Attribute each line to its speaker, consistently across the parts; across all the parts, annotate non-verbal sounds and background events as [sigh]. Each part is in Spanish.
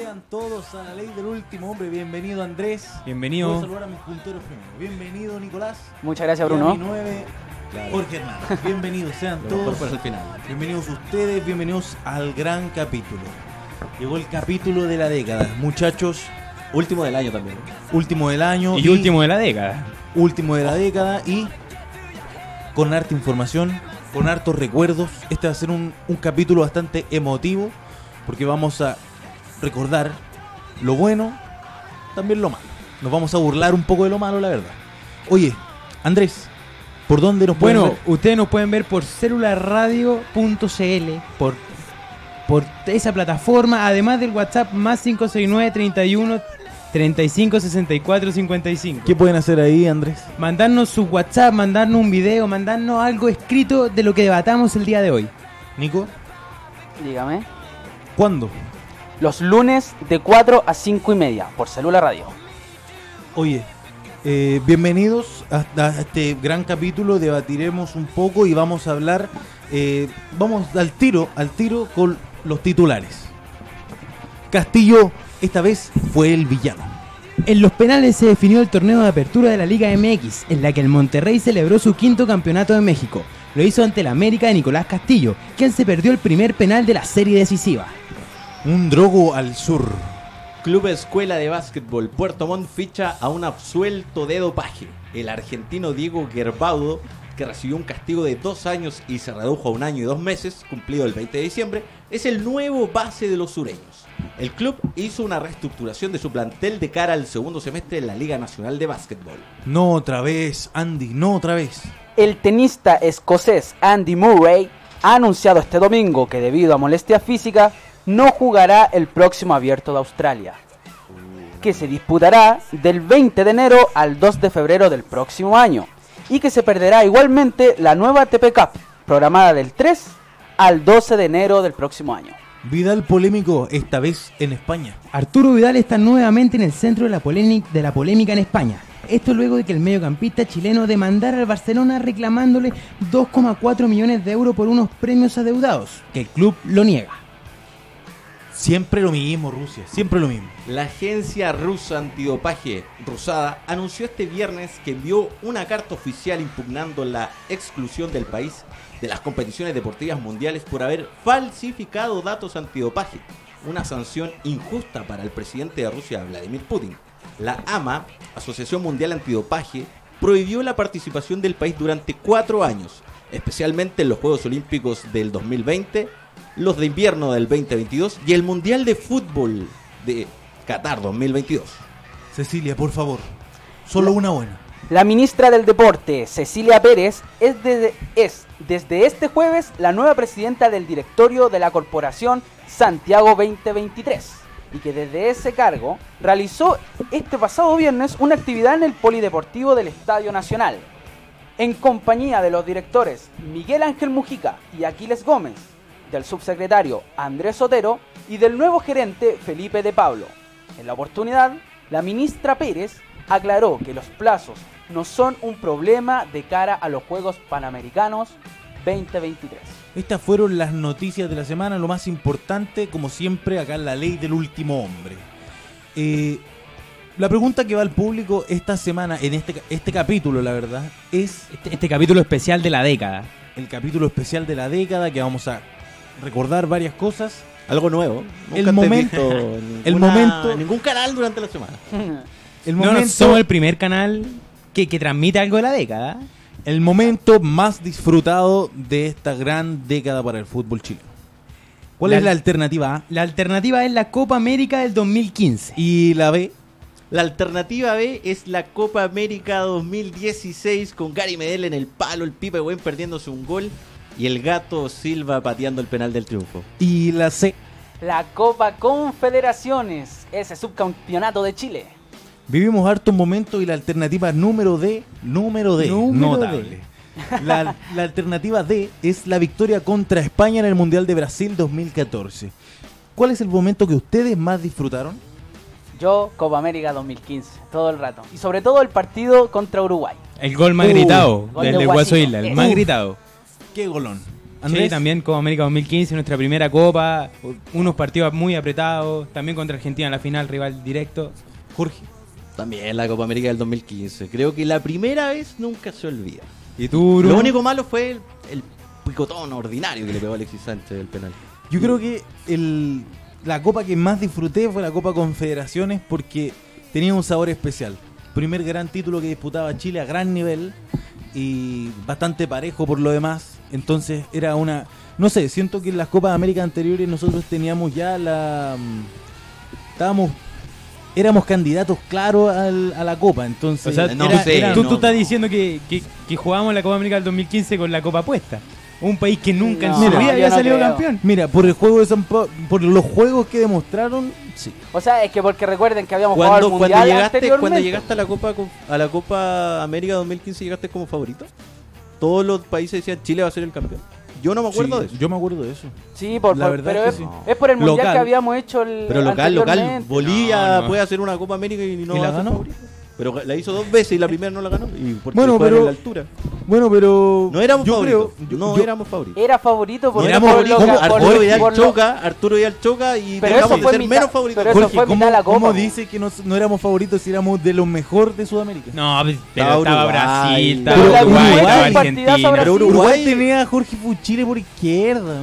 Speaker 1: Sean todos a la ley del último hombre. Bienvenido Andrés.
Speaker 2: Bienvenido.
Speaker 1: Voy a saludar a mis punteros primero. Bienvenido Nicolás.
Speaker 3: Muchas gracias,
Speaker 1: Y a
Speaker 3: Bruno.
Speaker 1: mi nueve,
Speaker 2: Claro.
Speaker 1: Jorge Hernández. Bienvenidos sean
Speaker 2: Lo mejor
Speaker 1: todos.
Speaker 2: para el final.
Speaker 1: Bienvenidos ustedes, bienvenidos al gran capítulo. Llegó el capítulo de la década, muchachos.
Speaker 2: Último del año también.
Speaker 1: Último del año.
Speaker 2: Y último de la década.
Speaker 1: último de la década y con harta información, con hartos recuerdos. Este va a ser un, un capítulo bastante emotivo porque vamos a recordar lo bueno, también lo malo. Nos vamos a burlar un poco de lo malo, la verdad. Oye, Andrés, ¿por dónde nos pueden
Speaker 2: Bueno,
Speaker 1: ver?
Speaker 2: ustedes nos pueden ver por celularradio.cl, por, por esa plataforma, además del WhatsApp más 569 31 35 64 55.
Speaker 1: ¿qué pueden hacer ahí, Andrés?
Speaker 2: Mandarnos su WhatsApp, mandarnos un video, mandarnos algo escrito de lo que debatamos el día de hoy.
Speaker 1: Nico,
Speaker 3: Dígame.
Speaker 1: ¿cuándo?
Speaker 3: Los lunes de 4 a 5 y media por Celular Radio.
Speaker 1: Oye, eh, bienvenidos a, a este gran capítulo. Debatiremos un poco y vamos a hablar. eh, vamos al tiro, al tiro con los titulares. Castillo, esta vez fue el villano.
Speaker 2: En los penales se definió el torneo de apertura de la Liga MX, en la que el Monterrey celebró su quinto campeonato de México. Lo hizo ante el América de Nicolás Castillo, quien se perdió el primer penal de la serie decisiva.
Speaker 1: Un drogo al sur.
Speaker 4: Club Escuela de Básquetbol Puerto Montt ficha a un absuelto de dopaje, el argentino Diego Gerbaudo, que recibió un castigo de dos años y se redujo a un año y dos meses, cumplido el 20 de diciembre, es el nuevo base de los sureños. El club hizo una reestructuración de su plantel de cara al segundo semestre de la Liga Nacional de Básquetbol.
Speaker 1: No otra vez, Andy, no otra vez.
Speaker 3: El tenista escocés Andy Murray ha anunciado este domingo que debido a molestias físicas no jugará el próximo abierto de Australia, que se disputará del 20 de enero al 2 de febrero del próximo año y que se perderá igualmente la nueva ATP Cup, programada del 3 al 12 de enero del próximo año.
Speaker 1: Vidal polémico, esta vez en España.
Speaker 2: Arturo Vidal está nuevamente en el centro de la, polémica, de la polémica en España. Esto luego de que el mediocampista chileno demandara al Barcelona reclamándole 2,4 millones de euros por unos premios adeudados, que el club lo niega.
Speaker 1: Siempre lo mismo, Rusia, siempre lo mismo.
Speaker 4: La agencia rusa antidopaje Rusada anunció este viernes que envió una carta oficial impugnando la exclusión del país de las competiciones deportivas mundiales por haber falsificado datos antidopaje, una sanción injusta para el presidente de Rusia, Vladimir Putin. La AMA, Asociación Mundial Antidopaje, prohibió la participación del país durante cuatro años, especialmente en los Juegos Olímpicos del 2020, los de invierno del 2022 y el Mundial de Fútbol de Qatar 2022.
Speaker 1: Cecilia, por favor, solo una buena.
Speaker 3: La ministra del Deporte, Cecilia Pérez, es desde, es desde este jueves la nueva presidenta del directorio de la Corporación Santiago 2023 y que desde ese cargo realizó este pasado viernes una actividad en el Polideportivo del Estadio Nacional, en compañía de los directores Miguel Ángel Mujica y Aquiles Gómez, del subsecretario Andrés Sotero y del nuevo gerente Felipe de Pablo. En la oportunidad, la ministra Pérez aclaró que los plazos no son un problema de cara a los Juegos Panamericanos 2023.
Speaker 1: Estas fueron las noticias de la semana, lo más importante, como siempre, acá en la ley del último hombre. Eh, la pregunta que va al público esta semana, en este, ca- este capítulo, la verdad, es
Speaker 2: Este, este capítulo especial de la década.
Speaker 1: el capítulo especial de la década, que vamos a recordar varias cosas.
Speaker 4: Algo nuevo.
Speaker 1: El
Speaker 4: antes
Speaker 1: momento-
Speaker 4: visto en
Speaker 1: el
Speaker 4: ninguna-
Speaker 1: momento-
Speaker 4: en ningún canal durante la semana.
Speaker 1: El
Speaker 2: No, no,
Speaker 1: momento,
Speaker 2: somos el primer canal que, que transmite algo de la década.
Speaker 1: el momento más disfrutado de esta gran década para el fútbol chileno. ¿Cuál
Speaker 2: La-
Speaker 1: es la alternativa A?
Speaker 2: La alternativa es la Copa América del 2015.
Speaker 1: Y la B,
Speaker 4: La alternativa B es la Copa América 2016 con Gary Medel en el palo, el Pipe Buen perdiéndose un gol y el gato Silva pateando el penal del triunfo.
Speaker 1: y la C.
Speaker 3: [laughs] La Copa Confederaciones, ese subcampeonato de Chile.
Speaker 1: Vivimos hartos momentos y la alternativa número D, número D,
Speaker 2: Número
Speaker 1: notable. La, la alternativa D es la victoria contra España en el Mundial de Brasil 2014. ¿Cuál es el momento que ustedes más disfrutaron?
Speaker 3: Yo, Copa América 2015, todo el rato. Y sobre todo el partido contra Uruguay.
Speaker 2: El gol más
Speaker 1: Uh,
Speaker 2: gritado
Speaker 3: gol
Speaker 2: del
Speaker 3: de
Speaker 2: de Guaso
Speaker 3: Guasito.
Speaker 2: Isla, el
Speaker 3: Ese.
Speaker 2: más
Speaker 1: Uh.
Speaker 2: gritado.
Speaker 1: ¡Qué golón! Andrés.
Speaker 2: Sí, también Copa América 2015, nuestra primera Copa, unos partidos muy apretados, también contra Argentina en la final, rival directo.
Speaker 1: Jorge.
Speaker 4: También la Copa América del 2015. Creo que la primera vez nunca se olvida.
Speaker 2: Y tú, Bruno?
Speaker 4: Lo único malo fue el, el picotón ordinario que le pegó Alexis Sánchez del penal.
Speaker 1: Yo creo que el- la copa que más disfruté fue la Copa Confederaciones porque tenía un sabor especial. Primer gran título que disputaba Chile a gran nivel y bastante parejo por lo demás. Entonces era una... No sé, siento que en las Copas de América anteriores nosotros teníamos ya la... mm, Estábamos... Éramos candidatos claros al- a la Copa, entonces...
Speaker 2: O sea,
Speaker 4: No
Speaker 2: era-
Speaker 4: sé,
Speaker 2: tú, tú
Speaker 4: no.
Speaker 2: estás diciendo que, que, que jugamos la Copa América del 2015 con la Copa puesta. Un país que nunca en
Speaker 3: No,
Speaker 2: su
Speaker 1: mira,
Speaker 2: vida
Speaker 1: yo
Speaker 2: había
Speaker 3: no
Speaker 2: salido
Speaker 3: creo.
Speaker 2: campeón.
Speaker 1: Mira, por el juego de San Pa- por los juegos que demostraron, sí.
Speaker 3: O sea, es que porque recuerden que habíamos jugado
Speaker 4: Cuando,
Speaker 3: el
Speaker 4: cuando
Speaker 3: mundial
Speaker 4: llegaste,
Speaker 3: anteriormente.
Speaker 4: cuando llegaste a la Copa con- a la Copa América 2015 llegaste como favorito. Todos los países decían Chile va a ser el campeón. Yo no me acuerdo
Speaker 1: Sí,
Speaker 4: de eso.
Speaker 1: Yo me acuerdo de eso.
Speaker 3: Sí, por,
Speaker 1: La
Speaker 3: por-
Speaker 1: verdad
Speaker 3: pero
Speaker 1: que
Speaker 3: es,
Speaker 1: sí.
Speaker 3: es por el mundial
Speaker 1: Local.
Speaker 3: que habíamos hecho el
Speaker 4: Pero local, local,
Speaker 3: anteriormente.
Speaker 4: Bolivia
Speaker 2: No, no.
Speaker 4: puede hacer una Copa América y no
Speaker 1: ¿Y
Speaker 4: va
Speaker 1: la
Speaker 4: a ser
Speaker 1: ganó?
Speaker 4: favorito. Pero la hizo dos veces y la primera no la ganó. Y porque
Speaker 1: Bueno,
Speaker 4: jugaron
Speaker 1: pero-
Speaker 4: en la altura.
Speaker 1: Bueno, pero.
Speaker 4: No éramos
Speaker 1: yo
Speaker 4: favoritos.
Speaker 1: creo- yo-
Speaker 4: no
Speaker 1: yo-
Speaker 4: éramos favoritos.
Speaker 3: Era favorito Eh, por,
Speaker 4: No
Speaker 1: Porque
Speaker 4: éramos
Speaker 3: por lo
Speaker 4: favoritos.
Speaker 1: ¿cómo?
Speaker 3: que- por-
Speaker 4: Arturo
Speaker 1: Jorge,
Speaker 4: Vidal
Speaker 3: por lo-
Speaker 4: choca, Arturo Vidal choca y
Speaker 3: Pero
Speaker 4: dejamos
Speaker 3: eso
Speaker 4: de
Speaker 3: fue
Speaker 4: ser
Speaker 3: mitad-
Speaker 4: menos favoritos.
Speaker 3: pero eso
Speaker 1: Jorge,
Speaker 3: fue
Speaker 1: ¿cómo,
Speaker 3: mitad de la Copa,
Speaker 1: cómo
Speaker 3: po.
Speaker 1: dice que nos- no éramos favoritos si éramos de los mejor de Sudamérica?
Speaker 2: No, pero
Speaker 4: Estaba
Speaker 2: estaba
Speaker 4: Uruguay.
Speaker 2: Brasil,
Speaker 1: Pero
Speaker 2: estaba Uruguay,
Speaker 1: Uruguay,
Speaker 2: estaba
Speaker 1: un
Speaker 3: partidazo
Speaker 2: Argentina.
Speaker 3: Brasil.
Speaker 4: Pero
Speaker 1: Uruguay,
Speaker 4: Uruguay
Speaker 1: tenía a Jorge Fuchile por izquierda.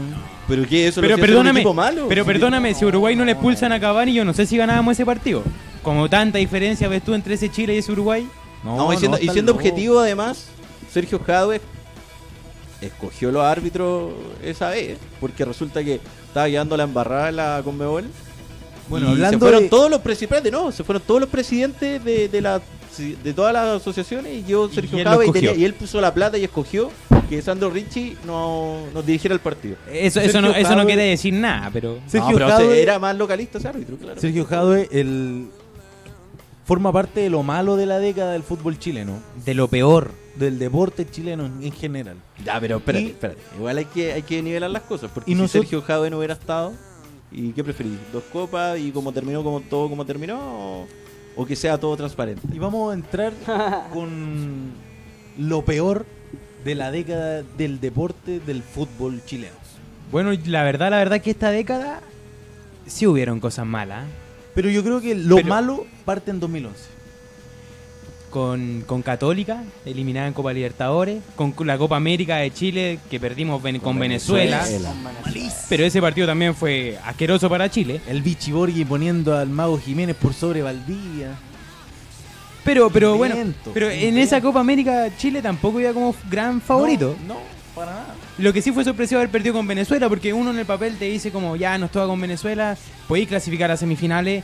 Speaker 4: Pero que eso lo
Speaker 2: Pero
Speaker 4: hacía ser un
Speaker 2: perdóname,
Speaker 4: equipo malo.
Speaker 2: pero
Speaker 4: Sí.
Speaker 2: perdóname, si Uruguay no le expulsan a Cavani, yo no sé si ganábamos ese partido. Como tanta diferencia ves tú entre ese Chile y ese Uruguay.
Speaker 4: No, y siendo, y
Speaker 1: está
Speaker 4: siendo
Speaker 1: loco.
Speaker 4: objetivo, además, Sergio Jadwe escogió los árbitros esa vez, porque resulta que estaba llevando la embarrada la Conmebol.
Speaker 1: Bueno,
Speaker 4: y se
Speaker 1: hablando
Speaker 4: fueron
Speaker 1: de-
Speaker 4: todos los presidentes, no, se fueron todos los presidentes de, de, la- de todas las asociaciones y yo Sergio
Speaker 2: él
Speaker 4: Jadwe
Speaker 2: lo
Speaker 4: y, tenía-
Speaker 2: escogió.
Speaker 4: y él puso la plata y escogió que Sandro Ricci no, nos dirigiera el partido.
Speaker 2: Eso,
Speaker 1: Sergio
Speaker 2: eso, no, eso no
Speaker 1: Pablo-
Speaker 2: quiere decir nada, pero...
Speaker 1: Sergio
Speaker 4: No, pero
Speaker 1: Jadwe-
Speaker 4: se- era más localista ese árbitro, claro.
Speaker 1: Sergio Jadwe, el. Forma parte de lo malo de la década del fútbol chileno,
Speaker 2: De lo peor.
Speaker 1: del deporte chileno en en general.
Speaker 4: Ya, pero espérate,
Speaker 1: Y-
Speaker 4: espérate. Igual hay que, hay que nivelar las cosas. Porque
Speaker 1: Y
Speaker 4: si
Speaker 1: nosotros-
Speaker 4: Sergio Jadwe no hubiera estado, ¿y qué preferís? ¿Dos copas y como terminó como todo como terminó? O, o que sea todo transparente?
Speaker 1: Y vamos a
Speaker 3: [laughs]
Speaker 1: entrar con lo peor de la década del deporte del fútbol chileno.
Speaker 2: Bueno, y la verdad, la verdad que esta década sí hubieron cosas malas. ¿eh?
Speaker 1: Pero yo creo que lo
Speaker 2: Pero-
Speaker 1: malo parte en 2011.
Speaker 2: Con, con Católica, eliminada en Copa Libertadores. Con la Copa América de Chile, que perdimos ven- con Venezuela. Pero ese partido también fue asqueroso para Chile.
Speaker 1: El Vichy Borghi poniendo al Mago Jiménez por sobre Valdivia.
Speaker 2: Pero, pero bueno,
Speaker 1: Invento,
Speaker 2: pero en
Speaker 1: invento.
Speaker 2: esa Copa América Chile tampoco iba como gran favorito.
Speaker 1: No, no, para nada.
Speaker 2: Lo que sí fue sorpresivo haber perdido con Venezuela, porque uno en el papel te dice como ya nos toca con Venezuela, podéis clasificar a semifinales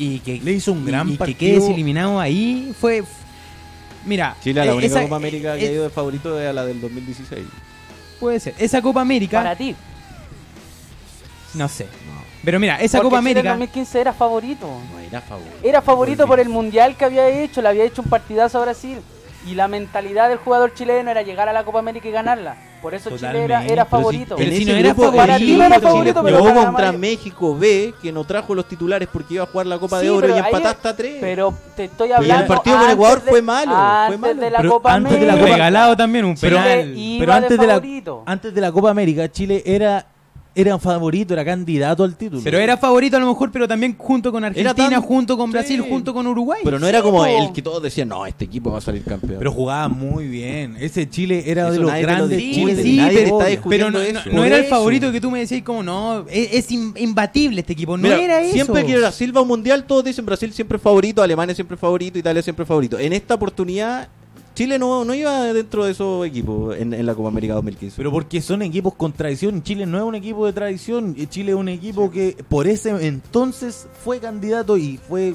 Speaker 2: y que
Speaker 1: Le hizo un gran
Speaker 2: y que
Speaker 1: partido.
Speaker 2: quedes eliminado ahí fue mira
Speaker 4: Chile, la
Speaker 2: eh,
Speaker 4: única
Speaker 2: esa-
Speaker 4: Copa América
Speaker 2: eh,
Speaker 4: que ha ido de favorito es a la del 2016.
Speaker 2: puede ser esa Copa América
Speaker 3: Para ti.
Speaker 2: no sé pero mira esa
Speaker 3: porque
Speaker 2: Copa
Speaker 3: Chile
Speaker 2: América
Speaker 3: en 2015 era favorito.
Speaker 4: No era favorito.
Speaker 3: Era favorito por el mundial que había hecho, le había hecho un partidazo a Brasil. Y la mentalidad del jugador chileno era llegar a la Copa América y ganarla. Por eso Chile era,
Speaker 1: Totalmente. Pero
Speaker 3: era
Speaker 1: si-
Speaker 3: favorito.
Speaker 2: pero si
Speaker 4: ese
Speaker 2: no era
Speaker 4: grupo,
Speaker 2: favorito,
Speaker 4: Brasil
Speaker 2: no era
Speaker 3: favorito, pero
Speaker 4: jugó
Speaker 3: ganaba
Speaker 4: contra
Speaker 3: Mario.
Speaker 4: México B, que no trajo los titulares porque iba a jugar la Copa
Speaker 3: Sí,
Speaker 4: de Oro
Speaker 3: pero
Speaker 4: y
Speaker 3: ahí-
Speaker 4: empataste a tres.
Speaker 3: Pero te estoy
Speaker 4: el
Speaker 3: hablando.
Speaker 4: partido con
Speaker 3: antes
Speaker 4: Ecuador
Speaker 3: de-
Speaker 4: fue malo, fue
Speaker 3: Antes
Speaker 4: malo.
Speaker 3: de la
Speaker 1: Pero
Speaker 3: Copa
Speaker 1: antes de la
Speaker 3: América.
Speaker 1: Copa-
Speaker 2: regalado también un
Speaker 1: Pero-
Speaker 2: penal
Speaker 3: y-
Speaker 1: Pero
Speaker 3: Iba de
Speaker 1: antes de, la,
Speaker 3: favorito.
Speaker 1: antes de la Copa América, Chile era, era favorito, era candidato al título.
Speaker 2: pero era favorito a lo mejor pero también junto con Argentina
Speaker 4: tan-
Speaker 2: junto con
Speaker 4: sí.
Speaker 2: Brasil junto con Uruguay
Speaker 4: Pero no era
Speaker 3: Sí,
Speaker 4: como
Speaker 3: po.
Speaker 4: el que todos decían, no, este equipo va a salir campeón.
Speaker 1: Pero jugaba muy bien. Ese Chile era
Speaker 4: Eso
Speaker 1: de los
Speaker 4: nadie te lo
Speaker 1: grandes
Speaker 4: discute,
Speaker 1: Chiles.
Speaker 2: sí,
Speaker 4: nadie
Speaker 2: pero-
Speaker 4: te está
Speaker 1: Obvio.
Speaker 4: discutiendo
Speaker 2: pero no, no-
Speaker 4: eso.
Speaker 2: no era el
Speaker 1: Por eso.
Speaker 2: favorito que tú me decías como no es, es im- imbatible este equipo no
Speaker 4: Mira,
Speaker 2: era eso
Speaker 4: Siempre que Brasil va a un mundial, todos dicen Brasil siempre favorito, Alemania siempre favorito, Italia siempre favorito. En esta oportunidad, Chile no, no iba dentro de esos equipos en, en la Copa América 2015.
Speaker 1: Pero porque son equipos con tradición. Chile no es un equipo de tradición. Eh, Chile es un equipo que por ese entonces fue candidato y fue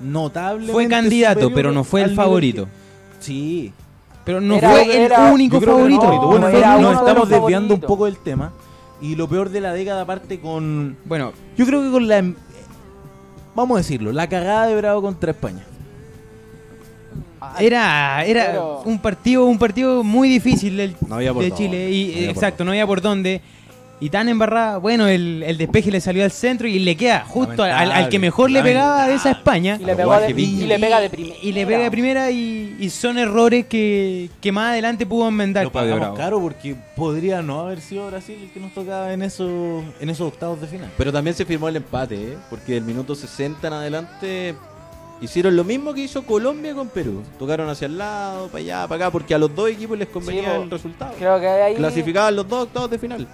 Speaker 1: notable.
Speaker 2: fue candidato pero no fue el favorito
Speaker 1: Sí.
Speaker 2: pero no
Speaker 3: Era-
Speaker 2: fue el
Speaker 3: era-
Speaker 2: único
Speaker 1: Yo creo que
Speaker 2: favorito
Speaker 1: no,
Speaker 3: No,
Speaker 1: bueno,
Speaker 3: era
Speaker 1: nosotros
Speaker 3: uno
Speaker 1: nos
Speaker 3: de los
Speaker 1: estamos desviando un
Speaker 3: favoritos.
Speaker 1: poco del tema. Y lo peor de la década, aparte con.
Speaker 2: bueno
Speaker 1: Yo creo que con la. Vamos a decirlo, la cagada de Bravo contra España.
Speaker 3: Ah,
Speaker 2: Era, era
Speaker 3: Pero-
Speaker 2: un partido, un partido muy difícil del,
Speaker 4: No había por
Speaker 2: de
Speaker 4: dónde,
Speaker 2: Chile.
Speaker 4: no
Speaker 2: Y, eh,
Speaker 4: había por
Speaker 2: exacto, no había por dónde. Y tan embarrada, bueno, el, el despeje le salió al centro y le queda justo al- al, al que
Speaker 4: Lamentable,
Speaker 2: mejor le pegaba de esa España.
Speaker 3: Y le, pegó de-
Speaker 4: Guaje Viña.
Speaker 3: y le pega de primera.
Speaker 2: Y le pega de primera y, y son errores que, que más adelante pudo enmendar.
Speaker 1: Lo pagamos caro porque podría no haber sido Brasil el que nos tocaba en esos, en esos octavos de final.
Speaker 4: Pero también se firmó el empate, ¿eh? porque del minuto 60 en adelante hicieron lo mismo que hizo Colombia con Perú. Tocaron hacia el lado, para allá, para acá, porque a los dos equipos les convenía
Speaker 3: po.
Speaker 4: el resultado.
Speaker 3: Creo que ahí.
Speaker 4: Clasificaban los dos octavos de final.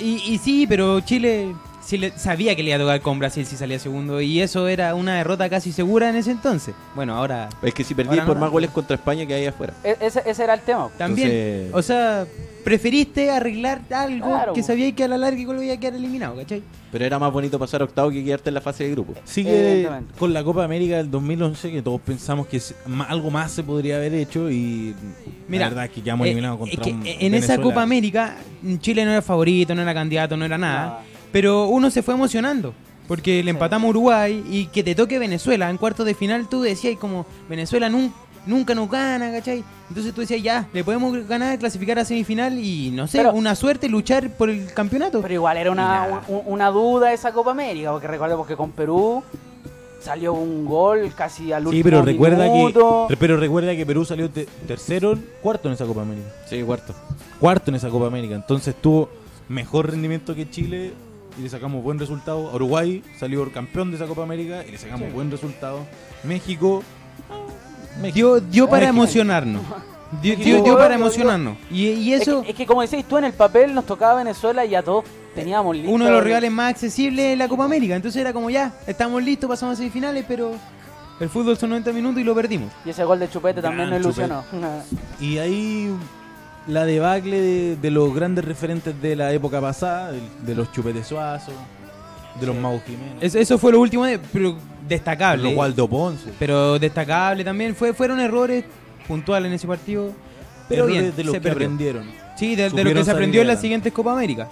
Speaker 2: Y, y sí, pero Chile sí le- sabía que le iba a tocar con Brasil si salía segundo y eso era una derrota casi segura en ese entonces. Bueno, ahora
Speaker 4: Es que si perdí
Speaker 2: Ahora no
Speaker 4: por
Speaker 2: la-
Speaker 4: más goles contra España que hay afuera.
Speaker 3: E- Ese, ese era el tema.
Speaker 2: también,
Speaker 4: Entonces-
Speaker 2: o sea, preferiste arreglar algo
Speaker 3: Claro.
Speaker 2: que sabía que a la larga igual iba a quedar eliminado, ¿cachai?
Speaker 4: Pero era más bonito pasar octavo que quedarte en la fase de grupo.
Speaker 1: Sigue
Speaker 3: Evidentemente.
Speaker 1: con la Copa América del 2011, que todos pensamos que se- ma- algo más se podría haber hecho y
Speaker 2: Mira,
Speaker 1: la verdad es que quedamos
Speaker 2: Eh,
Speaker 1: eliminados
Speaker 2: es
Speaker 1: contra
Speaker 2: que
Speaker 1: un
Speaker 2: en esa
Speaker 1: Venezuela.
Speaker 2: Copa América Chile no era favorito, no era candidato, no era nada,
Speaker 3: Nada.
Speaker 2: pero uno se fue emocionando. Porque le empatamos a Uruguay y que te toque Venezuela en cuartos de final, tú decías y como Venezuela nun- nunca nos gana, ¿cachai? Entonces tú decías, ya, le podemos ganar, clasificar a semifinal y no sé,
Speaker 3: Pero-
Speaker 2: una suerte luchar por el campeonato.
Speaker 3: Pero igual era
Speaker 2: Y
Speaker 3: una,
Speaker 2: nada.
Speaker 3: un- una duda esa Copa América, porque recuerdo que con Perú salió un gol casi al último
Speaker 1: Sí, pero recuerda,
Speaker 3: minuto.
Speaker 1: que, pero recuerda que Perú salió te- tercero, cuarto en esa Copa América.
Speaker 4: Sí, cuarto.
Speaker 1: Cuarto en esa Copa América. Entonces tuvo mejor rendimiento que Chile y le sacamos buen resultado. A Uruguay salió campeón de esa Copa América y le sacamos buen resultado. México.
Speaker 2: Dio, dio para
Speaker 1: México.
Speaker 3: [laughs]
Speaker 2: emocionarnos. Dio,
Speaker 3: México.
Speaker 2: dio- dio para
Speaker 3: Digo,
Speaker 2: emocionarnos. Y, y
Speaker 3: Es
Speaker 2: eso,
Speaker 3: que- Es, que, como decís tú, en el papel nos tocaba Venezuela y a todos teníamos listo.
Speaker 2: uno de los rivales más accesibles en la Copa América. Entonces era como ya, estamos listos, pasamos a semifinales, pero el fútbol son 90 minutos y lo perdimos.
Speaker 3: Y ese gol de Chupete también nos
Speaker 1: Gran
Speaker 3: ilusionó.
Speaker 1: Y ahí la debacle de, de los grandes referentes de la época pasada, del- de, los Chupete Suazo, de los Mau Jiménez,
Speaker 2: Es- eso fue lo último, de- pero destacable.
Speaker 1: los Waldo Ponce.
Speaker 2: Pero destacable también. Fue, fueron errores puntuales en ese partido. Pero
Speaker 1: Errores
Speaker 2: bien,
Speaker 1: de los
Speaker 2: se
Speaker 1: que
Speaker 2: perdió.
Speaker 1: aprendieron.
Speaker 2: Sí, de, de lo que
Speaker 1: Supieron
Speaker 2: se
Speaker 1: salir
Speaker 2: aprendió en las
Speaker 1: adelante.
Speaker 2: siguientes Copa América.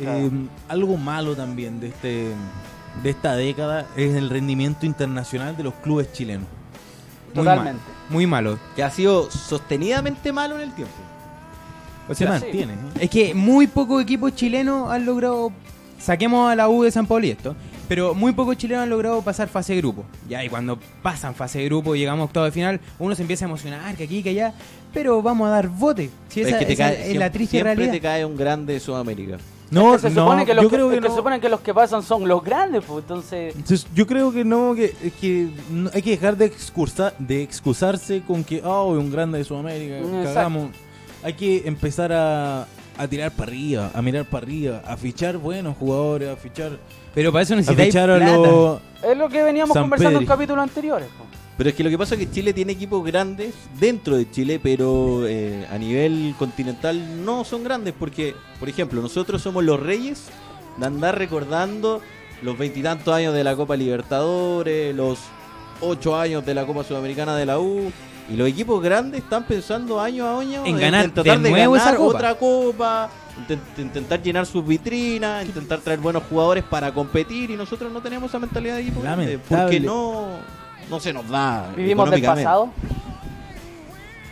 Speaker 1: Eh, algo malo también de este de esta década es el rendimiento internacional de los clubes chilenos.
Speaker 2: Muy
Speaker 3: Totalmente.
Speaker 2: malo, muy malo.
Speaker 4: Que ha sido sostenidamente malo en el tiempo.
Speaker 1: O sea,
Speaker 3: [laughs] sí.
Speaker 1: mantiene. ¿eh?
Speaker 2: Es que muy pocos equipos chilenos han logrado. Saquemos a la U de San Pauli esto. Pero muy pocos chilenos han logrado pasar fase de grupo. Ya, y cuando pasan fase de grupo y llegamos a octavo de final, uno se empieza a emocionar que aquí, que allá. Pero vamos a dar bote. Si esa,
Speaker 4: es que te
Speaker 2: esa
Speaker 4: cae,
Speaker 2: es
Speaker 4: siempre,
Speaker 2: la triste
Speaker 4: siempre
Speaker 2: realidad.
Speaker 4: te cae un grande de Sudamérica.
Speaker 1: No,
Speaker 3: Es que se
Speaker 1: no,
Speaker 3: supone que los
Speaker 1: yo
Speaker 3: que-
Speaker 1: creo que
Speaker 3: es que
Speaker 1: no.
Speaker 3: se supone que los que pasan son los grandes, pues entonces.
Speaker 1: Entonces, Yo creo que no, que, es que no- hay que dejar de, excusa- de excusarse con que, oh, un grande de Sudamérica,
Speaker 3: Exacto.
Speaker 1: cagamos. Hay que empezar a, a tirar para arriba, a mirar para arriba, a fichar buenos jugadores, a fichar,
Speaker 2: Pero para eso
Speaker 1: a
Speaker 2: necesitáis
Speaker 1: fichar a
Speaker 2: plata.
Speaker 1: los...
Speaker 3: Es lo que veníamos
Speaker 1: San
Speaker 3: conversando en
Speaker 1: Pedri.
Speaker 3: capítulos anteriores. pues.
Speaker 4: Pero es que lo que pasa es que Chile tiene equipos grandes dentro de Chile, pero eh, a nivel continental no son grandes porque, por ejemplo, nosotros somos los reyes de andar recordando los veintitantos años de la Copa Libertadores, los ocho años de la Copa Sudamericana de la U. Y los equipos grandes están pensando año a año
Speaker 2: En ganar
Speaker 4: intentar
Speaker 2: de nuevo esa copa.
Speaker 4: otra copa, intent- intentar llenar sus vitrinas, intentar traer buenos jugadores para competir y nosotros no tenemos esa mentalidad de equipo grande,
Speaker 1: Lamentable.
Speaker 4: porque no no se nos da.
Speaker 3: Vivimos del
Speaker 4: económicamente.
Speaker 3: pasado.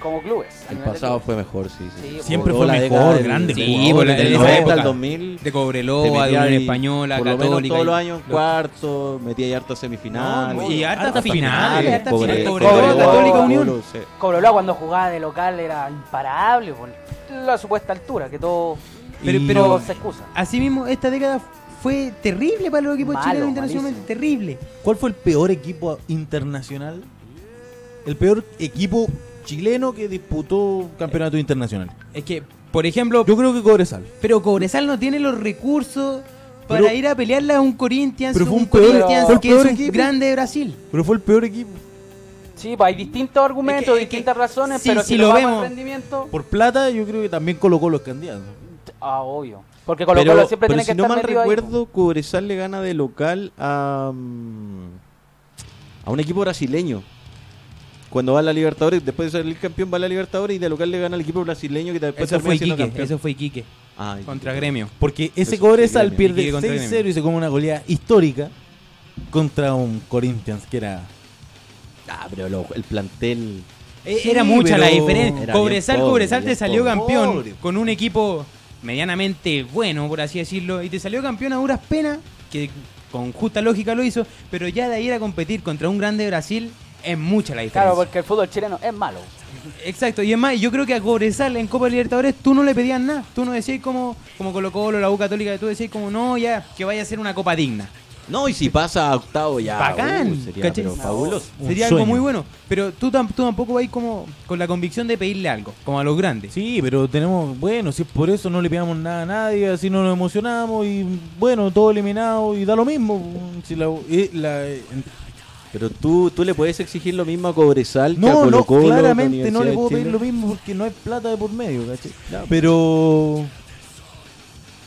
Speaker 3: Como clubes. a
Speaker 4: El
Speaker 3: nivel de
Speaker 4: pasado
Speaker 3: clubes.
Speaker 4: fue mejor, sí. sí.
Speaker 3: Sí, pues,
Speaker 1: Siempre
Speaker 4: Toda
Speaker 1: fue
Speaker 4: la
Speaker 1: mejor,
Speaker 4: década del-
Speaker 1: grande
Speaker 2: Sí, por
Speaker 1: jugador.
Speaker 2: la-
Speaker 4: del
Speaker 2: en esa
Speaker 4: 90
Speaker 2: época.
Speaker 4: al 2000.
Speaker 2: De
Speaker 4: te
Speaker 2: Cobreloa, de
Speaker 4: metía
Speaker 2: Unión
Speaker 4: ahí,
Speaker 2: Española,
Speaker 4: por lo menos
Speaker 2: Católica.
Speaker 4: todos
Speaker 2: y-
Speaker 4: los años
Speaker 2: los-
Speaker 4: cuarto, metía ahí hartas semifinales.
Speaker 1: No,
Speaker 2: y
Speaker 1: hartas
Speaker 2: hartas finales,
Speaker 1: finales,
Speaker 2: hartas
Speaker 4: Cobre-
Speaker 2: finales.
Speaker 4: Cobreloa,
Speaker 2: Cobreloa, Católica, Unión.
Speaker 4: Colo, sí.
Speaker 3: Cobreloa cuando jugaba de local era imparable por la supuesta altura, que todo,
Speaker 2: Pero-
Speaker 1: Y-
Speaker 2: pero-
Speaker 3: todo se excusa.
Speaker 2: Asimismo, esta década fue terrible para los equipos
Speaker 3: Malo,
Speaker 2: chilenos internacionalmente.
Speaker 3: malísimo.
Speaker 2: Terrible.
Speaker 1: ¿Cuál fue el peor equipo internacional?
Speaker 4: Eh.
Speaker 1: El peor equipo chileno que disputó campeonato internacional.
Speaker 2: Es que, por ejemplo,
Speaker 1: Yo creo que Cobresal.
Speaker 2: pero Cobresal no tiene los recursos para
Speaker 1: Pero-
Speaker 2: ir a pelearle a un Corinthians,
Speaker 1: pero fue
Speaker 2: un,
Speaker 1: un peor-
Speaker 2: Corinthians
Speaker 1: fue el
Speaker 2: que es
Speaker 1: peor
Speaker 2: un
Speaker 1: equipo.
Speaker 2: grande de Brasil.
Speaker 1: Pero fue el peor equipo.
Speaker 3: Sí, pues hay distintos argumentos,
Speaker 2: Es que- es
Speaker 3: distintas
Speaker 2: que-
Speaker 3: razones,
Speaker 2: sí,
Speaker 3: pero
Speaker 2: sí
Speaker 3: si
Speaker 2: lo
Speaker 3: lo vemos
Speaker 2: vemos.
Speaker 3: en rendimiento,
Speaker 1: Por plata, yo creo que también colocó los candidatos.
Speaker 3: ah, obvio. Porque Colo
Speaker 4: Pero,
Speaker 3: Colo siempre
Speaker 4: pero
Speaker 3: tiene
Speaker 4: si
Speaker 3: que
Speaker 4: no
Speaker 3: estar
Speaker 4: mal
Speaker 3: metido ahí,
Speaker 4: recuerdo, Cobresal le gana de local a, mm, a un equipo brasileño. Cuando va a la Libertadores, después de salir campeón va a la Libertadores y de local le gana al equipo brasileño que después
Speaker 2: Eso
Speaker 4: termina
Speaker 2: fue
Speaker 4: siendo
Speaker 2: Iquique,
Speaker 4: campeón.
Speaker 2: eso fue Iquique
Speaker 4: Ah,
Speaker 2: contra Gremio.
Speaker 1: Porque ese
Speaker 4: Eso
Speaker 1: Cobresal
Speaker 4: sí, Gremio.
Speaker 1: pierde
Speaker 2: Y contra Gremio.
Speaker 1: 6-0 y se come una goleada histórica contra un Corinthians que era.
Speaker 4: Ah, pero lo- el plantel
Speaker 2: Eh,
Speaker 1: Sí,
Speaker 2: era mucha la
Speaker 1: pero
Speaker 2: diferencia.
Speaker 4: era
Speaker 2: Cobresal,
Speaker 4: bien pobre,
Speaker 2: Cobresal te
Speaker 4: bien
Speaker 2: salió
Speaker 4: pobre.
Speaker 2: campeón
Speaker 1: Pobre.
Speaker 2: con un equipo medianamente bueno, por así decirlo, y te salió campeón a duras penas, que con justa lógica lo hizo, pero ya de ir a competir contra un grande Brasil es mucha la diferencia.
Speaker 3: Claro, porque el fútbol chileno es malo.
Speaker 2: Exacto, y es más, yo creo que a Cobresal en Copa Libertadores tú no le pedías nada, tú no decías como, como Colo Colo, la U Católica, tú decías como, no, ya, que vaya a ser una copa digna.
Speaker 4: No, y si pasa a octavo ya.
Speaker 2: Bacán,
Speaker 4: uh, sería
Speaker 2: ¿cachai?
Speaker 4: pero
Speaker 2: No.
Speaker 4: fabuloso.
Speaker 1: Un
Speaker 2: Sería algo
Speaker 1: sueño.
Speaker 2: muy bueno, pero tú, tam- tú tampoco vas como con la convicción de pedirle algo, como a los grandes.
Speaker 1: Sí, pero tenemos, bueno, si es por eso no le pegamos nada a nadie, así no nos emocionamos y bueno, todo eliminado y da lo mismo. Si la- eh, la- eh,
Speaker 4: Pero tú, tú le puedes exigir lo mismo a Cobresal que a
Speaker 1: no, no,
Speaker 4: Colo-Colo, que a
Speaker 1: claramente no le
Speaker 4: Universidad
Speaker 1: puedo
Speaker 4: de
Speaker 1: pedir
Speaker 4: Chile.
Speaker 1: lo mismo porque no hay plata de por medio, ¿cachai? Pero...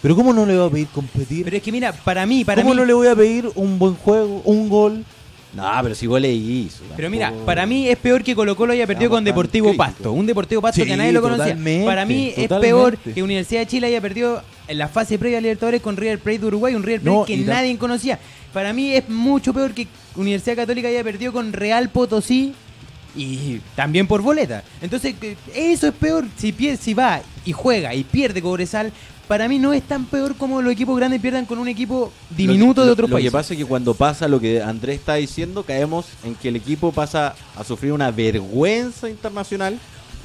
Speaker 1: Pero ¿cómo no le voy a pedir competir?
Speaker 2: Pero es que mira, para mí, para
Speaker 1: ¿Cómo
Speaker 2: mí,
Speaker 1: no le voy a pedir un buen juego, un gol?
Speaker 4: No, pero si vos leís.
Speaker 2: pero mira, para mí es peor que Colo Colo haya perdido con
Speaker 4: bastante
Speaker 2: Deportivo
Speaker 4: crítico.
Speaker 2: Pasto, un Deportivo Pasto
Speaker 1: Sí,
Speaker 2: que nadie lo conocía.
Speaker 1: totalmente,
Speaker 2: Para mí es
Speaker 1: totalmente.
Speaker 2: peor que Universidad de Chile haya perdido en la fase previa a Libertadores con River Plate de Uruguay, un River Plate
Speaker 1: No,
Speaker 2: que
Speaker 1: y tam-
Speaker 2: nadie conocía. Para mí es mucho peor que Universidad Católica haya perdido con Real Potosí y también por boleta. Entonces, que- eso es peor. Si, pier- si va y juega y pierde Cobresal, para mí no es tan peor como los equipos grandes pierdan con un equipo diminuto
Speaker 4: Lo que-
Speaker 2: de otro
Speaker 4: Lo
Speaker 2: país.
Speaker 4: que pasa es que cuando pasa lo que Andrés está diciendo, caemos en que el equipo pasa a sufrir una vergüenza internacional.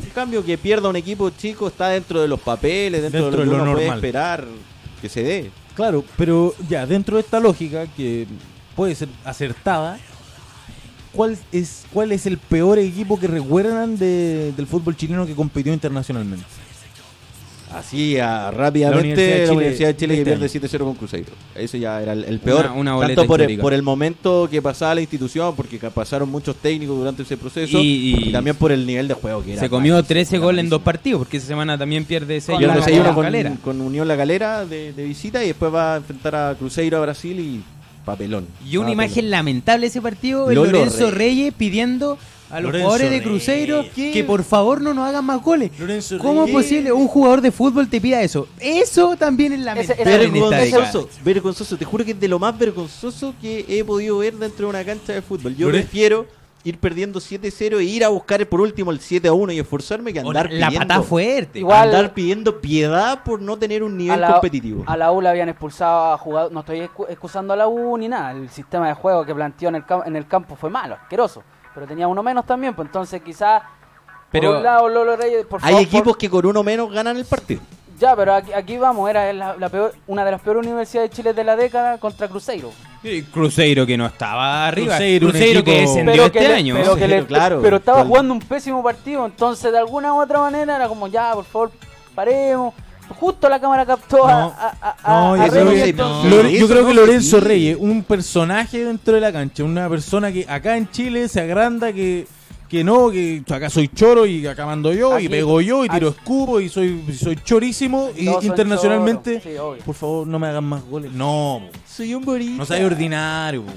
Speaker 4: En cambio, que pierda un equipo chico está dentro de los papeles, dentro, de lo que uno puede
Speaker 1: normal.
Speaker 4: esperar que se dé.
Speaker 1: Claro, pero ya, dentro de esta lógica que puede ser acertada, ¿cuál es, cuál es el peor equipo que recuerdan de- del fútbol chileno que compitió internacionalmente?
Speaker 4: Así, a-
Speaker 1: La Universidad de
Speaker 4: rápidamente, la
Speaker 1: Chile
Speaker 4: Universidad de Chile,
Speaker 1: este
Speaker 4: que pierde
Speaker 1: año.
Speaker 4: 7-0 con Cruzeiro. Eso ya era el, el peor.
Speaker 2: Una- una boleta
Speaker 4: tanto por el,
Speaker 2: histórica.
Speaker 4: por el momento que pasaba la institución, porque ca- pasaron muchos técnicos durante ese proceso,
Speaker 2: Y-
Speaker 4: y,
Speaker 2: y-
Speaker 4: también por el nivel de juego que era.
Speaker 2: Se comió
Speaker 4: malísimo,
Speaker 2: 13
Speaker 4: era
Speaker 2: goles en dos
Speaker 4: malísimo.
Speaker 2: partidos, porque esa semana también pierde 6
Speaker 3: Pierde
Speaker 4: Pierde
Speaker 3: la
Speaker 4: 6
Speaker 3: Calera.
Speaker 4: con, con Unión La Galera de, de visita y después va a enfrentar a Cruzeiro a Brasil y papelón. Ah,
Speaker 2: Y una
Speaker 4: Papelón.
Speaker 2: imagen lamentable de ese partido, el
Speaker 4: Lolo
Speaker 2: Ah, Lorenzo
Speaker 4: Reyes.
Speaker 2: Reyes pidiendo a los
Speaker 1: Lorenzo
Speaker 2: jugadores de
Speaker 1: Reyes.
Speaker 2: Cruzeiro
Speaker 1: ¿Qué?
Speaker 2: que por favor no nos hagan más goles.
Speaker 1: Lorenzo
Speaker 2: ¿Cómo es
Speaker 1: Reyes.
Speaker 2: posible un jugador de fútbol te pida eso? Eso también es lamentable
Speaker 3: ese-
Speaker 2: en esta década.
Speaker 4: Vergonzoso, vergonzoso. Te juro que es de lo más vergonzoso que he podido ver dentro de una cancha de fútbol. Yo
Speaker 1: Lore-
Speaker 4: prefiero ir perdiendo 7-0 e ir a buscar por último el 7-1 y esforzarme que andar
Speaker 2: La
Speaker 4: pidiendo.
Speaker 2: patada fuerte.
Speaker 3: Igual-
Speaker 4: Andar pidiendo piedad por no tener un
Speaker 3: A
Speaker 4: nivel
Speaker 3: la,
Speaker 4: competitivo.
Speaker 3: a la U la habían expulsado a jugadores. No estoy excu- excusando a la U ni nada. El sistema de juego que planteó en el, cam- en el campo fue malo, asqueroso. Pero tenía uno menos también, pues entonces quizás.
Speaker 2: Pero-
Speaker 3: por un lado, Lolo Reyes, por
Speaker 4: Hay
Speaker 3: favor,
Speaker 4: equipos
Speaker 3: por-
Speaker 4: que con uno menos ganan el partido.
Speaker 3: Ya, pero aquí, aquí vamos, era la, la peor, una de las peores universidades de Chile de la década contra Cruzeiro.
Speaker 2: Y Cruzeiro que no estaba arriba.
Speaker 1: Cruzeiro,
Speaker 2: Cruzeiro,
Speaker 1: un
Speaker 2: que
Speaker 1: equipo-
Speaker 2: descendió
Speaker 3: Pero
Speaker 2: este
Speaker 3: que, le-
Speaker 2: año.
Speaker 3: pero, que le-
Speaker 4: Cruzeiro, claro.
Speaker 3: pero estaba
Speaker 4: Con-
Speaker 3: jugando un pésimo partido, entonces de alguna u otra manera era como, ya, por favor, paremos. Justo la cámara captó a,
Speaker 1: No,
Speaker 3: a- a- a-
Speaker 1: no,
Speaker 3: Ah, a
Speaker 1: yo
Speaker 4: creo
Speaker 3: Reyes,
Speaker 4: que-
Speaker 3: entonces-
Speaker 4: Sí,
Speaker 1: Lore-
Speaker 4: eso
Speaker 1: yo creo
Speaker 4: no
Speaker 1: que
Speaker 4: se
Speaker 1: Lorenzo
Speaker 4: dice.
Speaker 1: Reyes, un personaje dentro de la cancha, una persona que acá en Chile se agranda que, que no, que acá soy choro y acá mando yo
Speaker 3: Aquí-
Speaker 1: y pego yo y
Speaker 3: aquí-
Speaker 1: tiro escudo y soy, soy chorísimo y
Speaker 3: Todos son
Speaker 1: internacionalmente,
Speaker 3: choros, sí, obvio.
Speaker 1: por favor no me hagan más goles. No, po.
Speaker 4: Soy un bonito.
Speaker 1: no seas ordinario. po.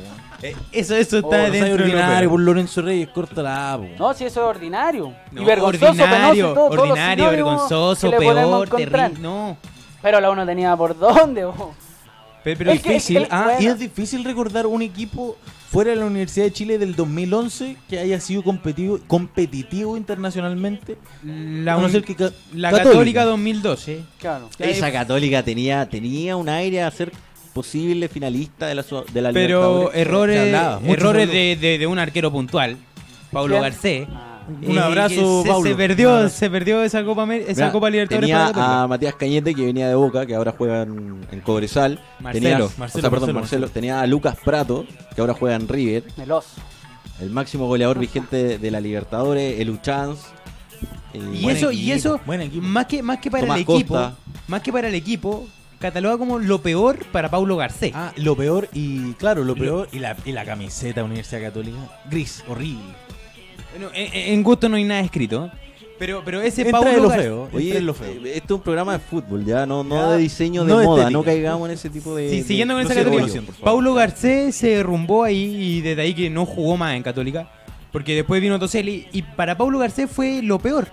Speaker 2: Eso, eso
Speaker 1: No seas
Speaker 2: dentro de lo
Speaker 1: ordinario
Speaker 2: peor.
Speaker 1: por Lorenzo Reyes, córtala. po.
Speaker 3: Oh, No, si eso es ordinario.
Speaker 2: No,
Speaker 3: y vergonzoso, penoso y
Speaker 2: ordinario,
Speaker 3: todo, todos los
Speaker 2: ordinario,
Speaker 3: sinónimos
Speaker 2: vergonzoso,
Speaker 3: que le podemos
Speaker 2: peor,
Speaker 3: encontrar.
Speaker 2: terrible. No.
Speaker 3: Pero la uno tenía por dónde, vos.
Speaker 2: Pe- Pero,
Speaker 1: Pero
Speaker 3: Es que-
Speaker 1: difícil,
Speaker 3: es que-
Speaker 1: ah,
Speaker 3: bueno.
Speaker 1: y es difícil recordar un equipo fuera de la Universidad de Chile del 2011 que haya sido competitivo, competitivo internacionalmente.
Speaker 2: la,
Speaker 1: a no
Speaker 2: un-
Speaker 1: ser que ca-
Speaker 2: la Católica, 2012.
Speaker 3: Claro.
Speaker 4: Esa católica tenía, tenía un aire a ser posible finalista de la, su- de la
Speaker 2: Pero
Speaker 4: Libertadores.
Speaker 2: errores,
Speaker 1: Se hablaba, muchos
Speaker 2: errores de,
Speaker 1: errores.
Speaker 2: de- de un arquero puntual, Paulo
Speaker 3: ¿Quién?
Speaker 2: Garcés.
Speaker 3: Ah.
Speaker 1: Un
Speaker 2: eh,
Speaker 1: abrazo,
Speaker 2: que se,
Speaker 1: Paulo.
Speaker 2: se
Speaker 1: Un
Speaker 2: perdió,
Speaker 1: abrazo.
Speaker 2: se perdió esa Copa, Amer- esa
Speaker 4: Mira,
Speaker 2: Copa Libertadores.
Speaker 4: Tenía
Speaker 2: para la Católica.
Speaker 4: a Matías Cañete que venía de Boca, que ahora juega en, en Cobresal.
Speaker 2: Marcelo,
Speaker 4: Tenías- o sea,
Speaker 1: Marcelo,
Speaker 4: perdón,
Speaker 1: Marcelo,
Speaker 4: Marcelo.
Speaker 1: Marcelo.
Speaker 4: Tenía a Lucas Prato, que ahora juega en River,
Speaker 3: Meloso.
Speaker 4: el máximo goleador vigente de la Libertadores, el Uchans. eh,
Speaker 2: Y
Speaker 4: bueno,
Speaker 2: eso, y
Speaker 1: equipo,
Speaker 2: eso
Speaker 1: buen equipo.
Speaker 2: más que más que para
Speaker 4: Tomás
Speaker 2: el equipo,
Speaker 4: Costa.
Speaker 2: más que para el equipo, cataloga como lo peor para Paulo Garcés.
Speaker 1: Ah, lo peor y claro, lo peor y la, y la camiseta de Universidad Católica gris, horrible.
Speaker 2: Bueno, en, en gusto no hay nada escrito, pero pero ese
Speaker 1: Entra
Speaker 2: Paulo
Speaker 1: en lo
Speaker 2: Gar-
Speaker 1: feo.
Speaker 4: Oye,
Speaker 1: Entra en lo feo.
Speaker 4: eh, esto es un programa de fútbol, ya no, no
Speaker 1: Ya,
Speaker 4: de diseño de
Speaker 1: no de
Speaker 4: moda,
Speaker 1: estética.
Speaker 4: no caigamos en ese tipo de.
Speaker 2: Sí,
Speaker 4: de-
Speaker 2: siguiendo con
Speaker 4: Eh, no
Speaker 2: esa
Speaker 4: sé,
Speaker 2: categoría,
Speaker 4: rollo, por favor.
Speaker 2: Paulo Garcés se derrumbó ahí y desde ahí que no jugó más en Católica, porque después vino Toselli y para Paulo Garcés fue lo peor.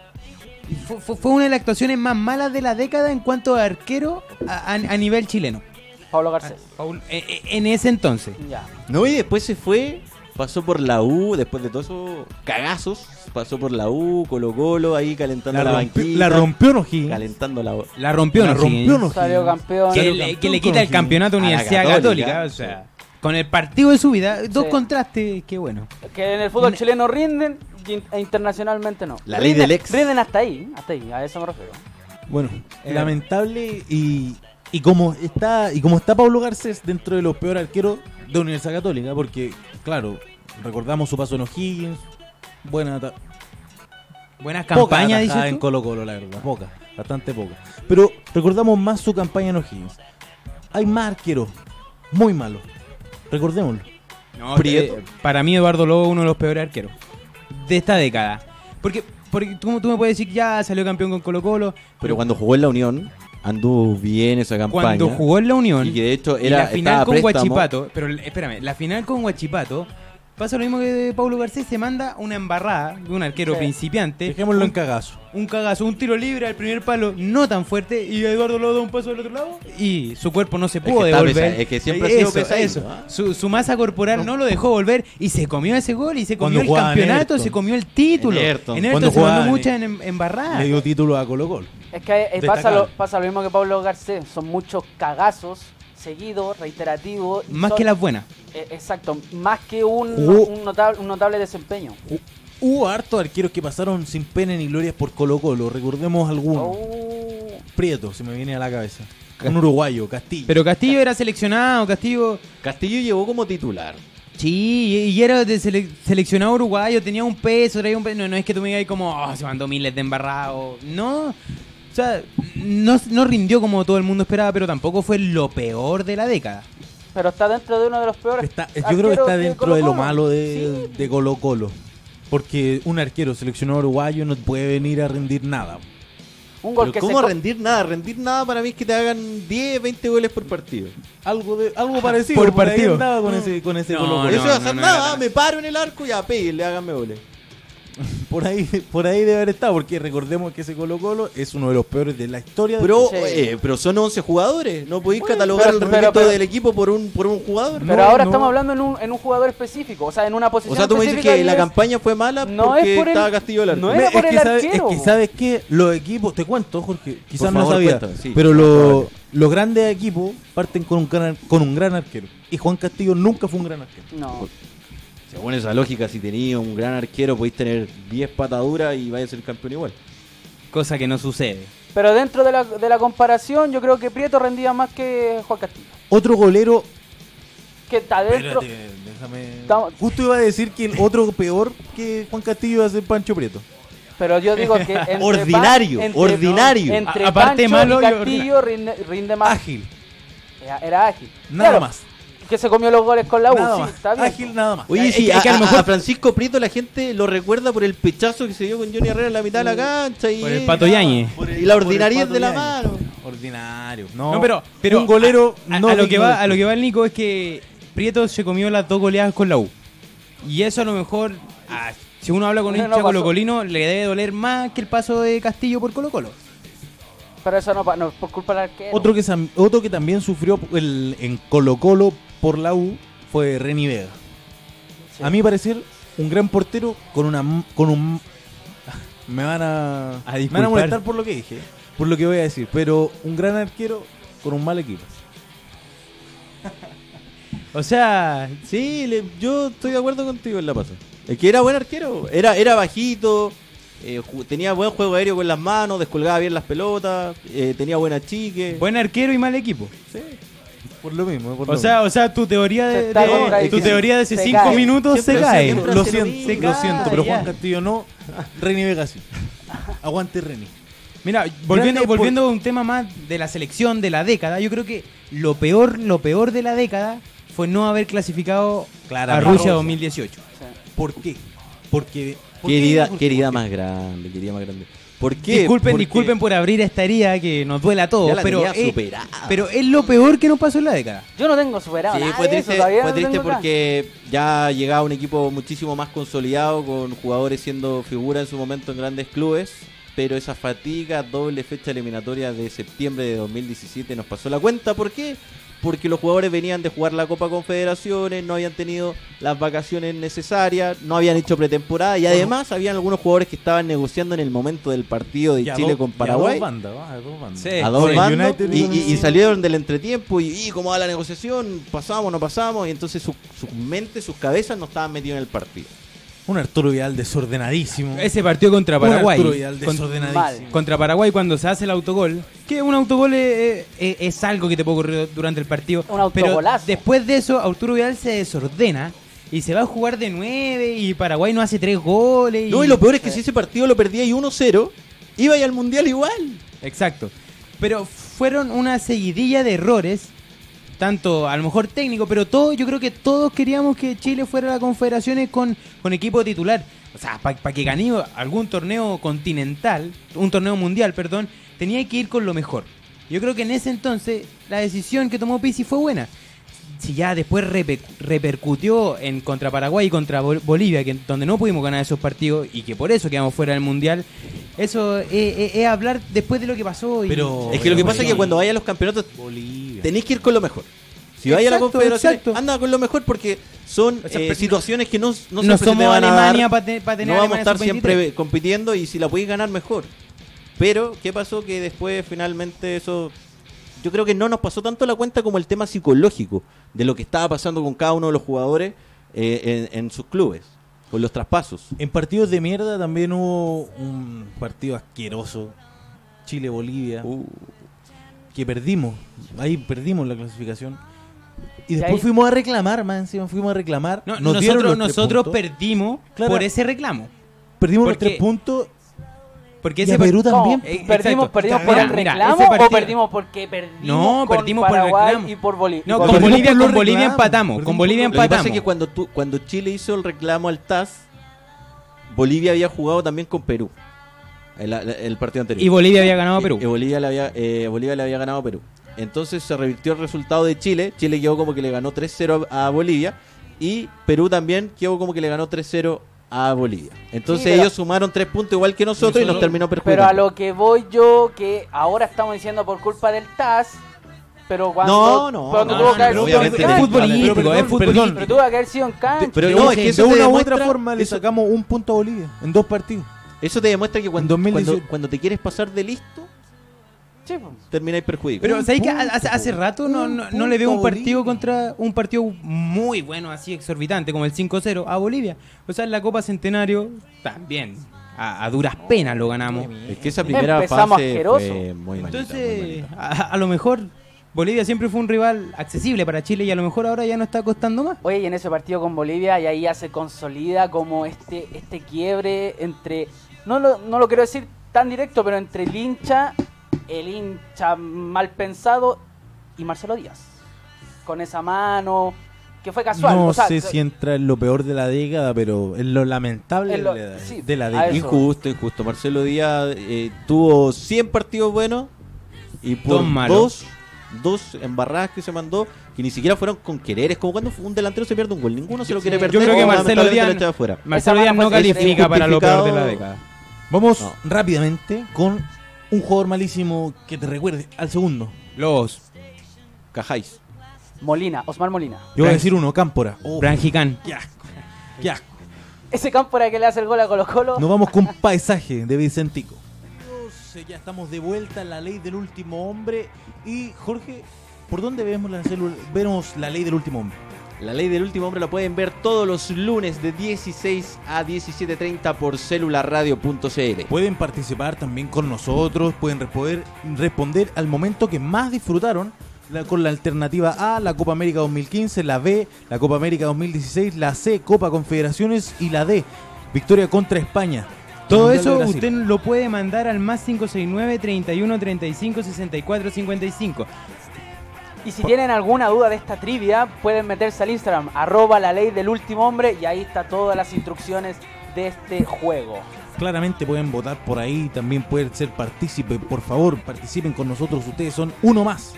Speaker 2: Y Fue, fue- fue una de las actuaciones más malas de la década en cuanto a arquero a, a- a nivel chileno. Ah,
Speaker 3: Pablo Garcés.
Speaker 2: Paul- e- e- en eh, ese entonces.
Speaker 3: Ya.
Speaker 4: No, y después se fue Pasó por la U, después de todos esos cagazos, pasó por la U, Colo Colo, ahí calentando
Speaker 1: La,
Speaker 4: la,
Speaker 1: rompi-
Speaker 4: banquita.
Speaker 1: la rompió O'Higgins.
Speaker 4: Calentando la...
Speaker 2: La rompió,
Speaker 1: La
Speaker 2: ¿no?
Speaker 1: rompió, ¿no?
Speaker 3: Salió campeón.
Speaker 2: Que
Speaker 1: Salió
Speaker 2: le,
Speaker 1: campeón
Speaker 2: que le
Speaker 1: con
Speaker 2: quita el
Speaker 1: O'Higgins.
Speaker 2: campeonato a
Speaker 4: la
Speaker 2: Universidad
Speaker 4: Católica,
Speaker 2: Católica. o sea, con el partido de su vida, dos
Speaker 3: Sí.
Speaker 2: contrastes, qué bueno.
Speaker 3: Que en el fútbol chileno rinden y in- e internacionalmente no.
Speaker 4: La ley
Speaker 3: Rinden-
Speaker 4: del ex.
Speaker 3: Rinden hasta ahí, hasta ahí, a eso me refiero.
Speaker 1: Bueno, lamentable y, y como está y como está Pablo Garcés dentro de los peores arqueros de Universidad Católica, porque claro, recordamos su paso en O'Higgins, buena ata-
Speaker 2: Buenas
Speaker 1: poca atajada
Speaker 2: campañas, dices
Speaker 1: en
Speaker 2: tú.
Speaker 1: Colo Colo, la verdad, poca, bastante poca. Pero recordamos más su campaña en O'Higgins. Hay más arqueros muy malos. Recordémoslo.
Speaker 2: No,
Speaker 1: Prieto.
Speaker 2: eh, para mí Eduardo Lobo uno de los peores arqueros de esta década. Porque, porque tú, tú me puedes decir, ya salió campeón con Colo Colo,
Speaker 4: Pero cuando jugó en la Unión, anduvo bien esa campaña.
Speaker 2: cuando jugó en la Unión
Speaker 4: Y que de hecho
Speaker 2: y
Speaker 4: era,
Speaker 2: la final
Speaker 4: estaba
Speaker 2: con
Speaker 4: préstamo.
Speaker 2: Guachipato, pero l- espérame, la final con Guachipato pasa lo mismo que de Pablo Garcés, se manda una embarrada de un arquero
Speaker 3: Sí.
Speaker 2: principiante,
Speaker 1: Dejémoslo en
Speaker 2: un,
Speaker 1: cagazo.
Speaker 2: un cagazo, un tiro libre al primer palo no tan fuerte y Eduardo Lobo da un paso al otro lado y su cuerpo no se
Speaker 4: que
Speaker 2: pudo
Speaker 4: está
Speaker 2: devolver.
Speaker 4: pesa- es que siempre ha sido pesadito, ¿ah?
Speaker 2: Su, su masa corporal no. lo dejó volver y se comió ese gol y se comió
Speaker 1: Cuando
Speaker 2: el
Speaker 1: jugaba en
Speaker 2: campeonato,
Speaker 1: Everton.
Speaker 2: se comió el título.
Speaker 4: En Everton.
Speaker 2: En Everton
Speaker 1: Cuando
Speaker 2: se mandó
Speaker 1: jugaba en-
Speaker 2: muchas en, embarrada.
Speaker 1: Le dio título a Colo Colo.
Speaker 3: Es que eh, pasa,
Speaker 1: Destacable.
Speaker 3: lo, pasa lo mismo que Pablo Garcés, son muchos cagazos seguidos, reiterativos. y
Speaker 2: Más
Speaker 3: son-
Speaker 2: que las buenas.
Speaker 3: eh, exacto, más que un,
Speaker 1: Jugó-
Speaker 3: un notable, un notable desempeño.
Speaker 1: Hubo hartos arqueros que pasaron sin pena ni glorias por Colo Colo. Recordemos algunos.
Speaker 3: Oh.
Speaker 1: Prieto, se me viene a la cabeza. Un uruguayo, Castillo.
Speaker 2: Pero Castillo era seleccionado, Castillo...
Speaker 4: Castillo llegó como titular.
Speaker 2: Sí, y era de sele- seleccionado uruguayo, tenía un peso, traía un peso. No, no es que tú me digas ahí como, oh, se mandó miles de embarrados. No, o sea, no, no rindió como todo el mundo esperaba, pero tampoco fue lo peor de la década.
Speaker 3: Pero está dentro de uno de los peores.
Speaker 1: Está- yo creo que
Speaker 3: arqueros
Speaker 1: está dentro de lo
Speaker 3: Colo-Colo.
Speaker 1: malo de, de Colo Colo. Porque un arquero seleccionado uruguayo no puede venir a rendir nada.
Speaker 3: Un gol
Speaker 4: Pero
Speaker 3: que se
Speaker 4: ¿Cómo
Speaker 3: co-
Speaker 4: rendir nada? Rendir nada para mí es que te hagan 10, 20 goles por partido.
Speaker 1: Algo, de, [laughs] algo parecido.
Speaker 2: Por
Speaker 1: ahí
Speaker 2: partido.
Speaker 1: andaba con ese, con ese
Speaker 2: No,
Speaker 1: Colo
Speaker 4: Por
Speaker 1: Colo.
Speaker 4: eso
Speaker 2: no,
Speaker 4: es hacer
Speaker 2: no era
Speaker 4: nada,
Speaker 2: tan
Speaker 4: me paro en el arco y a pedirle, háganme goles.
Speaker 1: Por ahí, por ahí debe haber estado. Porque recordemos que ese Colo Colo es uno de los peores de la historia.
Speaker 4: Pero,
Speaker 3: Sí.
Speaker 4: eh, pero son 11 jugadores, no podéis
Speaker 3: Bueno,
Speaker 4: catalogar
Speaker 3: pero-
Speaker 4: el
Speaker 3: pero-
Speaker 4: rendimiento
Speaker 3: pero-
Speaker 4: del equipo por un, por un jugador.
Speaker 3: Pero
Speaker 1: No,
Speaker 3: ahora
Speaker 1: no.
Speaker 3: estamos hablando en un, en un jugador específico, o sea, en una posición
Speaker 4: o sea, tú me dices
Speaker 3: específica
Speaker 4: que
Speaker 3: y
Speaker 4: la
Speaker 3: es-
Speaker 4: campaña fue mala
Speaker 3: No
Speaker 4: porque
Speaker 3: es por el-
Speaker 4: estaba Castillo al arco.
Speaker 3: no
Speaker 1: Me-
Speaker 3: era
Speaker 1: es,
Speaker 3: por el
Speaker 1: que sabe-
Speaker 3: arquero.
Speaker 1: es que sabes que los equipos, te cuento Jorge, quizás no
Speaker 4: favor,
Speaker 1: sabías,
Speaker 4: cuéntame, sí,
Speaker 1: pero
Speaker 4: por
Speaker 1: lo-
Speaker 4: favor.
Speaker 1: los grandes equipos parten con un, gran, con un gran arquero. Y Juan Castillo nunca fue un gran arquero.
Speaker 3: No,
Speaker 4: Según esa lógica, si tenías un gran arquero, podéis tener 10 pataduras y vais a ser campeón igual.
Speaker 2: Cosa que no sucede.
Speaker 3: pero dentro de la, de la comparación, yo creo que Prieto rendía más que Juan Castillo.
Speaker 1: Otro golero
Speaker 3: Que está dentro.
Speaker 1: Espérate, déjame-
Speaker 3: Estamos-
Speaker 1: Justo iba a decir que el otro peor que Juan Castillo va a ser Pancho Prieto.
Speaker 3: Pero yo digo
Speaker 1: [laughs]
Speaker 3: que. entre Pan-
Speaker 4: Ordinario, ordinario.
Speaker 3: Entre
Speaker 2: A- aparte
Speaker 3: Pancho
Speaker 2: malo
Speaker 3: y
Speaker 2: y
Speaker 3: Castillo rinde, rinde más.
Speaker 1: Ágil,
Speaker 3: Era, era ágil.
Speaker 1: nada
Speaker 3: Claro,
Speaker 1: más.
Speaker 3: Que se comió los goles con la U,
Speaker 1: nada
Speaker 3: sí,
Speaker 1: más.
Speaker 3: está bien.
Speaker 1: Ágil, nada más.
Speaker 4: Oye,
Speaker 2: Es
Speaker 4: sí,
Speaker 2: que- es
Speaker 4: a,
Speaker 2: que a lo
Speaker 4: a-
Speaker 2: mejor-
Speaker 4: a Francisco Prieto la gente lo recuerda por el pechazo que se dio con Johnny Herrera en la mitad de la cancha. Y,
Speaker 2: Por el Pato Yañez.
Speaker 1: Por el-
Speaker 4: y la
Speaker 1: por el
Speaker 4: ordinariedad
Speaker 1: Pato
Speaker 4: de la
Speaker 1: Yañez.
Speaker 4: mano.
Speaker 1: Ordinario.
Speaker 2: No, pero, pero
Speaker 1: un golero
Speaker 2: a, a-
Speaker 1: no
Speaker 2: a lo que va, a lo que va el Nico es que Prieto se comió las dos goleadas con la U. Y eso a lo mejor, ah, si uno habla con un
Speaker 3: No, no
Speaker 2: hincha
Speaker 3: pasó.
Speaker 2: colocolino, le debe doler más que el paso de Castillo por Colo Colo.
Speaker 3: Pero eso no, pa- no es por culpa del arquero.
Speaker 1: Otro que, sam- otro que también sufrió el- en Colo Colo por la U fue Reni Vega.
Speaker 3: Sí.
Speaker 1: A mi parecer, un gran portero con una m- [laughs] con un me van a,
Speaker 2: A
Speaker 1: me van a
Speaker 2: disculpar.
Speaker 1: molestar por lo que dije, por lo que voy a decir, pero un gran arquero con un mal equipo.
Speaker 2: O sea,
Speaker 4: Sí, le- yo estoy de acuerdo contigo en la pasa. Es que era buen arquero. Era, era bajito, eh, ju- tenía buen juego aéreo con las manos, descolgaba bien las pelotas, eh, tenía buena chique.
Speaker 2: buen arquero y mal equipo.
Speaker 1: Sí. Por lo mismo, por
Speaker 2: O
Speaker 1: lo
Speaker 2: sea, o sea, tu teoría
Speaker 3: Se
Speaker 2: de,
Speaker 3: está
Speaker 2: de- tu
Speaker 3: contradiciendo.
Speaker 2: teoría de hace
Speaker 3: Se
Speaker 2: 5
Speaker 3: cae.
Speaker 2: minutos se
Speaker 4: Siempre-
Speaker 2: cae.
Speaker 1: mismo.
Speaker 4: siempre-
Speaker 1: lo
Speaker 4: hace lo
Speaker 1: siento,
Speaker 2: mismo.
Speaker 1: lo siento, pero
Speaker 2: Ya.
Speaker 1: Juan Castillo no, Reni Vega sí. Aguante Reni.
Speaker 2: Mira, volviendo,
Speaker 1: Grande por-
Speaker 2: volviendo a un tema más de la selección de la década, yo creo que lo peor, lo peor de la década fue no haber clasificado
Speaker 1: Claramente.
Speaker 2: a Rusia 2018.
Speaker 3: Sí.
Speaker 1: ¿Por qué? Porque ¿por qué,
Speaker 4: Querida,
Speaker 1: Jorge?
Speaker 4: querida más grande, querida más grande. ¿Por qué?
Speaker 2: Disculpen,
Speaker 4: Porque
Speaker 2: disculpen por abrir esta herida que nos duele a todos,
Speaker 4: Ya la
Speaker 2: pero,
Speaker 4: tenía
Speaker 1: eh,
Speaker 2: es,
Speaker 4: superada.
Speaker 2: pero es lo peor que nos pasó en la década.
Speaker 3: Yo no tengo superado.
Speaker 4: Sí,
Speaker 3: nada
Speaker 4: fue
Speaker 3: de
Speaker 4: triste,
Speaker 3: eso, todavía
Speaker 4: fue
Speaker 3: no
Speaker 4: triste
Speaker 3: tengo nada.
Speaker 4: porque ya llegaba un equipo muchísimo más consolidado, con jugadores siendo figura en su momento en grandes clubes, pero esa fatiga, doble fecha eliminatoria de septiembre de 2017 nos pasó la cuenta. ¿Por qué? porque los jugadores venían de jugar la Copa Confederaciones, no habían tenido las vacaciones necesarias, no habían hecho pretemporada y además habían algunos jugadores que estaban negociando en el momento del partido de
Speaker 1: Y a
Speaker 4: Chile
Speaker 1: dos-
Speaker 4: con
Speaker 1: y a
Speaker 4: Paraguay.
Speaker 1: dos bandas, ¿no? A dos bandas.
Speaker 2: Sí.
Speaker 4: a dos
Speaker 1: Sí,
Speaker 4: bandos,
Speaker 1: United
Speaker 4: y,
Speaker 1: y-
Speaker 4: y- y salieron del entretiempo y, y cómo va la negociación, pasamos, no pasamos, y entonces sus sus mentes, sus cabezas no estaban metidas en el partido.
Speaker 1: Un Arturo Vidal desordenadísimo.
Speaker 2: Ese partido contra
Speaker 1: Un Arturo
Speaker 2: Paraguay.
Speaker 1: Vidal
Speaker 2: con-
Speaker 1: desordenadísimo.
Speaker 2: contra Paraguay cuando se hace el autogol. Que un autogol es, es- es algo que te puede ocurrir durante el partido.
Speaker 3: Un autogolazo.
Speaker 2: Pero después de eso, Arturo Vidal se desordena y se va a jugar de nueve y Paraguay no hace tres goles.
Speaker 4: No, y lo peor es que si ese partido lo perdía y 1-0, iba y al Mundial igual.
Speaker 2: Exacto. Pero fueron una seguidilla de errores, tanto a lo mejor técnico, pero todo, yo creo que todos queríamos que Chile fuera a las confederaciones con, con equipo titular. O sea, para que gané algún torneo continental, un torneo mundial, perdón, tenía que ir con lo mejor. Yo creo que en ese entonces la decisión que tomó Pizzi fue buena. Si ya después reper- repercutió en contra Paraguay y contra Bol- Bolivia, que donde no pudimos ganar esos partidos y que por eso quedamos fuera del mundial, eso es, es- es hablar después de lo que pasó. y-
Speaker 1: Pero-
Speaker 4: es que lo que
Speaker 1: bueno,
Speaker 4: pasa es que
Speaker 1: bueno.
Speaker 4: cuando vaya a los campeonatos
Speaker 1: Bolivia.
Speaker 4: tenéis que ir con lo mejor. Si vaya a la
Speaker 2: Exacto,
Speaker 4: confederación,
Speaker 2: exacto.
Speaker 4: anda con lo mejor porque son
Speaker 2: O sea,
Speaker 4: eh,
Speaker 2: pero-
Speaker 4: situaciones que no, no siempre
Speaker 2: no
Speaker 4: se te
Speaker 2: somos
Speaker 4: van a dar.
Speaker 2: Alemania para tener
Speaker 4: no vamos a
Speaker 2: Alemania
Speaker 4: estar
Speaker 2: sub-23.
Speaker 4: siempre compitiendo y si la podéis ganar mejor. Pero, ¿qué pasó? Que después finalmente eso... Yo creo que no nos pasó tanto la cuenta como el tema psicológico de lo que estaba pasando con cada uno de los jugadores eh, en, en sus clubes, con los traspasos.
Speaker 1: En partidos de mierda también hubo un partido asqueroso. Chile-Bolivia.
Speaker 4: Uh.
Speaker 1: Que perdimos. Ahí perdimos la clasificación. Y después
Speaker 3: ahí-
Speaker 1: fuimos a reclamar, más encima fuimos a reclamar.
Speaker 2: No,
Speaker 1: Nos dieron
Speaker 2: nosotros
Speaker 1: los tres
Speaker 2: nosotros
Speaker 1: puntos.
Speaker 2: perdimos
Speaker 1: Claro.
Speaker 2: por ese reclamo.
Speaker 1: perdimos los
Speaker 2: porque-
Speaker 1: tres puntos.
Speaker 2: Porque
Speaker 1: Y
Speaker 2: ese
Speaker 1: a Perú
Speaker 2: par-
Speaker 1: también.
Speaker 2: Eh,
Speaker 3: No, perdimos,
Speaker 2: exacto.
Speaker 3: perdimos
Speaker 2: Mira,
Speaker 3: por el
Speaker 2: mira,
Speaker 3: reclamo
Speaker 2: ese partido-
Speaker 3: o perdimos porque perdimos,
Speaker 2: No,
Speaker 3: con
Speaker 2: perdimos por el
Speaker 3: Paraguay
Speaker 2: reclamo.
Speaker 3: y por Bolivia.
Speaker 2: No,
Speaker 3: Por-
Speaker 2: con
Speaker 1: Perdimos
Speaker 2: Bolivia,
Speaker 1: por los
Speaker 2: con Bolivia
Speaker 1: reclamos.
Speaker 2: empatamos. Con
Speaker 1: Perdimos
Speaker 2: Bolivia
Speaker 1: por
Speaker 4: Lo que pasa
Speaker 2: empatamos.
Speaker 4: es que cuando, tú, cuando Chile hizo el reclamo al TAS, Bolivia había jugado también con Perú. El, el partido anterior.
Speaker 2: Y Bolivia había ganado a Perú.
Speaker 4: Y- y Bolivia, le había, eh, Bolivia le había ganado a Perú. Entonces se revirtió el resultado de Chile. Chile quedó como que le ganó 3-0 a a Bolivia. Y Perú también quedó como que le ganó 3-0 a Bolivia. Entonces
Speaker 3: Sí, pero-
Speaker 4: ellos sumaron 3 puntos igual que nosotros y nos terminó perjudicando.
Speaker 3: Pero a lo que voy yo, que ahora estamos diciendo por culpa del TAS, pero cuando,
Speaker 4: No, no,
Speaker 3: cuando
Speaker 4: no,
Speaker 3: tuvo
Speaker 4: no,
Speaker 3: que haber
Speaker 4: no,
Speaker 3: sido en
Speaker 4: obviamente
Speaker 2: es
Speaker 4: de-
Speaker 3: cancha,
Speaker 2: futbolístico,
Speaker 1: Pero
Speaker 2: es
Speaker 1: perdón,
Speaker 2: futbolístico.
Speaker 3: pero tuvo que haber sido en cancha.
Speaker 4: Pero
Speaker 1: De-
Speaker 4: no, es que eso
Speaker 1: de
Speaker 4: te
Speaker 1: una u
Speaker 4: demuestra-
Speaker 1: otra forma le
Speaker 4: eso-
Speaker 1: sacamos un punto a Bolivia en dos partidos.
Speaker 4: Eso te demuestra que cuando,
Speaker 1: En 2018.
Speaker 4: cuando, cuando te quieres pasar de listo,
Speaker 3: Sí, pues.
Speaker 4: termináis perjudicado.
Speaker 2: Pero
Speaker 1: Un
Speaker 2: ¿sabéis que
Speaker 1: punto,
Speaker 2: hace, hace
Speaker 1: po.
Speaker 2: rato no,
Speaker 1: Un
Speaker 2: no, no le veo un
Speaker 1: punto a
Speaker 2: partido
Speaker 1: Bolivia.
Speaker 2: contra un partido muy bueno, así exorbitante, como el 5-0 a Bolivia? O sea, en la Copa Centenario también. A, a duras penas lo ganamos.
Speaker 4: es que esa primera
Speaker 3: Empezamos
Speaker 4: fase
Speaker 3: asqueroso.
Speaker 4: fue muy malita, muy
Speaker 2: Entonces,
Speaker 4: malita.
Speaker 2: a, a lo mejor Bolivia siempre fue un rival accesible para Chile y a lo mejor ahora ya no está costando más.
Speaker 3: Oye, y en ese partido con Bolivia, y ahí ya se consolida como este, este quiebre entre. No lo, no lo quiero decir tan directo, pero entre el hincha, el hincha mal pensado y Marcelo Díaz. Con esa mano, que fue casual.
Speaker 1: no
Speaker 3: o sea,
Speaker 1: sé
Speaker 3: que-
Speaker 1: si entra en lo peor de la década, pero en lo lamentable
Speaker 3: En lo-
Speaker 1: de, la,
Speaker 3: sí,
Speaker 1: de la
Speaker 3: a
Speaker 1: década.
Speaker 3: eso.
Speaker 4: Injusto, injusto. Marcelo Díaz eh, tuvo 100 partidos buenos y por
Speaker 2: Dos malos.
Speaker 4: dos, dos embarradas que se mandó que ni siquiera fueron con querer. Es como cuando un delantero se pierde un gol, ninguno se lo quiere
Speaker 2: Sí,
Speaker 4: perder.
Speaker 2: yo creo que
Speaker 4: y
Speaker 2: Marcelo
Speaker 4: lamentablemente
Speaker 2: Díaz-
Speaker 4: lo echa afuera.
Speaker 2: Marcelo
Speaker 3: mano
Speaker 2: Díaz no
Speaker 3: fue
Speaker 2: califica para lo peor de la
Speaker 4: injustificado.
Speaker 2: década.
Speaker 1: Vamos
Speaker 4: No.
Speaker 1: rápidamente con un jugador malísimo que te recuerde al segundo.
Speaker 2: Los
Speaker 4: Cajáis.
Speaker 3: Molina, Osmar Molina.
Speaker 1: Yo voy a
Speaker 2: Frank-
Speaker 1: decir uno, Cámpora. Oh,
Speaker 2: Branjicán.
Speaker 1: qué asco, qué asco.
Speaker 3: Ese campo era que le hace el gol a Colo Colo.
Speaker 1: Nos vamos con Paisaje de Vicentico. Ya estamos de vuelta en la ley del último hombre. Y Jorge, ¿por dónde vemos la, celu- vemos la ley del último hombre?
Speaker 4: La ley del último hombre la pueden ver todos los lunes de 16 a 17.30 por celularradio.cl.
Speaker 1: Pueden participar también con nosotros, pueden responder, responder al momento que más disfrutaron la- con la alternativa A, la Copa América 2015, la B, la Copa América 2016, la C, Copa Confederaciones y la D, victoria contra España.
Speaker 2: Todo
Speaker 1: Mundial de
Speaker 2: eso
Speaker 1: Brasil.
Speaker 2: usted lo puede mandar al más 569 31 35 64 55.
Speaker 3: Y si tienen alguna duda de esta trivia, pueden meterse al Instagram, arroba la ley del último hombre, y ahí está todas las instrucciones de este juego.
Speaker 1: Claramente pueden votar por ahí, también pueden ser partícipes. Por favor, participen con nosotros, ustedes son uno más.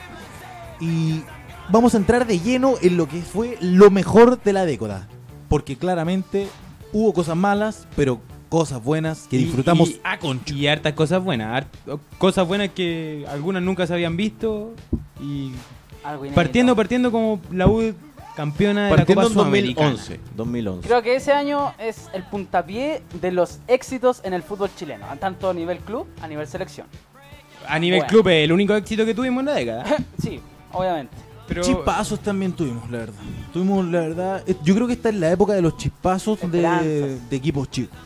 Speaker 1: Y vamos a entrar de lleno en lo que fue lo mejor de la década. Porque claramente hubo cosas malas, pero cosas buenas que
Speaker 2: Y-
Speaker 1: disfrutamos
Speaker 2: y-
Speaker 1: a concho.
Speaker 2: Y hartas cosas buenas. hart- cosas buenas que algunas nunca se habían visto. Y
Speaker 3: Algo inédito.
Speaker 2: Partiendo, partiendo como la U campeona de
Speaker 4: Partiendo
Speaker 2: la
Speaker 4: en
Speaker 2: Copa Sudamericana.
Speaker 4: 2011. 2011.
Speaker 3: Creo que ese año es el puntapié de los éxitos en el fútbol chileno, tanto a nivel club, a nivel selección.
Speaker 2: A nivel
Speaker 3: Bueno.
Speaker 2: club, el único éxito que tuvimos en la
Speaker 3: [laughs]
Speaker 2: década.
Speaker 3: sí, obviamente.
Speaker 2: Pero
Speaker 1: Chispazos también tuvimos, la verdad. Tuvimos, la verdad. eh, Yo creo que esta es la época de los chispazos de,
Speaker 3: Esperanzas.
Speaker 1: de equipos chicos.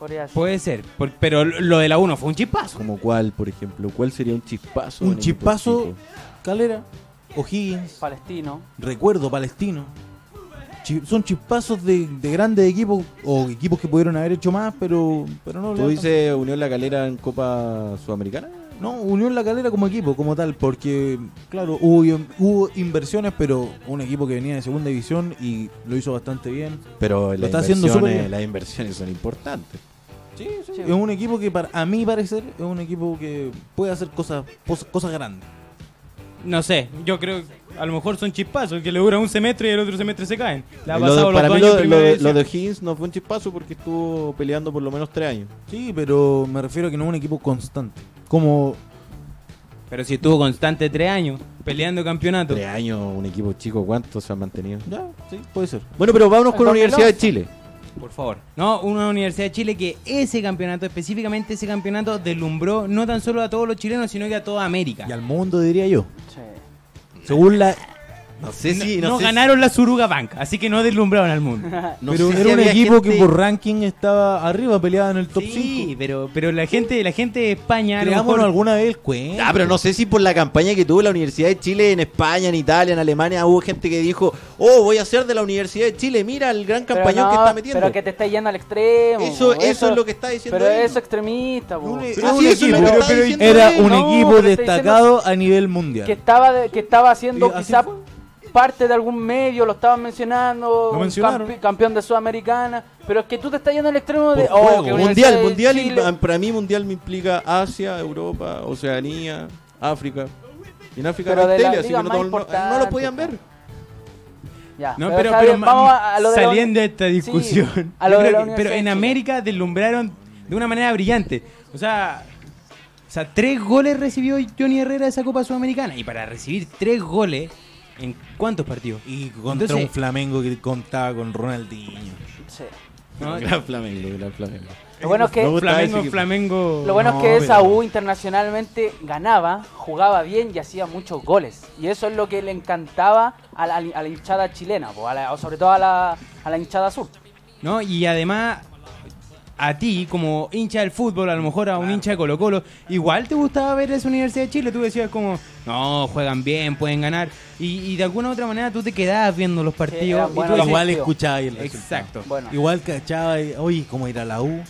Speaker 3: Podría decir.
Speaker 2: puede ser. por- pero lo de la 1 fue un chispazo.
Speaker 4: Como cuál, por ejemplo, cuál sería un chispazo.
Speaker 1: Un
Speaker 4: en equipo
Speaker 1: chispazo.
Speaker 4: chico?
Speaker 1: Calera, O'Higgins,
Speaker 3: Palestino.
Speaker 1: Recuerdo Palestino. Chi- son chispazos de, de grandes equipos o equipos que pudieron haber hecho más, pero, pero no.
Speaker 4: ¿Tú
Speaker 1: lo-
Speaker 4: dices Unión La Calera en Copa Sudamericana?
Speaker 1: No, Unión La Calera como equipo, como tal, porque, claro, hubo, hubo inversiones, pero un equipo que venía de segunda división y lo hizo bastante bien.
Speaker 4: Pero
Speaker 1: Lo
Speaker 4: las
Speaker 1: está haciendo súper
Speaker 4: inversiones-
Speaker 1: bien.
Speaker 4: las inversiones son importantes.
Speaker 1: Sí, sí.
Speaker 3: Sí.
Speaker 1: Es un equipo que, para, a mi parecer, es un equipo que puede hacer cosas, pos- cosas grandes.
Speaker 2: No sé, yo creo a lo mejor son chispazos que le dura un semestre y el otro semestre se caen. Le ha
Speaker 4: Lo de-
Speaker 2: pasado los
Speaker 4: para
Speaker 2: dos
Speaker 4: mí
Speaker 2: años
Speaker 4: lo,
Speaker 2: en
Speaker 4: lo
Speaker 2: primera
Speaker 4: de, lo
Speaker 2: división.
Speaker 4: de Higgins no fue un chispazo porque estuvo peleando por lo menos tres años.
Speaker 1: Sí, pero me refiero a que no es un equipo constante. Como
Speaker 2: Pero si estuvo constante tres años peleando campeonato.
Speaker 4: Tres años, un equipo chico, ¿cuánto se ha mantenido?
Speaker 1: Ya, sí, puede ser.
Speaker 4: Bueno, pero vámonos con la
Speaker 3: 2011.
Speaker 4: Universidad de Chile.
Speaker 2: Por favor. No, una Universidad de Chile que ese campeonato, específicamente ese campeonato, deslumbró no tan solo a todos los chilenos, sino que a toda América.
Speaker 1: Y al mundo, diría yo.
Speaker 3: Sí.
Speaker 1: Según la.
Speaker 4: No sé
Speaker 2: No, no ganaron la Suruga Bank, así que no deslumbraron al mundo.
Speaker 4: [laughs]
Speaker 1: pero era un equipo que por ranking estaba arriba, peleaba en el top 5.
Speaker 2: sí, pero, pero la gente, la gente de España. a lo
Speaker 1: Creámonos
Speaker 2: mejor-
Speaker 1: alguna vez el cuento.
Speaker 4: Ah, pero no sé si por la campaña que tuvo la Universidad de Chile en España, en Italia, en Alemania, hubo gente que dijo, oh, voy a ser de la Universidad de Chile, mira el gran
Speaker 3: Pero
Speaker 4: campañón
Speaker 3: no,
Speaker 4: que está metiendo.
Speaker 3: Pero que te está yendo al extremo.
Speaker 4: Eso-
Speaker 3: po.
Speaker 4: eso es lo que está diciendo
Speaker 3: Pero
Speaker 4: él.
Speaker 3: eso extremista, po.
Speaker 1: No le-
Speaker 4: Pero
Speaker 1: Ah,
Speaker 4: sí,
Speaker 1: un
Speaker 4: eso es
Speaker 1: equipo.
Speaker 4: lo que
Speaker 1: Pero-
Speaker 4: está
Speaker 1: pero
Speaker 4: diciendo
Speaker 1: Era
Speaker 4: él.
Speaker 1: un
Speaker 3: No,
Speaker 1: equipo
Speaker 3: pero está
Speaker 1: destacado a nivel mundial.
Speaker 3: que estaba de- que estaba haciendo
Speaker 1: Y así
Speaker 3: quizás
Speaker 1: fue.
Speaker 3: parte de algún medio, lo estaban mencionando,
Speaker 1: Lo
Speaker 3: un
Speaker 1: mencionaron.
Speaker 3: campe- campeón de Sudamericana, pero es que tú te estás yendo al extremo de... oh,
Speaker 1: Por juego.
Speaker 3: que Universidad
Speaker 4: Mundial,
Speaker 3: de
Speaker 4: mundial,
Speaker 3: Chile-
Speaker 4: im- para mí mundial me implica Asia, Europa, Oceanía, África. Y en África
Speaker 3: Pero
Speaker 4: no hay
Speaker 3: de la
Speaker 4: tele, así que
Speaker 3: liga
Speaker 4: no,
Speaker 3: más
Speaker 4: no- no
Speaker 3: importante,
Speaker 4: lo podían ver.
Speaker 3: Ya,
Speaker 2: No, pero,
Speaker 3: está
Speaker 2: pero
Speaker 3: bien,
Speaker 2: ma-
Speaker 3: vamos a- a lo de la uni-
Speaker 2: saliendo de esta discusión.
Speaker 3: Sí, a lo
Speaker 2: yo
Speaker 3: de
Speaker 2: creo
Speaker 3: la
Speaker 2: que-
Speaker 3: Universidad
Speaker 2: pero
Speaker 3: de
Speaker 2: en
Speaker 3: Chile.
Speaker 2: América deslumbraron de una manera brillante. O sea, o sea, tres goles recibió Johnny Herrera de esa Copa Sudamericana. Y para recibir tres goles, ¿en cuántos partidos?
Speaker 1: Y contra
Speaker 2: Entonces-
Speaker 1: un Flamengo que contaba con Ronaldinho.
Speaker 3: Sí.
Speaker 2: ¿No?
Speaker 4: Gran Flamengo, gran Flamengo.
Speaker 3: Lo bueno es que...
Speaker 4: Me gusta ese
Speaker 2: Flamengo,
Speaker 4: equipo.
Speaker 2: Flamengo.
Speaker 3: Lo bueno
Speaker 1: No,
Speaker 3: es que esa
Speaker 1: pero-
Speaker 3: U internacionalmente ganaba, jugaba bien y hacía muchos goles. Y eso es lo que le encantaba a la, a la hinchada chilena, po, a la- o sobre todo a la, a la hinchada sur.
Speaker 2: ¿no? Y además, a ti, como hincha del fútbol, a lo mejor a un hincha de Colo Colo, igual te gustaba ver esa Universidad de Chile. Tú decías como, no, juegan bien, pueden ganar. Y, y de alguna u otra manera tú te quedabas viendo los partidos.
Speaker 3: eran
Speaker 2: y tú
Speaker 3: buenos los
Speaker 2: decías,
Speaker 1: Igual
Speaker 3: sentido.
Speaker 1: escuchaba ahí el
Speaker 2: Exacto.
Speaker 3: Bueno,
Speaker 1: resultado. Igual cachaba, y, oye, cómo ir a la U.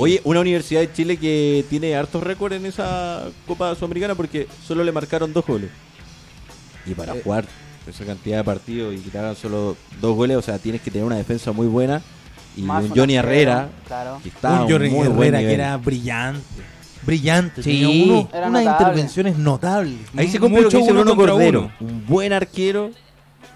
Speaker 4: Oye, una Universidad de Chile que tiene hartos récords en esa Copa Sudamericana porque solo le marcaron dos goles. Y para
Speaker 3: Eh.
Speaker 4: jugar esa cantidad de partidos y que te hagan solo dos goles, o sea, tienes que tener una defensa muy buena. Y
Speaker 3: más
Speaker 4: un
Speaker 3: una
Speaker 4: Johnny Herrera,
Speaker 3: Claro.
Speaker 4: que está a
Speaker 1: un
Speaker 4: un
Speaker 1: Jorge
Speaker 4: muy buen
Speaker 1: Herrera que
Speaker 4: nivel.
Speaker 1: era brillante. Brillante.
Speaker 2: Sí.
Speaker 1: tenía uno-
Speaker 3: Era
Speaker 1: unas
Speaker 3: notable.
Speaker 1: intervenciones notables.
Speaker 4: Ahí se cumple lo que
Speaker 2: Mucho
Speaker 4: dice
Speaker 2: uno
Speaker 4: Bruno
Speaker 2: contra
Speaker 4: Cordero.
Speaker 2: uno.
Speaker 4: Un buen arquero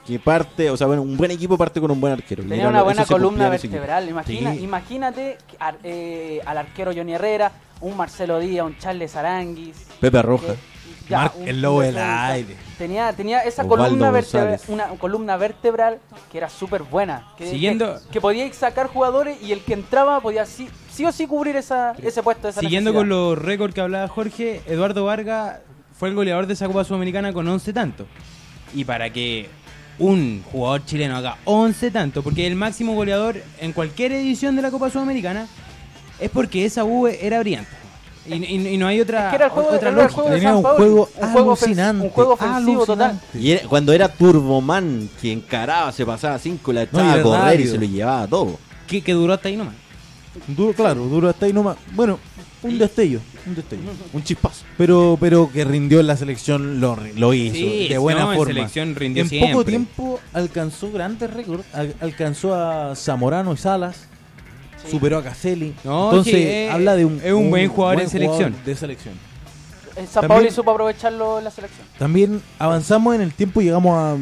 Speaker 4: que parte, o sea, bueno, un buen equipo parte con un buen arquero.
Speaker 3: Tenía
Speaker 4: Mira,
Speaker 3: una
Speaker 4: eso
Speaker 3: buena
Speaker 4: se cumplía
Speaker 3: columna
Speaker 4: en ese equipo.
Speaker 3: vertebral. Imagina,
Speaker 1: Sí.
Speaker 3: Imagínate que ar- eh, al arquero Johnny Herrera, un Marcelo Díaz, un Charles Aranguis.
Speaker 4: Pepe Roja.
Speaker 3: que-
Speaker 1: Marc-
Speaker 3: un-
Speaker 1: el lobo del
Speaker 3: defensa.
Speaker 1: aire.
Speaker 3: Tenía, tenía esa
Speaker 4: Osvaldo
Speaker 3: columna vertebral,
Speaker 4: González.
Speaker 3: una columna vertebral que era súper buena. Que,
Speaker 2: Siguiendo-
Speaker 3: que, que podía sacar jugadores y el que entraba podía sí, sí o sí cubrir esa, ese puesto. Esa
Speaker 2: Siguiendo con
Speaker 3: necesidad.
Speaker 2: los récords que hablaba Jorge, Eduardo Vargas fue el goleador de esa Copa Sudamericana con 11 tantos. Y para que un jugador chileno haga 11 tantos, porque el máximo goleador en cualquier edición de la Copa Sudamericana, es porque esa U era brillante. Y, y- y no hay otra,
Speaker 3: Que era el juego,
Speaker 2: otra
Speaker 3: era el
Speaker 2: lógica.
Speaker 3: juego de
Speaker 1: Ah, Tenía
Speaker 3: San
Speaker 1: un
Speaker 3: Paoli,
Speaker 1: juego
Speaker 3: ofen-
Speaker 1: alucinante,
Speaker 3: un juego ofensivo total.
Speaker 1: alucinante.
Speaker 4: Y era- cuando era Turboman, que encaraba, se pasaba cinco, la echaba
Speaker 1: No, y
Speaker 4: a
Speaker 1: era
Speaker 4: correr y
Speaker 1: rápido.
Speaker 4: se lo llevaba todo.
Speaker 2: que, que duró hasta ahí nomás.
Speaker 1: Duro, claro, duro hasta ahí nomás. Bueno, un destello, un destello.
Speaker 4: Un chispazo.
Speaker 1: Pero, pero que rindió en la selección, lo, ri- lo hizo,
Speaker 2: Sí,
Speaker 1: de buena
Speaker 2: no, en
Speaker 1: forma.
Speaker 2: selección rindió
Speaker 1: en
Speaker 2: siempre.
Speaker 1: poco tiempo alcanzó grandes récords, al- alcanzó a Zamorano y Salas,
Speaker 3: Sí.
Speaker 1: superó a Caselli.
Speaker 2: No,
Speaker 1: Entonces
Speaker 2: sí, es-
Speaker 1: habla de un,
Speaker 2: es un buen jugador en selección.
Speaker 1: de selección.
Speaker 3: El Eh, San
Speaker 1: También-
Speaker 3: Paoli supo aprovecharlo en la selección.
Speaker 1: También avanzamos en el tiempo y llegamos a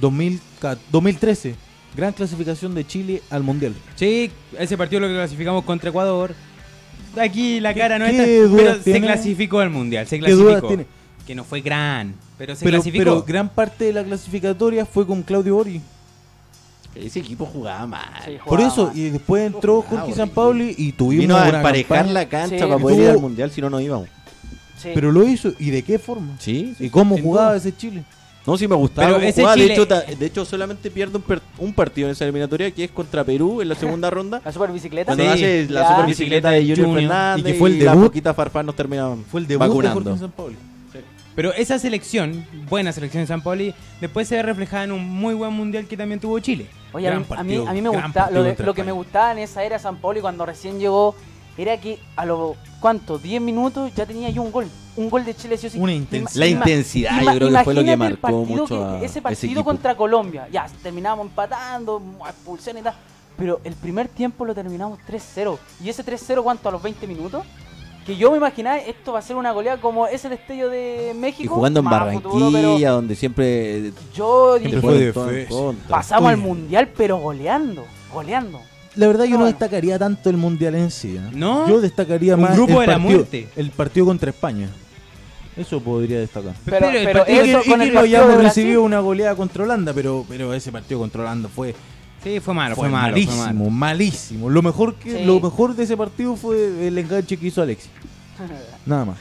Speaker 1: 2000 ca- 2013, gran clasificación de Chile al Mundial.
Speaker 2: Sí, ese partido lo clasificamos contra Ecuador. Aquí la cara no
Speaker 1: qué
Speaker 2: está,
Speaker 1: dudas
Speaker 2: pero se
Speaker 1: tiene?
Speaker 2: clasificó al mundial, se
Speaker 1: ¿Qué dudas
Speaker 2: clasificó.
Speaker 1: tiene?
Speaker 2: que no fue gran, pero se
Speaker 1: Pero, pero
Speaker 2: clasificó.
Speaker 1: gran parte de la clasificatoria fue con Claudio Bori.
Speaker 4: Ese equipo jugaba mal.
Speaker 3: Sí,
Speaker 1: Por
Speaker 3: jugaba
Speaker 1: eso,
Speaker 3: mal.
Speaker 1: y después entró
Speaker 4: Jugaba,
Speaker 1: Jorge
Speaker 4: Bori.
Speaker 1: Sampaoli y tuvimos
Speaker 4: Vino a
Speaker 1: una
Speaker 4: emparejar
Speaker 1: campaña,
Speaker 4: la cancha
Speaker 3: Sí.
Speaker 4: para poder ir
Speaker 1: Tuvo-
Speaker 4: al mundial, si no, no íbamos.
Speaker 3: Sí.
Speaker 1: Pero lo hizo, ¿y de qué forma?
Speaker 4: Sí,
Speaker 1: ¿Y cómo
Speaker 4: sin
Speaker 1: jugaba
Speaker 4: duda.
Speaker 1: ese Chile?
Speaker 4: No, sí me gustaba.
Speaker 2: Pero
Speaker 4: cómo
Speaker 2: ese
Speaker 4: jugaba.
Speaker 2: Chile-
Speaker 4: De, hecho, ta- de hecho, solamente pierde un, per- un partido en esa eliminatoria que es contra Perú en la
Speaker 3: [laughs]
Speaker 4: segunda ronda.
Speaker 3: la super bicicleta.
Speaker 4: Cuando
Speaker 2: Sí.
Speaker 4: hace la
Speaker 3: Ya.
Speaker 4: super bicicleta de Junior
Speaker 2: Junior,
Speaker 4: Fernández
Speaker 1: y que fue el
Speaker 4: la
Speaker 1: debut.
Speaker 4: poquita Farfán nos terminaban
Speaker 1: Fue el debut de
Speaker 4: vacunando.
Speaker 1: Jorge Sampaoli.
Speaker 2: Pero esa selección, buena selección de San Pauli, después se ve reflejada en un muy buen mundial que también tuvo Chile.
Speaker 3: Oye, a
Speaker 1: Gran
Speaker 3: mí, a
Speaker 1: partido,
Speaker 3: mí- a mí me
Speaker 1: gran
Speaker 3: gustaba,
Speaker 1: partido
Speaker 3: lo, de-
Speaker 1: contra
Speaker 3: lo que me
Speaker 1: España.
Speaker 3: gustaba en esa era San Paolo cuando recién llegó era que a los, ¿cuántos? 10 minutos ya tenía yo un gol. Un gol de Chile, sí o sí.
Speaker 1: Una
Speaker 3: Ima-
Speaker 1: intensidad.
Speaker 4: La
Speaker 3: ima-
Speaker 4: intensidad, yo
Speaker 3: ima-
Speaker 4: creo que fue lo que
Speaker 3: imagínate el
Speaker 4: marcó
Speaker 3: partido
Speaker 4: mucho
Speaker 3: que-
Speaker 4: a
Speaker 3: Ese
Speaker 4: ese
Speaker 3: partido
Speaker 4: equipo.
Speaker 3: contra Colombia, ya, terminamos empatando, expulsión y tal. Pero el primer tiempo lo terminamos 3-0. ¿Y ese 3-0 cuánto? ¿A los 20 minutos? Que yo me imaginaba esto va a ser una goleada como ese destello de México.
Speaker 4: Y jugando en
Speaker 3: más
Speaker 4: Barranquilla,
Speaker 3: futuro, pero
Speaker 4: donde siempre
Speaker 3: yo
Speaker 4: te
Speaker 1: Siempre fue
Speaker 3: dije,
Speaker 4: ponen
Speaker 1: de
Speaker 4: todo en
Speaker 1: defensa.
Speaker 4: contra.
Speaker 3: pasamos al
Speaker 1: Estoy-
Speaker 3: mundial, pero goleando. Goleando.
Speaker 1: La verdad yo no
Speaker 3: Ah, bueno.
Speaker 1: destacaría tanto el Mundial en sí. ¿no?
Speaker 2: No.
Speaker 1: Yo destacaría
Speaker 2: Un
Speaker 1: más
Speaker 2: grupo
Speaker 1: el,
Speaker 2: de la
Speaker 1: partido,
Speaker 2: muerte.
Speaker 1: el partido contra España. Eso podría destacar.
Speaker 3: Pero-
Speaker 2: el
Speaker 3: pero
Speaker 2: partido-
Speaker 3: eso-
Speaker 1: Y
Speaker 3: con
Speaker 1: que
Speaker 3: el
Speaker 1: lo
Speaker 3: partido
Speaker 1: hayamos
Speaker 3: de Brasil.
Speaker 1: recibido una goleada contra Holanda, pero, pero ese partido contra Holanda fue,
Speaker 2: Sí, fue malo,
Speaker 1: fue
Speaker 2: Ah, fue, malo. fue
Speaker 1: malísimo,
Speaker 2: malo.
Speaker 1: malísimo. Lo mejor, que,
Speaker 3: Sí.
Speaker 1: lo mejor de ese partido fue el enganche que hizo Alexis. Nada más.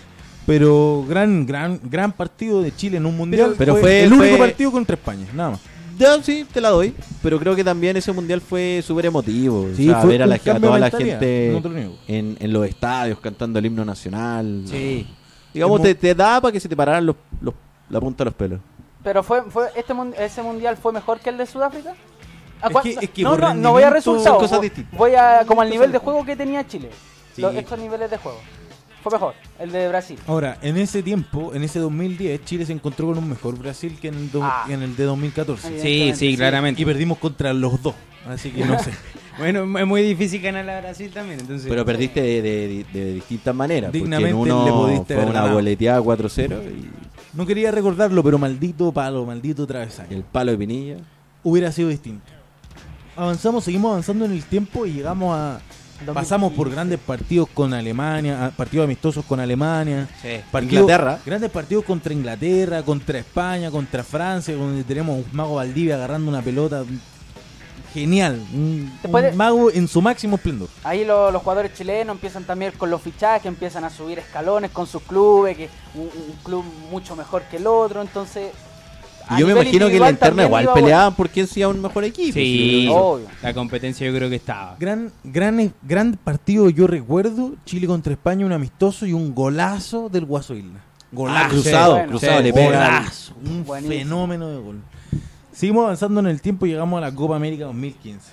Speaker 1: Pero gran, gran, gran partido de Chile en un mundial.
Speaker 4: Pero fue-
Speaker 1: el
Speaker 4: fue-
Speaker 1: único partido contra España, nada más.
Speaker 4: Ya, sí, te la doy. Pero creo que también ese mundial fue súper emotivo.
Speaker 1: Sí,
Speaker 4: o sea,
Speaker 1: fue
Speaker 4: ver a,
Speaker 1: un
Speaker 4: la, a
Speaker 1: cambio
Speaker 4: toda
Speaker 1: de
Speaker 4: la
Speaker 1: mentalidad,
Speaker 4: gente
Speaker 1: no te lo niego.
Speaker 4: en, en los estadios cantando el himno nacional.
Speaker 2: Sí.
Speaker 4: Digamos,
Speaker 1: Es muy-
Speaker 4: te, te da para que se te pararan los, los- la punta de los pelos.
Speaker 3: Pero fue, fue este mun- ese mundial fue mejor que el de Sudáfrica. ¿A
Speaker 1: Es
Speaker 3: cuán-
Speaker 1: que- es que
Speaker 3: no,
Speaker 1: por
Speaker 3: no, no voy a
Speaker 1: rendimiento
Speaker 3: resultados.
Speaker 4: son cosas
Speaker 3: voy-
Speaker 4: distintas.
Speaker 3: Voy a como al
Speaker 4: Son
Speaker 3: nivel de
Speaker 4: cosas
Speaker 3: juego que tenía Chile.
Speaker 4: Sí.
Speaker 3: Lo- estos niveles de juego. Fue mejor el de Brasil.
Speaker 1: Ahora, en ese tiempo, en ese 2010, Chile se encontró con un mejor Brasil que en el, do-
Speaker 3: Ah.
Speaker 1: en el de 2014.
Speaker 3: Ahí
Speaker 2: Sí,
Speaker 3: sí,
Speaker 2: sí,
Speaker 1: Y
Speaker 2: claramente.
Speaker 1: perdimos contra los dos. Así que no sé.
Speaker 2: Bueno, es muy difícil ganar a Brasil también, entonces.
Speaker 4: Pero perdiste de, de- de distintas maneras. porque en
Speaker 1: Dignamente
Speaker 4: uno
Speaker 1: le pudiste
Speaker 4: fue
Speaker 1: haber
Speaker 4: una
Speaker 1: ganado.
Speaker 4: boleteada 4-0 y,
Speaker 1: No quería recordarlo, pero maldito palo, maldito
Speaker 4: y
Speaker 1: travesaño.
Speaker 4: el palo de Pinilla.
Speaker 1: Hubiera sido distinto. Avanzamos, seguimos avanzando en el tiempo y llegamos a. Pasamos por grandes partidos con Alemania, a- partidos amistosos con Alemania.
Speaker 2: Sí.
Speaker 1: partidos-
Speaker 4: Inglaterra.
Speaker 1: Grandes partidos contra Inglaterra, contra España, contra Francia, donde tenemos un mago Valdivia agarrando una pelota. Genial. Un,
Speaker 3: Después
Speaker 1: un
Speaker 3: de-
Speaker 1: mago en su máximo esplendor.
Speaker 3: Ahí lo- los jugadores chilenos empiezan también con los fichajes, empiezan a subir escalones con sus clubes, que un, un club mucho mejor que el otro, entonces... a
Speaker 4: Y yo me
Speaker 3: nivel
Speaker 4: imagino que en la
Speaker 3: individual
Speaker 4: interna
Speaker 3: también
Speaker 4: igual
Speaker 3: iba bueno.
Speaker 4: peleaban por quién sea un mejor equipo.
Speaker 2: Sí,
Speaker 3: Obvio.
Speaker 2: la competencia yo creo que estaba.
Speaker 1: Gran, gran, gran partido, yo recuerdo. Chile contra España, un amistoso y un golazo del Guaso Isla.
Speaker 4: Ah,
Speaker 1: Golazo.
Speaker 4: cruzado,
Speaker 3: Bueno.
Speaker 4: cruzado,
Speaker 2: Sí.
Speaker 4: le pega.
Speaker 1: Golazo, un
Speaker 3: Buenísimo.
Speaker 1: fenómeno de gol. Seguimos avanzando en el tiempo y llegamos a la Copa América 2015.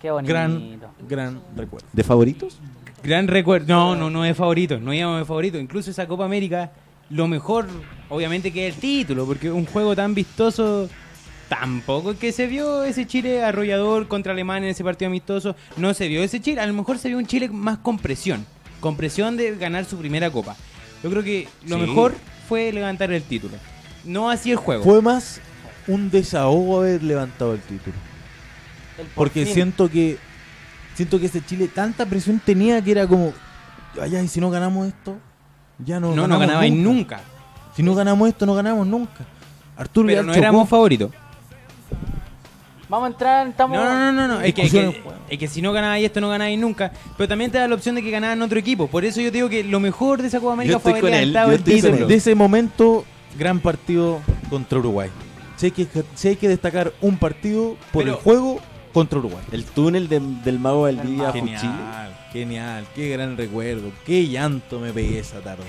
Speaker 3: Qué bonito.
Speaker 1: Gran, gran recuerdo.
Speaker 4: ¿De favoritos?
Speaker 2: Gran recuerdo. No, no, no de favorito. No íbamos de favorito. Incluso esa Copa América, lo mejor, obviamente, que es el título, porque un juego tan vistoso. Tampoco es que se vio ese Chile arrollador contra Alemania en ese partido amistoso. No se vio ese Chile. A lo mejor se vio un Chile más con presión. Con presión de ganar su primera copa. Yo creo que lo mejor fue levantar el título. No así el juego.
Speaker 1: Fue más un desahogo haber levantado el título.
Speaker 3: El por
Speaker 1: Porque
Speaker 3: fin.
Speaker 1: siento que siento que ese Chile tanta presión tenía que era como, vaya, y si no ganamos esto, ya no
Speaker 2: no, no
Speaker 1: ganamos
Speaker 2: ganaba y nunca.
Speaker 1: Si no ganamos esto, no ganamos nunca. Arturo
Speaker 2: Pero
Speaker 1: Vidal
Speaker 2: no
Speaker 1: chocó.
Speaker 2: éramos favoritos.
Speaker 3: Vamos a entrar, estamos...
Speaker 2: No, no, no, no, no. Es, que, es, que,
Speaker 1: Discusiones, weón.
Speaker 2: es que si no ganáis esto, no ganáis nunca. Pero también te da la opción de que ganaran otro equipo. Por eso yo te digo que lo mejor de esa Copa América
Speaker 4: Yo
Speaker 2: fue
Speaker 4: estoy con
Speaker 2: haber
Speaker 4: él,
Speaker 2: levantado
Speaker 4: yo
Speaker 2: el
Speaker 4: estoy con
Speaker 1: Dice,
Speaker 2: título.
Speaker 4: él.
Speaker 1: de ese momento, gran partido contra Uruguay. Si hay que, si hay que destacar un partido por
Speaker 2: Pero-
Speaker 1: el juego contra Uruguay.
Speaker 4: El túnel de- del mago Valdivia a Chile.
Speaker 1: Genial, genial, qué gran recuerdo, qué llanto me pegué esa tarde.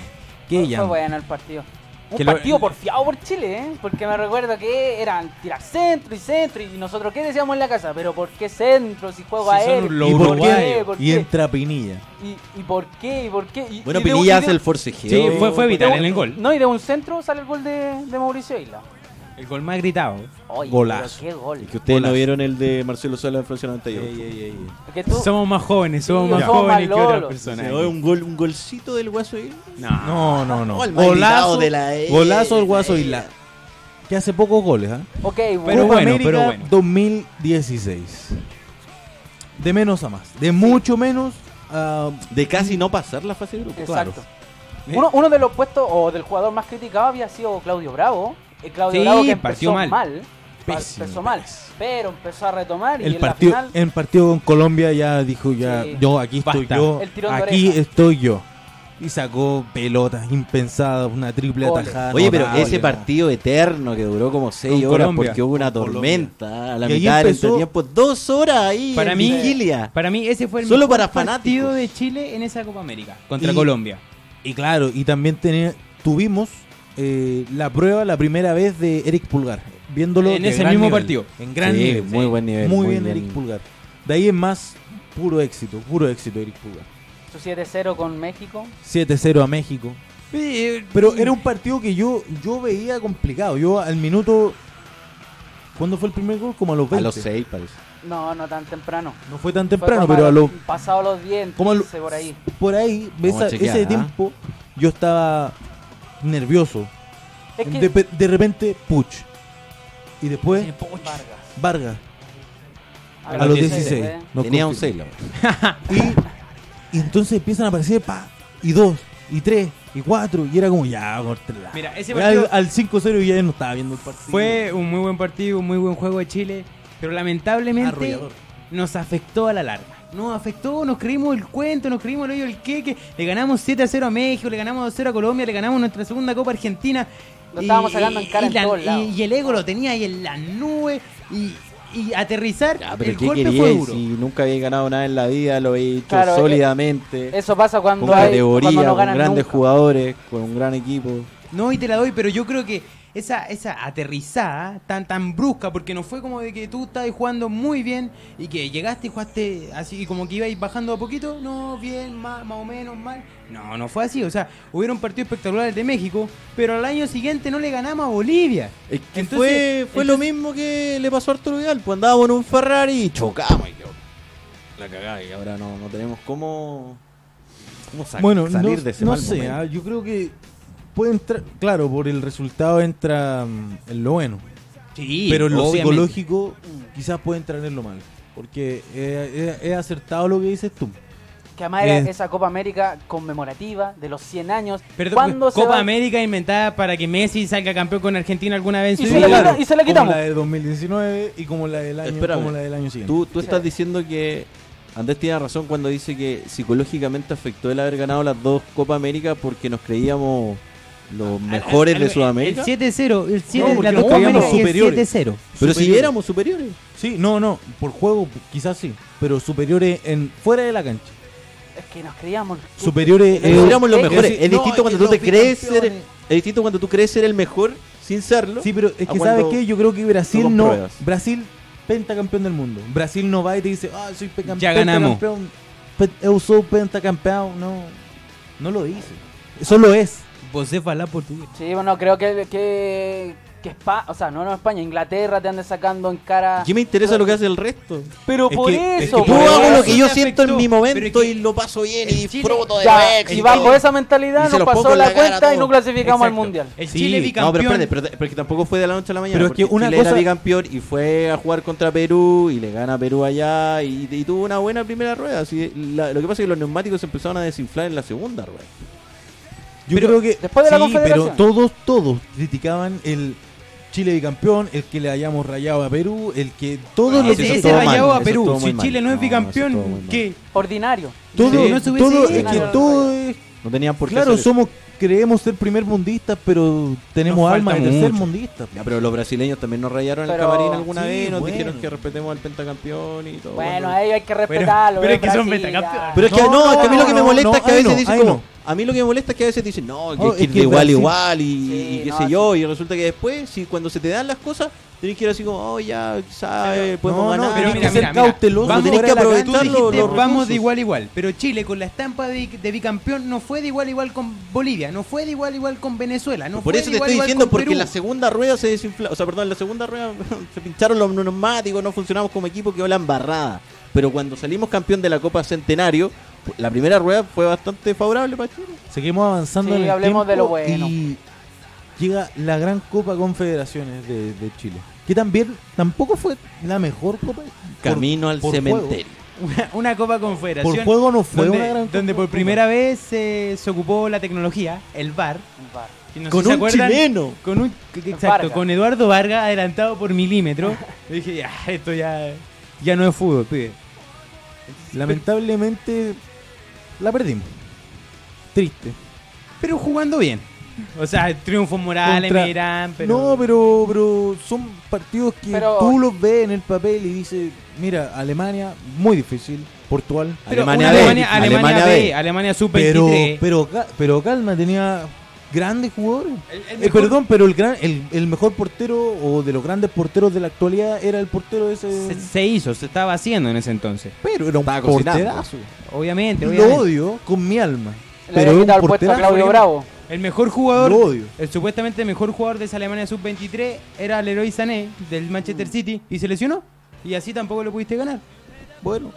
Speaker 1: Qué
Speaker 3: Fue
Speaker 1: llanto.
Speaker 3: bueno el partido. Un
Speaker 1: Que lo-
Speaker 3: partido porfiado por Chile, ¿eh? Porque me recuerdo que eran tirar centro y centro. Y nosotros, ¿qué decíamos en la casa? ¿Pero por qué centro si juego
Speaker 2: Si
Speaker 3: a
Speaker 2: son
Speaker 3: él?
Speaker 2: los
Speaker 1: ¿Y por qué?
Speaker 2: uruguayos.
Speaker 3: ¿Por
Speaker 1: Y
Speaker 3: qué?
Speaker 1: entra Pinilla.
Speaker 3: ¿Y, y por qué? ¿Y por qué? Y-
Speaker 4: Bueno,
Speaker 3: y de-
Speaker 4: Pinilla
Speaker 3: y de-
Speaker 4: hace el forcejeo.
Speaker 2: Sí, fue, fue
Speaker 3: de
Speaker 2: vital en
Speaker 3: un-
Speaker 2: el gol.
Speaker 3: No, y de un centro sale el gol de, de Mauricio Isla.
Speaker 2: El gol más gritado.
Speaker 3: Oye,
Speaker 1: Golazo.
Speaker 3: pero qué gol.
Speaker 4: Y que ustedes no
Speaker 2: Golazo.
Speaker 4: vieron el de Marcelo Sala en Francia 98.
Speaker 3: Que
Speaker 1: Oh.
Speaker 3: tú-
Speaker 2: Somos más jóvenes, somos
Speaker 3: Sí,
Speaker 2: más
Speaker 3: somos más
Speaker 2: jóvenes que otras
Speaker 3: lolos.
Speaker 2: personas.
Speaker 4: Se dio un, gol, un golcito del Guaso ahí.
Speaker 2: No.
Speaker 1: No, no, no.
Speaker 4: Oh, el más
Speaker 1: golazo
Speaker 4: gritado de la E. era.
Speaker 1: golazo del Guaso Isla. Que hace pocos goles, ¿ah?
Speaker 3: Ok,
Speaker 2: Pero
Speaker 1: Copa
Speaker 3: bueno.
Speaker 2: bueno,
Speaker 1: América
Speaker 2: pero bueno.
Speaker 1: 2016. De menos a más. De mucho menos a
Speaker 4: De casi Ah, no pasar la fase de grupo.
Speaker 3: Exacto.
Speaker 1: Claro.
Speaker 3: Uno, uno de los puestos o del jugador más criticado había sido Claudio Bravo. Eh, Claudio
Speaker 2: Sí,
Speaker 3: Bravo que
Speaker 2: partió
Speaker 3: empezó
Speaker 2: mal.
Speaker 3: mal. pa-
Speaker 4: Pésimo,
Speaker 3: empezó mal. Pero empezó a retomar y
Speaker 1: El
Speaker 3: en
Speaker 1: partido,
Speaker 3: la final
Speaker 1: el partido con Colombia ya dijo ya
Speaker 3: Sí.
Speaker 1: yo aquí estoy
Speaker 2: Basta.
Speaker 1: yo
Speaker 3: El tirón de
Speaker 1: aquí
Speaker 3: oreja.
Speaker 1: estoy yo y sacó pelotas impensadas una triple
Speaker 3: Goles.
Speaker 1: atajada
Speaker 4: Oye, pero
Speaker 1: notable,
Speaker 4: ese
Speaker 1: Ah, ¿no?
Speaker 4: partido eterno que duró como 6
Speaker 1: Con
Speaker 4: horas
Speaker 1: Colombia.
Speaker 4: porque hubo una
Speaker 1: Con
Speaker 4: tormenta a la
Speaker 1: Y ahí
Speaker 4: mitad del
Speaker 1: empezó-
Speaker 4: entretiempo. Dos horas ahí
Speaker 2: Para
Speaker 4: en
Speaker 2: mí-
Speaker 4: vigilia.
Speaker 2: Para mí ese fue el
Speaker 4: Solo
Speaker 2: mejor
Speaker 4: para
Speaker 2: partido
Speaker 4: fanáticos.
Speaker 2: de Chile en esa Copa América contra
Speaker 1: Y-
Speaker 2: Colombia.
Speaker 1: Y claro, y también tener- tuvimos eh, la prueba la primera vez de Eric Pulgar, viéndolo
Speaker 2: En
Speaker 1: de
Speaker 2: ese
Speaker 1: gran
Speaker 2: mismo
Speaker 1: nivel,
Speaker 2: partido.
Speaker 1: En gran
Speaker 4: Sí,
Speaker 1: nivel.
Speaker 4: muy buen nivel,
Speaker 1: Muy,
Speaker 4: muy
Speaker 1: bien,
Speaker 4: bien.
Speaker 1: Eric Pulgar. De ahí es más puro éxito, puro éxito Eric Pulgar.
Speaker 3: su 7-0 con México.
Speaker 1: 7-0 a México. Pero era un partido que yo, yo veía complicado. Yo al minuto. ¿Cuándo fue el primer gol? Como a los 20.
Speaker 4: A los 6 parece.
Speaker 3: No, no tan temprano.
Speaker 1: No fue tan
Speaker 3: Fue
Speaker 1: temprano,
Speaker 3: como
Speaker 1: pero a los
Speaker 3: Pasado los 10,
Speaker 1: como al-
Speaker 3: por ahí.
Speaker 1: Por ahí,
Speaker 4: Vamos
Speaker 1: esa-
Speaker 4: a chequear,
Speaker 1: ese
Speaker 4: ¿ah?
Speaker 1: tiempo, yo estaba nervioso.
Speaker 3: Es que-
Speaker 1: De, de repente, Puch. Y después,
Speaker 3: Vargas.
Speaker 1: Vargas. A los 16. nos
Speaker 4: Tenía un
Speaker 1: confirmó.
Speaker 4: 6
Speaker 1: Y, y entonces empiezan a aparecer, pa, y dos, y tres, y cuatro. Y era como, ya, córtela.
Speaker 2: Mira, ese
Speaker 1: Ya
Speaker 2: partido-
Speaker 1: Al, al 5-0 ya no estaba viendo el partido.
Speaker 2: Fue un muy buen partido, un muy buen juego de Chile, pero lamentablemente
Speaker 1: Arrollador.
Speaker 2: nos afectó a la larga. Nos afectó, nos creímos el cuento, nos creímos el hoyo el queque, le ganamos 7 a 0 a México, le ganamos 2 a 0 a Colombia, le ganamos nuestra segunda Copa Argentina.
Speaker 3: Lo estábamos sacando en cara
Speaker 2: y
Speaker 3: en
Speaker 2: la-
Speaker 3: todos lados.
Speaker 2: y- y el ego lo tenía ahí en la nube y, y aterrizar,
Speaker 3: Ah,
Speaker 4: Ya, pero
Speaker 2: el
Speaker 4: ¿qué
Speaker 2: golpe
Speaker 4: queríais
Speaker 2: fue duro.
Speaker 4: si nunca habéis ganado nada en la vida? Lo habéis hecho
Speaker 3: Claro,
Speaker 4: sólidamente,
Speaker 3: Eso pasa
Speaker 4: con
Speaker 3: cuando hay
Speaker 4: categoría,
Speaker 3: cuando no
Speaker 4: con
Speaker 3: ganan
Speaker 4: grandes
Speaker 3: nunca.
Speaker 4: jugadores, con un gran equipo.
Speaker 2: No, y te la doy, pero yo creo que esa, esa aterrizada tan, tan brusca, porque no fue como de que tú estabas jugando muy bien y que llegaste y jugaste así, y como que ibais bajando a poquito, no, bien, más, más o menos, mal. No, no fue así. O sea, hubieron partidos espectaculares de México, pero al año siguiente no le ganamos a Bolivia.
Speaker 4: Es que
Speaker 2: Entonces,
Speaker 4: fue fue lo mismo que le pasó a Arturo Vidal, pues andábamos en un Ferrari y chocamos. y quedó la cagada y ahora no, no tenemos cómo, cómo sa-
Speaker 1: bueno,
Speaker 4: salir
Speaker 1: no,
Speaker 4: de ese
Speaker 1: no
Speaker 4: mal
Speaker 1: sé,
Speaker 4: momento.
Speaker 1: ah, yo creo que puede entrar, claro, por el resultado entra mm, en lo bueno,
Speaker 2: Sí,
Speaker 1: pero en lo
Speaker 2: obviamente.
Speaker 1: psicológico quizás puede entrar en lo malo, porque eh, eh, he acertado lo que dices tú.
Speaker 3: Que además era
Speaker 1: Eh.
Speaker 3: esa Copa América conmemorativa de los 100 años.
Speaker 2: Perdón,
Speaker 3: ¿Cuándo se
Speaker 2: Copa
Speaker 3: va-
Speaker 2: América inventada para que Messi salga campeón con Argentina alguna vez en
Speaker 3: Y
Speaker 2: su
Speaker 3: se la
Speaker 2: vida.
Speaker 3: gana- y se la quitamos.
Speaker 1: Como la de 2019 y como la del año,
Speaker 4: Espérame.
Speaker 1: como la del año siguiente.
Speaker 4: Tú, tú estás diciendo que Andrés tiene razón cuando dice que psicológicamente afectó el haber ganado las dos Copa América porque nos creíamos los mejores
Speaker 2: Al-
Speaker 4: de
Speaker 2: al- Ah,
Speaker 4: Sudamérica.
Speaker 2: El 7-0, el 7
Speaker 1: No, porque
Speaker 2: la
Speaker 1: nos
Speaker 2: Copa
Speaker 1: creíamos
Speaker 2: América y el
Speaker 1: superiores.
Speaker 2: 7-0.
Speaker 4: Pero si
Speaker 1: superiores.
Speaker 4: éramos superiores.
Speaker 1: Sí, no, no, por juego quizás sí, pero superiores en fuera de la cancha,
Speaker 3: Es que nos creíamos. que-
Speaker 1: superiores.
Speaker 3: Eh,
Speaker 4: Si éramos los
Speaker 3: eh,
Speaker 4: mejores.
Speaker 1: eh,
Speaker 4: Es
Speaker 1: no,
Speaker 4: distinto
Speaker 1: es
Speaker 4: cuando
Speaker 1: que
Speaker 4: tú te
Speaker 1: los
Speaker 4: crees ser
Speaker 1: bicampeones.
Speaker 4: es distinto cuando tú crees ser el mejor sin serlo.
Speaker 1: Sí, pero es
Speaker 4: a
Speaker 1: que
Speaker 4: cuando
Speaker 1: sabes qué, yo creo que Brasil
Speaker 4: no
Speaker 1: no,
Speaker 4: compruebas.
Speaker 1: Brasil pentacampeón del mundo. Brasil no va y te dice, "Ah, soy peca-
Speaker 2: Ya ganamos.
Speaker 1: pentacampeón. pe- Eu sou pentacampeón", no. No lo dice. Solo es.
Speaker 2: José Falá portugués.
Speaker 3: Sí, bueno, creo que. que... Que España, o sea, no, no España, Inglaterra te ande sacando en cara.
Speaker 4: ¿Qué me interesa lo que hace el resto?
Speaker 3: Pero
Speaker 1: Es
Speaker 3: por
Speaker 1: que- es
Speaker 3: eso,
Speaker 1: que
Speaker 4: Yo
Speaker 3: por
Speaker 2: Pero
Speaker 4: hago lo
Speaker 3: eso.
Speaker 4: que yo
Speaker 2: te
Speaker 4: siento en
Speaker 2: afectó,
Speaker 4: mi
Speaker 2: pero es
Speaker 4: momento
Speaker 2: que
Speaker 4: y lo paso bien y
Speaker 2: el Chile-
Speaker 4: disfruto de
Speaker 3: Ya,
Speaker 4: éxito.
Speaker 3: y bajo esa mentalidad
Speaker 4: Y se
Speaker 3: nos
Speaker 4: los
Speaker 3: pasó
Speaker 4: pongo en
Speaker 3: la,
Speaker 4: la cara a
Speaker 3: cuenta y
Speaker 4: todos.
Speaker 3: no clasificamos al
Speaker 2: Exacto.
Speaker 3: mundial.
Speaker 2: El
Speaker 4: Sí,
Speaker 2: Chile
Speaker 4: No, pero
Speaker 2: bicampeón.
Speaker 4: espérate, pero, pero es que tampoco fue de la noche a la mañana.
Speaker 1: Pero es
Speaker 4: porque
Speaker 1: que una
Speaker 4: Chile
Speaker 1: cosa-
Speaker 4: era bicampeón y fue a jugar contra Perú y le gana a Perú allá y, y tuvo una buena primera rueda. Así, la- lo que pasa es que los neumáticos se empezaron a desinflar en la segunda rueda.
Speaker 1: Yo creo que
Speaker 3: después de la
Speaker 1: sí,
Speaker 3: Confederación.
Speaker 1: pero todos todos criticaban el Chile bicampeón, el que le hayamos rayado a Perú, el que todos
Speaker 4: No,
Speaker 1: los
Speaker 2: Ese,
Speaker 4: sí, eso
Speaker 2: ese
Speaker 4: estuvo mal,
Speaker 2: rayado a
Speaker 4: eso
Speaker 2: Perú.
Speaker 4: estuvo
Speaker 2: Si
Speaker 4: muy mal.
Speaker 2: Chile no es
Speaker 4: No, eso estuvo muy
Speaker 2: bicampeón,
Speaker 4: mal.
Speaker 2: ¿qué?
Speaker 3: Ordinario.
Speaker 1: todo,
Speaker 4: Sí.
Speaker 2: no se hubiese
Speaker 1: todo- es
Speaker 2: ido.
Speaker 1: que todo es
Speaker 4: No tenían por qué
Speaker 1: Claro,
Speaker 4: hacer eso.
Speaker 1: somos creemos ser primer mundistas, pero tenemos
Speaker 2: Nos
Speaker 1: alma de
Speaker 2: falta
Speaker 1: tercer
Speaker 2: mucho.
Speaker 1: mundista.
Speaker 4: Ya, pero los brasileños también nos rayaron el
Speaker 3: Pero-
Speaker 4: camarín alguna
Speaker 1: sí,
Speaker 4: vez, nos
Speaker 1: bueno.
Speaker 4: dijeron que respetemos al pentacampeón y todo.
Speaker 3: Bueno,
Speaker 4: Cuando-
Speaker 3: ahí hay que
Speaker 2: Pero-
Speaker 3: respetarlo.
Speaker 2: pero
Speaker 3: eh,
Speaker 2: es que son
Speaker 3: Brasil,
Speaker 2: pentacampeones.
Speaker 3: ya.
Speaker 4: Pero es que
Speaker 1: No,
Speaker 4: no, es que a mí
Speaker 1: no,
Speaker 4: lo que me
Speaker 1: no,
Speaker 4: molesta
Speaker 1: no,
Speaker 4: es que a
Speaker 1: ahí
Speaker 4: veces
Speaker 1: no,
Speaker 4: dicen
Speaker 1: ahí
Speaker 4: como.
Speaker 1: no.
Speaker 4: A mí lo que me molesta es que a veces dicen, no, que,
Speaker 1: No,
Speaker 4: que
Speaker 1: es que
Speaker 4: de igual,
Speaker 1: Brasil-
Speaker 4: igual, y,
Speaker 3: Sí,
Speaker 4: y qué
Speaker 3: no,
Speaker 4: sé
Speaker 3: sí.
Speaker 4: yo, y resulta que después, si cuando se te dan las cosas, tenés que ir así como, oh, ya, sabe, podemos
Speaker 1: no, no,
Speaker 4: ganar.
Speaker 2: Pero
Speaker 1: Tenés
Speaker 2: mira,
Speaker 1: que ser
Speaker 2: mira, mira.
Speaker 1: cauteloso,
Speaker 2: Vamos
Speaker 4: tenés
Speaker 2: fuera de
Speaker 4: que
Speaker 2: la cancha.
Speaker 4: aprovechar
Speaker 2: Tú dijiste,
Speaker 4: los- los
Speaker 2: Vamos de
Speaker 4: recursos".
Speaker 2: igual a igual. Pero Chile con la estampa de, de bicampeón no fue de igual a igual con Bolivia, no fue de igual a igual con Venezuela, no
Speaker 4: Por
Speaker 2: fue de
Speaker 4: eso te
Speaker 2: igual a
Speaker 4: estoy
Speaker 2: igual
Speaker 4: diciendo,
Speaker 2: con
Speaker 4: porque
Speaker 2: Perú.
Speaker 4: en la segunda rueda se desinfló, o sea, perdón, en la segunda rueda [laughs] se pincharon los neumáticos, no funcionamos como equipo, quedó la embarrada. Pero cuando salimos campeón de la Copa Centenario, la primera rueda fue bastante favorable para Chile.
Speaker 1: Seguimos avanzando
Speaker 3: Sí,
Speaker 1: en el
Speaker 3: hablemos
Speaker 1: tiempo
Speaker 3: de lo bueno.
Speaker 1: y llega la gran Copa Confederaciones de, de Chile, que también tampoco fue la mejor Copa por-
Speaker 4: Camino al
Speaker 1: por
Speaker 4: cementerio.
Speaker 1: juego.
Speaker 2: una, [laughs] una Copa Confederación.
Speaker 1: Por juego no fue
Speaker 2: donde,
Speaker 1: una gran
Speaker 2: donde por
Speaker 1: Copa.
Speaker 2: primera vez eh, se ocupó la tecnología, el VAR.
Speaker 3: VAR.
Speaker 2: que no sé
Speaker 1: Con
Speaker 2: si
Speaker 1: un
Speaker 2: se acuerdan,
Speaker 1: chileno.
Speaker 2: Con un, que- que- exacto,
Speaker 3: Vargas.
Speaker 2: con Eduardo Vargas adelantado por milímetro. Yo dije, ya, esto ya, ya no es fútbol, pibe.
Speaker 1: Lamentablemente la perdimos. Triste.
Speaker 2: Pero jugando bien. O sea, triunfos morales,
Speaker 1: Contra-
Speaker 2: Mirán, pero...
Speaker 1: No, pero, pero son partidos que
Speaker 3: Pero-
Speaker 1: tú los ves en el papel y dices, mira, Alemania, muy difícil, Portugal.
Speaker 2: Pero una
Speaker 4: Alemania
Speaker 2: Alemania,
Speaker 4: B,
Speaker 2: Alemania,
Speaker 4: Alemania
Speaker 2: B,
Speaker 4: B.
Speaker 2: Alemania
Speaker 1: Pero,
Speaker 2: sub-23.
Speaker 1: pero, ca- pero Calma tenía grandes jugadores.
Speaker 2: El- el
Speaker 1: Eh,
Speaker 2: mejor-
Speaker 1: perdón, pero el, gran, el, el mejor portero o de los grandes porteros de la actualidad era el portero ese.
Speaker 2: se, se hizo, se estaba haciendo en ese entonces.
Speaker 1: pero era un
Speaker 4: Estaba cocinando.
Speaker 1: porterazo.
Speaker 2: Obviamente,
Speaker 1: Lo
Speaker 2: obviamente.
Speaker 1: odio con mi alma.
Speaker 3: Le
Speaker 1: Pero
Speaker 3: había
Speaker 1: era
Speaker 3: quitado
Speaker 1: un
Speaker 3: el puesto a
Speaker 1: porterazo.
Speaker 3: Claudio Bravo.
Speaker 2: El mejor
Speaker 1: Lo
Speaker 2: jugador,
Speaker 1: odio.
Speaker 2: el supuestamente mejor jugador de esa Alemania sub-23 era Leroy Sané del Manchester City y se lesionó. Y así tampoco lo pudiste ganar.
Speaker 1: Bueno,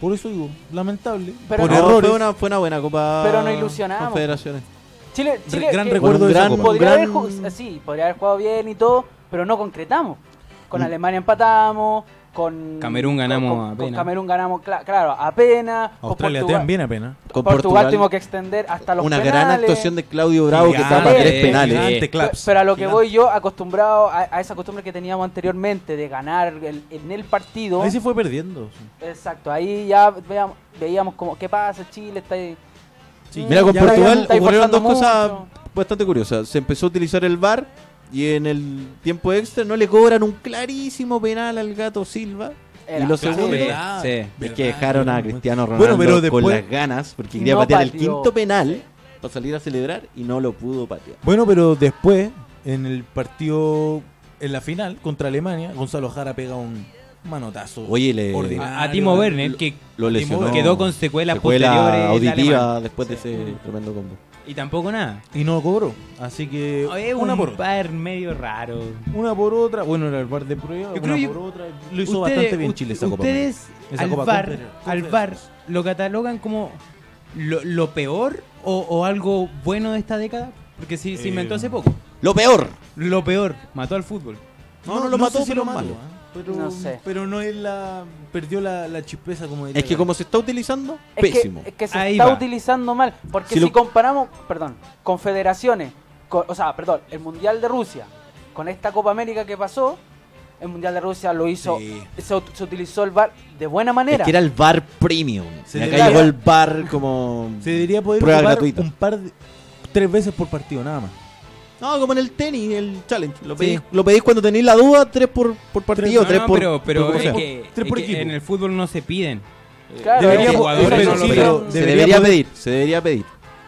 Speaker 1: por eso digo, lamentable.
Speaker 3: Pero
Speaker 1: por
Speaker 3: no,
Speaker 1: errores.
Speaker 4: Fue una, fue una buena Copa.
Speaker 3: Pero no ilusionamos.
Speaker 4: Confederaciones.
Speaker 3: Chile, Chile
Speaker 1: gran
Speaker 3: que
Speaker 1: recuerdo
Speaker 4: de esa
Speaker 3: podría,
Speaker 4: copa.
Speaker 1: gran-
Speaker 3: haber ju- sí, podría haber jugado bien y todo, pero no concretamos. Con Alemania empatamos, con
Speaker 2: Camerún ganamos
Speaker 3: con- con- con
Speaker 2: apenas.
Speaker 3: Camerún ganamos, cla- claro, apenas. con
Speaker 1: Australia
Speaker 3: Portugal-
Speaker 1: también apenas.
Speaker 4: Con
Speaker 3: Portugal,
Speaker 4: Portugal,
Speaker 3: tuvimos que extender hasta los
Speaker 4: Una
Speaker 3: penales.
Speaker 4: gran actuación de Claudio Bravo que
Speaker 1: Gigante,
Speaker 4: tapa tres penales.
Speaker 2: gigante.
Speaker 1: gigante,
Speaker 3: Pe-
Speaker 1: claps.
Speaker 3: Pero a lo que voy yo, acostumbrado a, a esa costumbre que teníamos anteriormente de ganar el- en el partido.
Speaker 1: Ahí se fue perdiendo.
Speaker 3: Exacto, ahí ya veíamos, veíamos como qué pasa, Chile está ahí.
Speaker 1: Sí.
Speaker 3: Mm,
Speaker 4: Mira, con
Speaker 3: ya
Speaker 4: Portugal
Speaker 3: está ahí
Speaker 4: ocurrieron dos
Speaker 3: forzando
Speaker 4: cosas
Speaker 3: mucho.
Speaker 4: bastante curiosas. Se empezó a utilizar el VAR y en el tiempo extra no le cobran un clarísimo penal al gato Silva.
Speaker 3: Era.
Speaker 4: Y lo
Speaker 1: Claro,
Speaker 4: segundo
Speaker 1: ¿verdad?
Speaker 2: Sí.
Speaker 4: es que dejaron a Cristiano Ronaldo
Speaker 1: Bueno, pero
Speaker 4: con
Speaker 1: después-
Speaker 4: las ganas porque quería
Speaker 3: No
Speaker 4: patear el
Speaker 3: pateó.
Speaker 4: quinto penal para salir a celebrar y no lo pudo patear.
Speaker 1: Bueno, pero después, en el partido, en la final contra Alemania, Gonzalo Jara pega un manotazo.
Speaker 4: Oye, le-
Speaker 1: ordinario.
Speaker 2: A, a Timo Werner, que
Speaker 4: Lo lesionó.
Speaker 2: quedó con secuelas
Speaker 4: Secuela
Speaker 2: posteriores. de Alemania.
Speaker 4: auditiva después de ese tremendo combo.
Speaker 2: Y tampoco nada.
Speaker 1: Y no lo cobró. Así que
Speaker 2: Es
Speaker 1: una,
Speaker 2: un
Speaker 1: por otra.
Speaker 2: par medio raro.
Speaker 1: una por otra. Bueno, era el par de prueba.
Speaker 2: Yo
Speaker 1: una
Speaker 2: creo
Speaker 1: por
Speaker 2: yo-
Speaker 1: otra. Lo hizo
Speaker 2: Ustedes-
Speaker 1: bastante bien
Speaker 2: ut-
Speaker 1: Chile esa Copa América.
Speaker 2: Ustedes
Speaker 1: Esa
Speaker 2: al,
Speaker 1: Copa
Speaker 2: VAR,
Speaker 1: Confederaciones.
Speaker 2: al VAR lo catalogan como lo, lo peor o, o algo bueno de esta década, porque sí, se
Speaker 1: Eh,
Speaker 2: inventó hace poco.
Speaker 4: Lo peor.
Speaker 2: Lo peor, mató al fútbol.
Speaker 4: No, no lo mató, Ah,
Speaker 1: sé si lo
Speaker 4: pero malo.
Speaker 1: mató, ¿eh? Pero,
Speaker 3: No sé.
Speaker 1: pero no es la. Perdió la, la chispeza como diría
Speaker 4: Es que
Speaker 1: la-
Speaker 4: como se está utilizando,
Speaker 3: Es que,
Speaker 4: pésimo.
Speaker 3: es que se
Speaker 2: Ahí
Speaker 3: está
Speaker 2: va.
Speaker 3: utilizando mal. Porque
Speaker 4: Si
Speaker 3: si,
Speaker 4: lo-
Speaker 3: comparamos, perdón, confederaciones, co- o sea, perdón, el Mundial de Rusia con esta Copa América que pasó, el Mundial de Rusia lo hizo,
Speaker 1: Sí.
Speaker 3: se, ut- se utilizó el VAR de buena
Speaker 4: Es
Speaker 3: manera.
Speaker 4: que era el bar premium.
Speaker 1: Se
Speaker 4: y acá
Speaker 1: diría-
Speaker 4: llegó el bar como.
Speaker 1: Se debería poder
Speaker 4: Prueba
Speaker 1: ocupar
Speaker 4: gratuita.
Speaker 1: un par de- Tres veces por partido, nada más.
Speaker 4: No, como en el tenis, el challenge. Lo
Speaker 2: Sí.
Speaker 4: pedís, lo pedís cuando tenéis la duda, tres por, por partido,
Speaker 2: No,
Speaker 4: tres
Speaker 2: no,
Speaker 4: por.
Speaker 2: pero pero
Speaker 4: por
Speaker 2: es
Speaker 4: cosa.
Speaker 2: que,
Speaker 1: Tres por
Speaker 2: es que
Speaker 1: equipo.
Speaker 2: en el fútbol no se piden.
Speaker 3: Claro,
Speaker 1: Debería-
Speaker 3: es que-
Speaker 2: jugadores
Speaker 3: es que
Speaker 2: no
Speaker 3: no
Speaker 2: lo
Speaker 3: lo
Speaker 2: pero-
Speaker 3: hicieron.
Speaker 4: se
Speaker 1: debería
Speaker 4: debería
Speaker 1: poder-
Speaker 4: pedir, se debería pedir.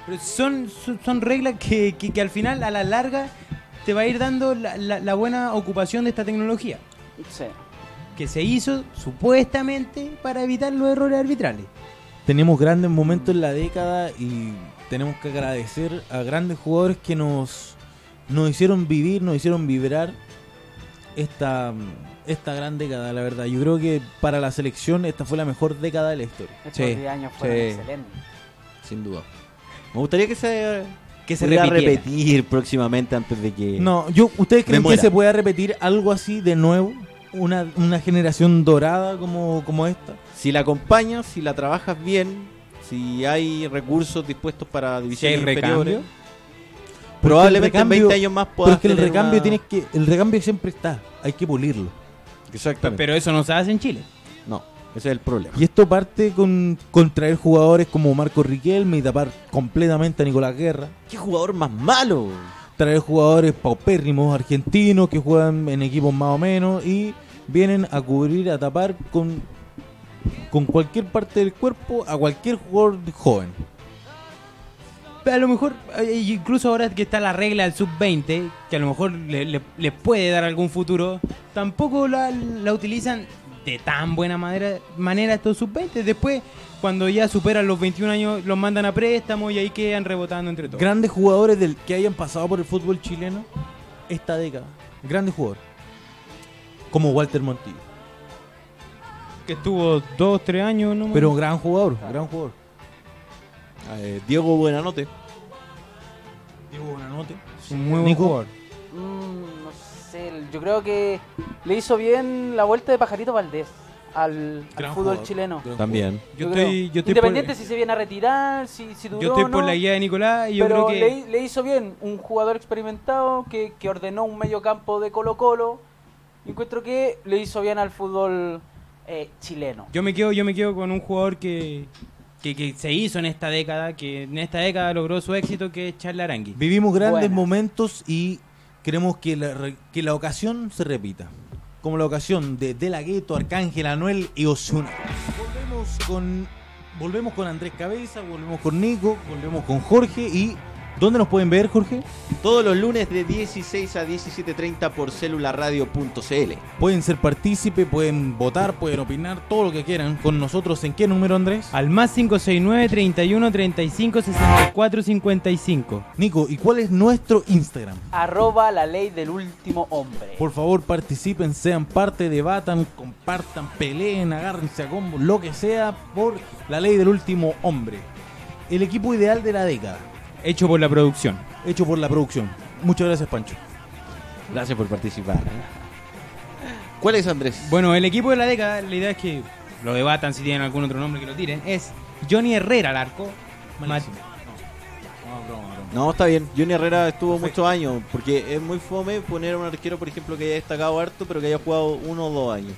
Speaker 2: Pero son, son, son reglas que, que, que al final, a la larga, te va a ir dando la, la- la buena ocupación de esta tecnología,
Speaker 3: Sí.
Speaker 2: que se hizo supuestamente para evitar los errores arbitrales.
Speaker 1: tenemos grandes momentos en la década y tenemos que agradecer a grandes jugadores que nos, nos hicieron vivir, nos hicieron vibrar esta, esta gran década, la verdad. Yo creo que para la selección esta fue la mejor década de la historia.
Speaker 3: Estos
Speaker 2: Sí,
Speaker 3: 10 años fueron
Speaker 2: sí.
Speaker 3: excelentes.
Speaker 4: Sin duda. Me gustaría que se.
Speaker 2: Que se
Speaker 4: pudiera
Speaker 2: repitiera.
Speaker 4: repetir próximamente antes de que.
Speaker 1: No, yo, ¿ustedes creen que
Speaker 4: muera.
Speaker 1: se pueda repetir algo así de nuevo? Una, una generación dorada como, como esta.
Speaker 4: Si la acompañas, si la trabajas bien, si hay recursos dispuestos para divisiones
Speaker 2: hay
Speaker 4: inferiores.
Speaker 2: recambio.
Speaker 4: Probablemente
Speaker 1: el recambio-
Speaker 4: en 20 años más
Speaker 1: Porque
Speaker 4: puedas
Speaker 1: el
Speaker 4: tener
Speaker 1: recambio
Speaker 4: una-
Speaker 1: tienes que. El recambio siempre está. Hay que pulirlo.
Speaker 4: Exactamente.
Speaker 2: Pero eso no se hace en Chile.
Speaker 4: No, ese es el problema.
Speaker 1: Y esto parte con, con traer jugadores como Marco Riquelme y tapar completamente a Nicolás Guerra.
Speaker 4: ¿Qué jugador más malo?
Speaker 1: Traer jugadores paupérrimos argentinos que juegan en equipos más o menos y vienen a cubrir, a tapar con, con cualquier parte del cuerpo a cualquier jugador joven.
Speaker 2: A lo mejor, eh, incluso ahora que está la regla del sub-20, que a lo mejor le- le- les puede dar algún futuro, tampoco la, la utilizan de tan buena manera, manera estos sub-20. Después, cuando ya superan los 21 años, los mandan a préstamo y ahí quedan rebotando entre todos.
Speaker 1: Grandes jugadores del, que hayan pasado por el fútbol chileno esta década. Grandes jugadores. Como Walter Montillo.
Speaker 2: que estuvo 2, 3 años, ¿no?
Speaker 1: Pero gran jugador, gran jugador.
Speaker 4: Eh, Diego Buenanote.
Speaker 1: Diego Buenanote.
Speaker 2: un muy buen
Speaker 1: Nico.
Speaker 2: jugador.
Speaker 3: Mm, no sé, yo creo que le hizo bien la vuelta de Pajarito Valdés al, al
Speaker 2: Gran
Speaker 3: fútbol
Speaker 2: jugador.
Speaker 3: chileno.
Speaker 1: Gran
Speaker 4: También.
Speaker 2: Yo,
Speaker 3: creo.
Speaker 2: estoy, yo, estoy por,
Speaker 3: Independiente si se viene a retirar, si, si duró
Speaker 2: yo estoy
Speaker 3: o
Speaker 2: por
Speaker 3: no,
Speaker 2: la guía de Nicolás y yo
Speaker 3: pero
Speaker 2: creo que.
Speaker 3: le, le hizo bien, un jugador experimentado que, que ordenó un medio campo de Colo Colo. Encuentro que le hizo bien al fútbol eh, chileno.
Speaker 2: Yo me quedo, yo me quedo con un jugador que, que, que se hizo en esta década, que en esta década logró su éxito, que es Charles Arangui.
Speaker 1: Vivimos grandes
Speaker 3: Buena.
Speaker 1: momentos y queremos que la, re- que la ocasión se repita. Como la ocasión de De La Gueto, Arcángel, Anuel y Osuna. Volvemos con, volvemos con Andrés Cabeza, volvemos con Nico, volvemos con Jorge y... ¿Dónde nos pueden ver, Jorge?
Speaker 4: Todos los lunes de 16 a 17.30 por celularradio.cl.
Speaker 1: Pueden ser partícipe, pueden votar, pueden opinar, todo lo que quieran. Con nosotros, ¿en qué número, Andrés?
Speaker 2: Al más 569 31 35 64 55.
Speaker 1: Nico, ¿y cuál es nuestro Instagram?
Speaker 3: Arroba la ley del último hombre.
Speaker 1: Por favor, participen, sean parte, debatan, compartan, peleen, agárrense a combo, lo que sea, por la ley del último hombre. El equipo ideal de la década,
Speaker 2: Hecho por la producción.
Speaker 1: hecho por la producción. Muchas gracias, Pancho.
Speaker 4: Gracias por participar. ¿Cuál es Andrés?
Speaker 2: Bueno, el equipo de la década, la idea es que lo debatan si tienen algún otro nombre que lo tiren. Es Johnny Herrera al arco.
Speaker 1: Malísimo.
Speaker 2: Mat-
Speaker 4: No, está bien. Johnny Herrera estuvo muchos años, porque es muy fome poner a un arquero, por ejemplo, que haya destacado harto, pero que haya jugado uno o dos años.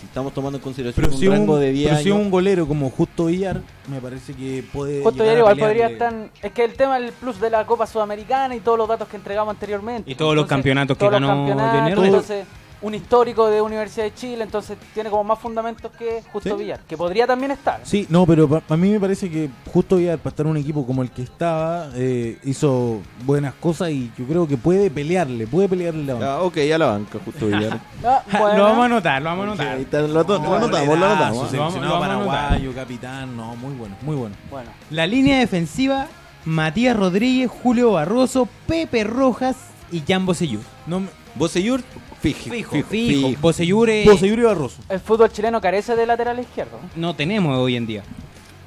Speaker 4: Si estamos tomando en consideración
Speaker 1: Pero
Speaker 4: un
Speaker 1: si un,
Speaker 4: rango de 10
Speaker 1: pero si
Speaker 4: años.
Speaker 1: un golero como Justo Villar, me parece que puede.
Speaker 3: Justo
Speaker 1: llegar
Speaker 3: ayer
Speaker 1: a
Speaker 3: igual
Speaker 1: pelearle.
Speaker 3: podría estar. Es que el tema del plus de la Copa Sudamericana y todos los datos que entregamos anteriormente.
Speaker 2: Y todos los campeonatos que
Speaker 3: todos los
Speaker 2: ganó
Speaker 3: campeonatos,
Speaker 2: Johnny Herrera.
Speaker 3: Entonces, un histórico de Universidad de Chile, entonces tiene como más fundamentos que Justo
Speaker 1: Sí.
Speaker 3: Villar, que podría también estar.
Speaker 1: Sí, no, pero pa- a mí me parece que Justo Villar, para estar en un equipo como el que estaba, eh, hizo buenas cosas y yo creo que puede pelearle, puede pelearle la banda.
Speaker 4: Ah, ok, ya la banca, justo Villar.
Speaker 3: Ah,
Speaker 2: Ja, [laughs]
Speaker 3: bueno.
Speaker 2: Lo vamos a anotar, lo vamos a
Speaker 4: Ok,
Speaker 2: anotar.
Speaker 4: ahí está, lo, anot- lo anotamos, lo
Speaker 1: Goleazo,
Speaker 4: anotamos.
Speaker 2: sí. Lo
Speaker 1: seleccionado
Speaker 2: vamos- lo vamos a anotar.
Speaker 1: paraguayo, capitán, no, muy bueno, muy bueno.
Speaker 3: Bueno,
Speaker 2: La línea defensiva, Matías Rodríguez, Julio Barroso, Pepe Rojas y Jan Bosellur.
Speaker 1: No me-
Speaker 4: Boseyur, fijo.
Speaker 2: fijo. Bosellur eh,
Speaker 1: Boseyur y Barroso.
Speaker 3: el fútbol chileno carece de lateral izquierdo.
Speaker 2: no tenemos hoy en día.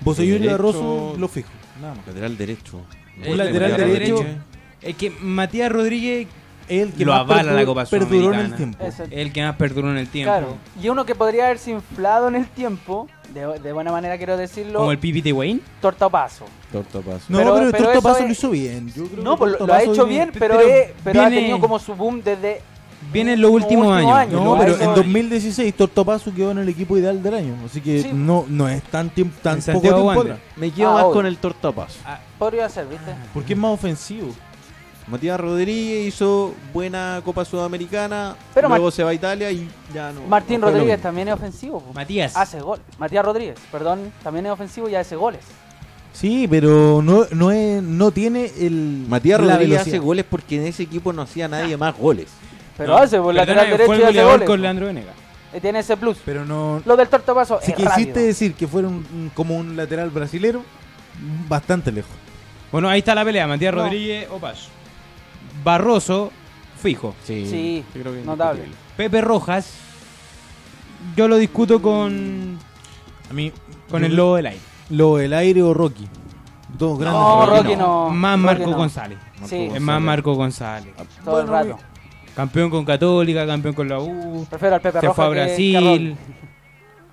Speaker 1: Boseyur y
Speaker 4: Derecho.
Speaker 1: Barroso lo fijo. Nada más.
Speaker 4: Lateral derecho.
Speaker 2: Un
Speaker 1: lateral derecho. eh,
Speaker 2: Es que Matías Rodríguez
Speaker 1: El que
Speaker 2: Lo
Speaker 1: más
Speaker 2: avala la Copa
Speaker 1: Perduró en el
Speaker 2: Sudamericana.
Speaker 1: tiempo.
Speaker 3: Ese-
Speaker 2: es el que más perduró en el tiempo.
Speaker 3: Claro. Y uno que podría haberse inflado en el tiempo, de, de buena manera quiero decirlo,
Speaker 2: Como el
Speaker 3: el...
Speaker 2: Pipite Wayne.
Speaker 3: tortapaso.
Speaker 4: Tortapaso.
Speaker 1: No, pero,
Speaker 3: Pero- pero
Speaker 1: el
Speaker 3: eso
Speaker 1: Tortopazo
Speaker 3: es-
Speaker 1: lo hizo bien. Yo creo
Speaker 3: No,
Speaker 1: que
Speaker 3: pues lo, lo ha
Speaker 1: Tortopazo
Speaker 3: hecho
Speaker 1: viene-
Speaker 3: bien, pero, es- pero
Speaker 2: viene-
Speaker 3: ha tenido como su boom desde
Speaker 2: Viene en los
Speaker 3: Como
Speaker 2: últimos
Speaker 3: último
Speaker 2: años.
Speaker 3: año,
Speaker 1: No,
Speaker 3: Lo
Speaker 1: pero
Speaker 3: hizo
Speaker 1: en
Speaker 3: bien.
Speaker 1: 2016 Tortopazo quedó en el equipo ideal del año. Así que
Speaker 3: Sí.
Speaker 1: no, no es tan, tiemp- tan poco
Speaker 2: En Santiago
Speaker 1: tiempo
Speaker 2: Wander.
Speaker 1: atrás.
Speaker 4: Me quedo
Speaker 3: Ah,
Speaker 4: más
Speaker 3: obvio.
Speaker 4: con el tortapaso.
Speaker 3: podría ser, ¿viste?
Speaker 1: Porque es más ofensivo.
Speaker 4: Matías Rodríguez hizo buena Copa Sudamericana,
Speaker 3: Pero
Speaker 4: luego
Speaker 3: Mar-
Speaker 4: se va a Italia y ya no.
Speaker 3: Martín
Speaker 4: no fue lo
Speaker 3: Rodríguez
Speaker 4: mismo.
Speaker 3: también es ofensivo. po.
Speaker 2: Matías.
Speaker 3: Hace gol. Matías Rodríguez, perdón, también es ofensivo y hace goles.
Speaker 1: Sí, pero no, no, es, no tiene el.
Speaker 4: Matías
Speaker 1: la
Speaker 4: Rodríguez
Speaker 1: velocidad.
Speaker 4: hace goles porque en ese equipo no hacía nadie más goles.
Speaker 3: Pero hace por
Speaker 2: Perdóname,
Speaker 3: lateral derecho
Speaker 2: fue
Speaker 3: y
Speaker 2: el
Speaker 3: hace
Speaker 2: goleador
Speaker 3: goles.
Speaker 2: con
Speaker 3: po.
Speaker 2: Leandro Venegas.
Speaker 3: Y tiene ese plus.
Speaker 1: Pero no.
Speaker 3: Lo del tortapaso
Speaker 1: Si
Speaker 3: es
Speaker 1: quisiste
Speaker 3: rápido.
Speaker 1: decir que fuera un- un- como un lateral brasilero, bastante lejos.
Speaker 2: Bueno, ahí está la pelea. Matías
Speaker 3: No.
Speaker 2: Rodríguez, Opash. Barroso, fijo.
Speaker 3: Sí, notable.
Speaker 2: Pepe Rojas, yo lo discuto con,
Speaker 1: A mí,
Speaker 2: con el Lobo del Aire.
Speaker 1: Lo del aire o Rocky. Dos grandes.
Speaker 3: No,
Speaker 1: jugadores.
Speaker 3: Rocky no.
Speaker 2: Más
Speaker 3: Rocky
Speaker 2: Marco
Speaker 3: no.
Speaker 2: González.
Speaker 3: Sí,
Speaker 2: Es más Marco González.
Speaker 3: todo el
Speaker 1: Bueno,
Speaker 3: rato.
Speaker 2: Campeón con Católica, campeón con la U.
Speaker 3: Prefiero al Pepe
Speaker 2: Se
Speaker 3: Rojas eh,
Speaker 2: fue a
Speaker 3: que-
Speaker 2: Brasil.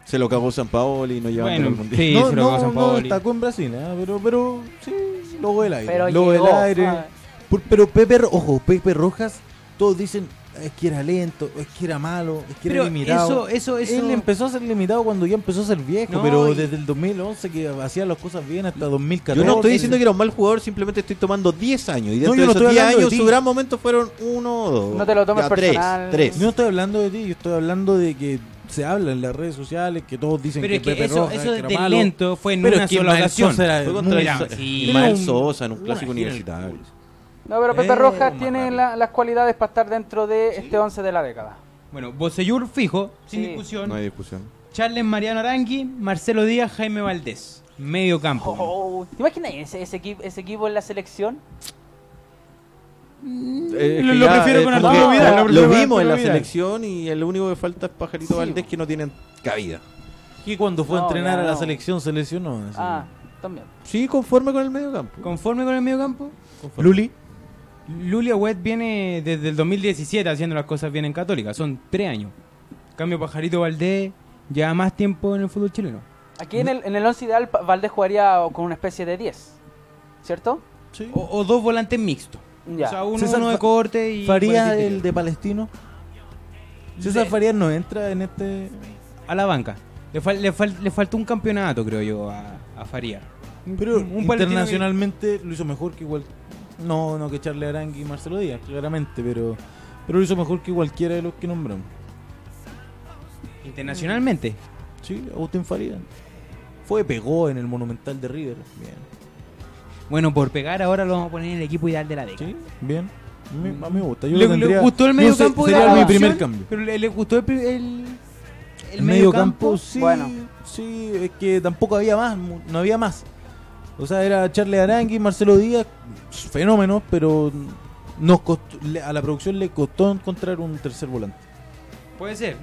Speaker 4: Se lo cagó San Paoli y no llevaron
Speaker 2: Bueno,
Speaker 4: al mundial.
Speaker 2: sí,
Speaker 1: No,
Speaker 2: se lo
Speaker 1: no,
Speaker 2: ganó San
Speaker 1: no
Speaker 2: Paoli.
Speaker 1: destacó en Brasil, ¿eh? pero, pero sí, lo del aire.
Speaker 3: Pero
Speaker 1: lo
Speaker 3: llegó,
Speaker 1: del aire.
Speaker 3: ah.
Speaker 1: Por- pero Pepe, Ro- ojo, Pepe Rojas, todos dicen es que era lento, es que era malo, es que
Speaker 2: Pero
Speaker 1: era limitado.
Speaker 2: eso- eso- eso-
Speaker 1: Él empezó a ser limitado cuando ya empezó a ser viejo,
Speaker 2: No,
Speaker 1: pero
Speaker 2: y-
Speaker 1: desde el 2011 que hacía las cosas bien hasta 2014.
Speaker 4: Yo no estoy diciendo que era un mal jugador, simplemente estoy tomando 10 años. Y
Speaker 1: No,
Speaker 4: dentro
Speaker 1: yo no
Speaker 4: de
Speaker 1: estoy
Speaker 4: esos 10
Speaker 1: hablando de
Speaker 4: años,
Speaker 1: ti.
Speaker 4: su gran momento fueron uno o dos.
Speaker 3: No te lo tomes
Speaker 4: Ya, tres,
Speaker 3: personal.
Speaker 4: Tres,
Speaker 1: Yo no estoy hablando de ti, yo estoy hablando de que se habla en las redes sociales, que todos dicen
Speaker 2: Pero
Speaker 1: que,
Speaker 2: es que
Speaker 1: Pepe
Speaker 2: eso,
Speaker 1: Rojas
Speaker 2: eso
Speaker 1: que era
Speaker 2: de
Speaker 1: malo.
Speaker 2: lento fue en
Speaker 1: Pero
Speaker 2: una
Speaker 1: es que
Speaker 2: sola
Speaker 1: Ismael
Speaker 2: ocasión.
Speaker 1: Sosa era
Speaker 4: Fue contra
Speaker 2: Muy
Speaker 4: el,
Speaker 2: grande, sí.
Speaker 4: Ismael
Speaker 1: Tiene un-
Speaker 4: Sosa en un
Speaker 1: una gira
Speaker 4: clásico
Speaker 1: en el
Speaker 4: universitario.
Speaker 3: No, pero Pepe
Speaker 1: Eh,
Speaker 3: Rojas
Speaker 1: más
Speaker 3: tiene
Speaker 1: rápido.
Speaker 3: la- las cualidades para estar dentro de este 11 de la década.
Speaker 2: Bueno, Bosellur fijo, sin
Speaker 3: Sí.
Speaker 2: discusión.
Speaker 4: No hay discusión.
Speaker 2: Charles Mariano Arangui, Marcelo Díaz, Jaime Valdés. Medio campo.
Speaker 3: Oh, ¿Te imaginas ese, ese, equi- ese equipo en la selección?
Speaker 4: Eh, es
Speaker 2: Mm, Lo-
Speaker 4: que
Speaker 2: lo
Speaker 4: ya,
Speaker 2: prefiero
Speaker 4: eh,
Speaker 2: con
Speaker 4: como
Speaker 2: Arturo
Speaker 4: que
Speaker 2: Vidal,
Speaker 4: Lo,
Speaker 2: lo prefiero con
Speaker 4: vimos en la
Speaker 2: Arturo Vidal.
Speaker 4: selección y el único que falta es Pajarito
Speaker 3: Sí.
Speaker 4: Valdés que no tienen cabida.
Speaker 1: Que cuando fue
Speaker 3: No,
Speaker 1: a entrenar
Speaker 3: ya
Speaker 1: a la
Speaker 3: no.
Speaker 1: selección se lesionó. así.
Speaker 3: Ah, también.
Speaker 4: Sí, conforme con el medio campo.
Speaker 2: ¿Conforme con el medio campo?
Speaker 1: Luli.
Speaker 2: Lulia Wet viene desde el 2017 haciendo las cosas bien en Católica, son tres años. Cambio Pajarito Valdés, Lleva más tiempo en el fútbol chileno.
Speaker 3: Aquí en el, en el once ideal, Pa- Valdés jugaría con una especie de 10, ¿cierto?
Speaker 1: Sí.
Speaker 2: O, o dos volantes mixtos.
Speaker 3: Ya.
Speaker 2: O sea, uno,
Speaker 1: César
Speaker 2: uno de
Speaker 1: Fa-
Speaker 2: corte y.
Speaker 1: Faría
Speaker 2: volante
Speaker 1: el
Speaker 2: interior.
Speaker 1: de Palestino. César Farías no entra en este.
Speaker 2: A la banca. Le, fal- le, fal- le faltó un campeonato, creo yo, a, a Faría.
Speaker 1: Pero
Speaker 2: un
Speaker 1: internacionalmente lo hizo mejor que igual. No, no que Charles Arangui y Marcelo Díaz, claramente, pero. Pero lo hizo mejor que cualquiera de los que nombramos.
Speaker 2: Internacionalmente.
Speaker 1: Sí, Agustín Faría. Fue, pegó en el Monumental de River. Bien.
Speaker 2: Bueno, por pegar ahora lo vamos a poner en el equipo ideal de la década.
Speaker 1: Sí, bien. A mí a mí me gusta. Yo
Speaker 2: Le,
Speaker 1: lo
Speaker 2: le
Speaker 1: tendría-
Speaker 2: gustó el
Speaker 1: yo
Speaker 2: medio
Speaker 1: se-
Speaker 2: campo
Speaker 1: sería
Speaker 2: de la
Speaker 1: mi
Speaker 2: opción,
Speaker 1: primer cambio.
Speaker 2: Pero le, le gustó el, pri- el,
Speaker 1: El medio campo,
Speaker 2: campo.
Speaker 1: sí.
Speaker 3: bueno.
Speaker 1: Sí, es que tampoco había más, mu- no había más. O sea, era Charles Arangui, Marcelo Díaz, fenómenos, pero nos costó- le- a la producción le costó encontrar un tercer volante.
Speaker 2: Puede ser.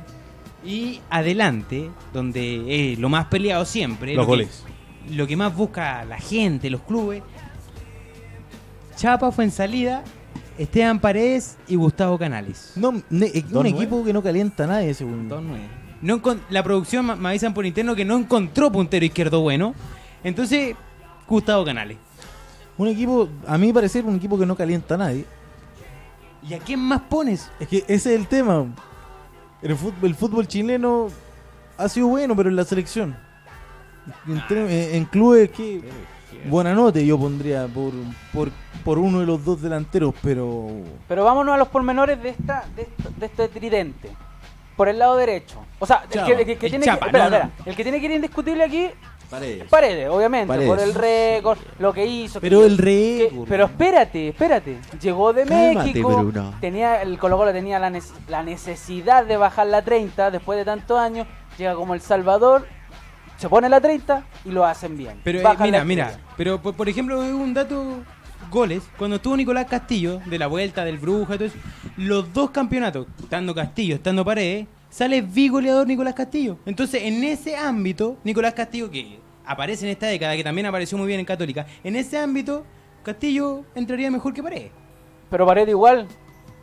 Speaker 2: Y adelante, donde es lo más peleado siempre.
Speaker 1: Los
Speaker 2: lo que-
Speaker 1: goles.
Speaker 2: lo que más busca la gente, los clubes. Chapa fue en salida, Esteban Paredes y Gustavo Canales.
Speaker 1: No, ne- eh,
Speaker 4: Dos
Speaker 1: un
Speaker 4: nueve.
Speaker 1: equipo que no calienta a nadie, según.
Speaker 2: Dos nueve. No encon- la producción ma- me avisan por interno que no encontró puntero izquierdo bueno. Entonces, Gustavo Canales.
Speaker 1: Un equipo, a mi parecer, un equipo que no calienta a nadie.
Speaker 2: ¿Y a quién más pones?
Speaker 1: Es que ese es el tema. El fútbol, el fútbol chileno ha sido bueno, pero en la selección. En, tre- en- en clubes que. Buenanote yo pondría por, por, por uno de los dos delanteros, pero.
Speaker 3: Pero vámonos a los pormenores de, esta, de, esta- de este tridente. Por el lado derecho. O sea, el
Speaker 1: Chapa.
Speaker 3: que, el que- que
Speaker 2: El
Speaker 3: tiene
Speaker 2: Chapa,
Speaker 3: que, espera,
Speaker 2: no, no.
Speaker 3: espera. El que tiene que ir indiscutible aquí
Speaker 4: Paredes.
Speaker 3: Paredes, obviamente,
Speaker 4: Paredes.
Speaker 3: por el récord, lo que hizo. que-
Speaker 1: Pero el
Speaker 3: que-
Speaker 1: rey.
Speaker 3: pero espérate, espérate. Llegó de
Speaker 4: Cálmate,
Speaker 3: México.
Speaker 4: Bruno.
Speaker 3: Tenía, el Colo Colo tenía la, nece- la necesidad de bajar la 30 después de tantos años. Llega como El Salvador, se pone la 30 y lo hacen bien.
Speaker 2: Pero eh,
Speaker 3: Bajan
Speaker 2: mira,
Speaker 3: la
Speaker 2: mira.
Speaker 3: 30.
Speaker 2: Pero por, por ejemplo, un dato goles, cuando estuvo Nicolás Castillo de la vuelta del Bruja, y todo eso, los dos campeonatos, estando Castillo, estando Paredes, sale bigoleador Nicolás Castillo. Entonces, en ese ámbito, Nicolás Castillo que aparece en esta década, que también apareció muy bien en Católica, en ese ámbito Castillo entraría mejor que Paredes.
Speaker 3: Pero Paredes igual.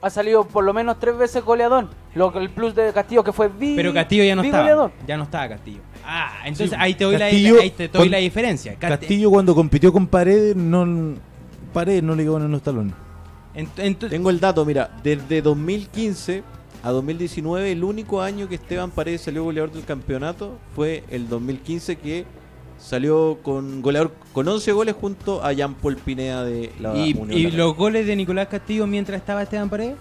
Speaker 3: Ha salido por lo menos tres veces goleador. Lo que el plus de Castillo que fue bi-
Speaker 2: Pero Castillo ya no
Speaker 3: bi
Speaker 2: estaba.
Speaker 3: goleador.
Speaker 2: Ya no estaba Castillo. Ah,
Speaker 1: Sí,
Speaker 2: entonces ahí te doy,
Speaker 1: Castillo-
Speaker 2: la, ahí te doy
Speaker 1: con-
Speaker 2: la diferencia. Cast-
Speaker 1: Castillo cuando compitió con Paredes, no. Paredes no le quedó en los talones.
Speaker 2: ent- ent-
Speaker 4: Tengo el dato, mira, desde 2015 a 2019, el único año que Esteban Paredes salió goleador del campeonato fue el 2015 que salió con goleador con 11 goles junto a Jean Paul Pineda de la
Speaker 2: y,
Speaker 4: Unión.
Speaker 2: y
Speaker 4: Laguna.
Speaker 2: los goles de Nicolás Castillo mientras estaba Esteban Paredes.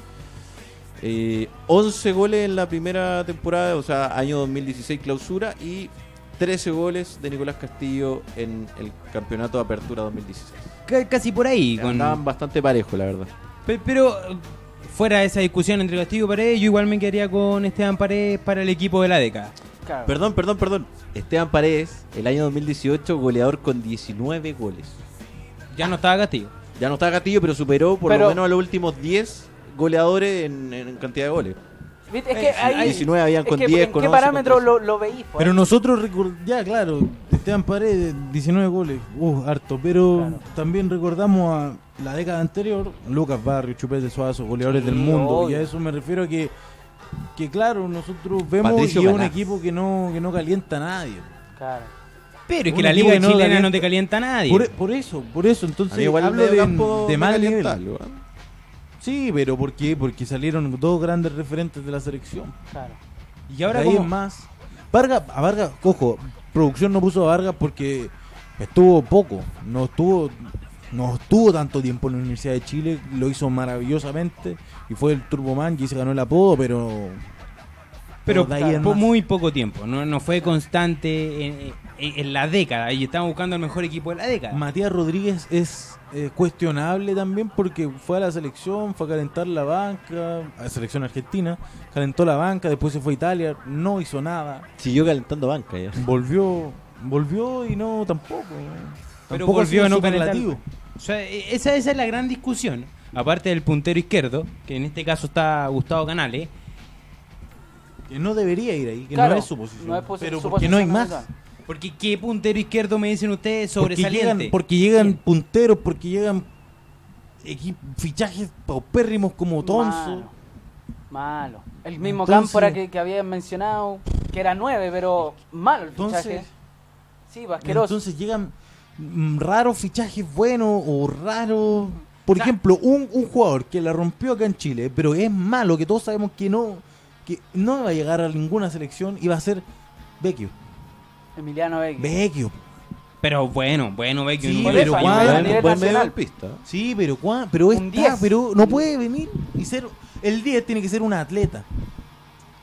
Speaker 4: Eh, 11 goles en la primera temporada, o sea, año 2016 clausura y 13 goles de Nicolás Castillo en el campeonato de apertura 2016.
Speaker 2: Ca- Casi por ahí.
Speaker 4: Y
Speaker 2: Con,
Speaker 4: Andaban bastante parejo, la verdad.
Speaker 2: Pe- Pero eh, fuera de esa discusión entre Castillo y Paredes, yo igual me quedaría con Esteban Paredes para el equipo de la década.
Speaker 3: Claro.
Speaker 4: Perdón, perdón, perdón. Esteban Paredes, el año 2018, goleador con 19 goles.
Speaker 2: Ya no estaba Castillo.
Speaker 4: Ya no está Gatillo, pero superó por
Speaker 3: Pero-
Speaker 4: lo menos a los últimos 10 goleadores en, en cantidad de goles.
Speaker 3: ¿Viste? Es
Speaker 2: Eh,
Speaker 3: que ahí-
Speaker 4: 19 habían
Speaker 3: es
Speaker 4: con
Speaker 3: que
Speaker 4: 10,
Speaker 3: ¿En
Speaker 4: con
Speaker 3: qué
Speaker 4: 11,
Speaker 3: parámetro
Speaker 4: con
Speaker 3: lo, lo veís? pues. po?
Speaker 1: Pero nosotros recordamos. Ya, claro, Esteban Paredes, 19 goles. Uh, harto. Pero también recordamos a la década anterior, Lucas Barrio, Chupete Suazo, goleadores
Speaker 3: Sí,
Speaker 1: del mundo. Y a
Speaker 3: obvio.
Speaker 1: eso me refiero a que. Que claro, nosotros vemos
Speaker 4: Patricio
Speaker 1: que es un
Speaker 4: Galaz.
Speaker 1: equipo que no, que no calienta a nadie.
Speaker 3: Claro.
Speaker 2: Pero es que
Speaker 1: Un
Speaker 2: la
Speaker 1: equipo
Speaker 2: liga
Speaker 1: que no
Speaker 2: chilena
Speaker 1: calienta-
Speaker 2: no te calienta a nadie.
Speaker 1: Por, e, por eso, por eso.
Speaker 4: A
Speaker 1: Entonces,
Speaker 4: mí igual el
Speaker 1: hablo
Speaker 4: mediocampo
Speaker 1: de, de
Speaker 4: me
Speaker 1: mal nivel.
Speaker 4: calienta algo, ¿eh?
Speaker 1: Sí, pero ¿por qué? Porque salieron dos grandes referentes de la selección.
Speaker 3: Claro.
Speaker 2: y ahora
Speaker 1: De ahí
Speaker 2: como-
Speaker 1: en más. Vargas, a Vargas, cojo, producción no puso a Vargas porque estuvo poco. No estuvo, no estuvo tanto tiempo en la Universidad de Chile. Lo hizo maravillosamente. Y fue el Turboman que se ganó el apodo, pero.
Speaker 2: pero
Speaker 1: de ahí en
Speaker 2: po-
Speaker 1: más.
Speaker 2: muy poco tiempo. No, no fue constante en, en- en la década. Y estamos buscando el mejor equipo de la década.
Speaker 1: Matías Rodríguez es eh, cuestionable también porque fue a la selección, fue a calentar la banca, a la selección argentina, calentó la banca, después se fue a Italia, no hizo nada,
Speaker 4: Siguió calentando banca ya.
Speaker 1: volvió, volvió y no tampoco. ¿no?
Speaker 2: Pero
Speaker 1: Tampoco ha
Speaker 2: volvió
Speaker 1: sido
Speaker 2: a no
Speaker 1: superlativo.
Speaker 2: calentar. O sea, e- esa, esa es la gran discusión. Aparte del puntero izquierdo, que en este caso está Gustavo Canales.
Speaker 1: Que no debería ir ahí, que
Speaker 3: Claro,
Speaker 1: no es su posición.
Speaker 3: no es posi-
Speaker 1: pero
Speaker 3: su
Speaker 1: porque no hay
Speaker 3: posición
Speaker 1: más.
Speaker 3: natural.
Speaker 2: Porque ¿qué puntero izquierdo me dicen ustedes
Speaker 1: Porque
Speaker 2: sobresaliente?
Speaker 1: llegan, porque llegan punteros, porque llegan equi- fichajes paupérrimos como Tonso.
Speaker 3: Malo. Malo. El mismo
Speaker 1: Entonces-
Speaker 3: Cámpora que, que habían mencionado. que era 9, pero malo el
Speaker 1: Entonces-
Speaker 3: fichaje. Sí, pues, asqueroso.
Speaker 1: Entonces llegan mm, raros fichajes buenos o raros. Por ejemplo, un, un jugador que la rompió acá en Chile, pero es malo, que todos sabemos que no que no va a llegar a ninguna selección y va a ser Vecchio.
Speaker 3: Emiliano Vecchio.
Speaker 1: Vecchio.
Speaker 2: Pero bueno, bueno, ve que
Speaker 1: Sí,
Speaker 2: un-
Speaker 1: pero
Speaker 2: un-
Speaker 1: Juan-
Speaker 4: Bueno,
Speaker 3: a nivel
Speaker 4: buen medio ¿eh?
Speaker 3: nacional.
Speaker 4: pista.
Speaker 1: Sí, pero cuá- pero
Speaker 3: Un
Speaker 1: está,
Speaker 3: 10.
Speaker 1: pero no puede venir y ser el 10 tiene que ser un atleta.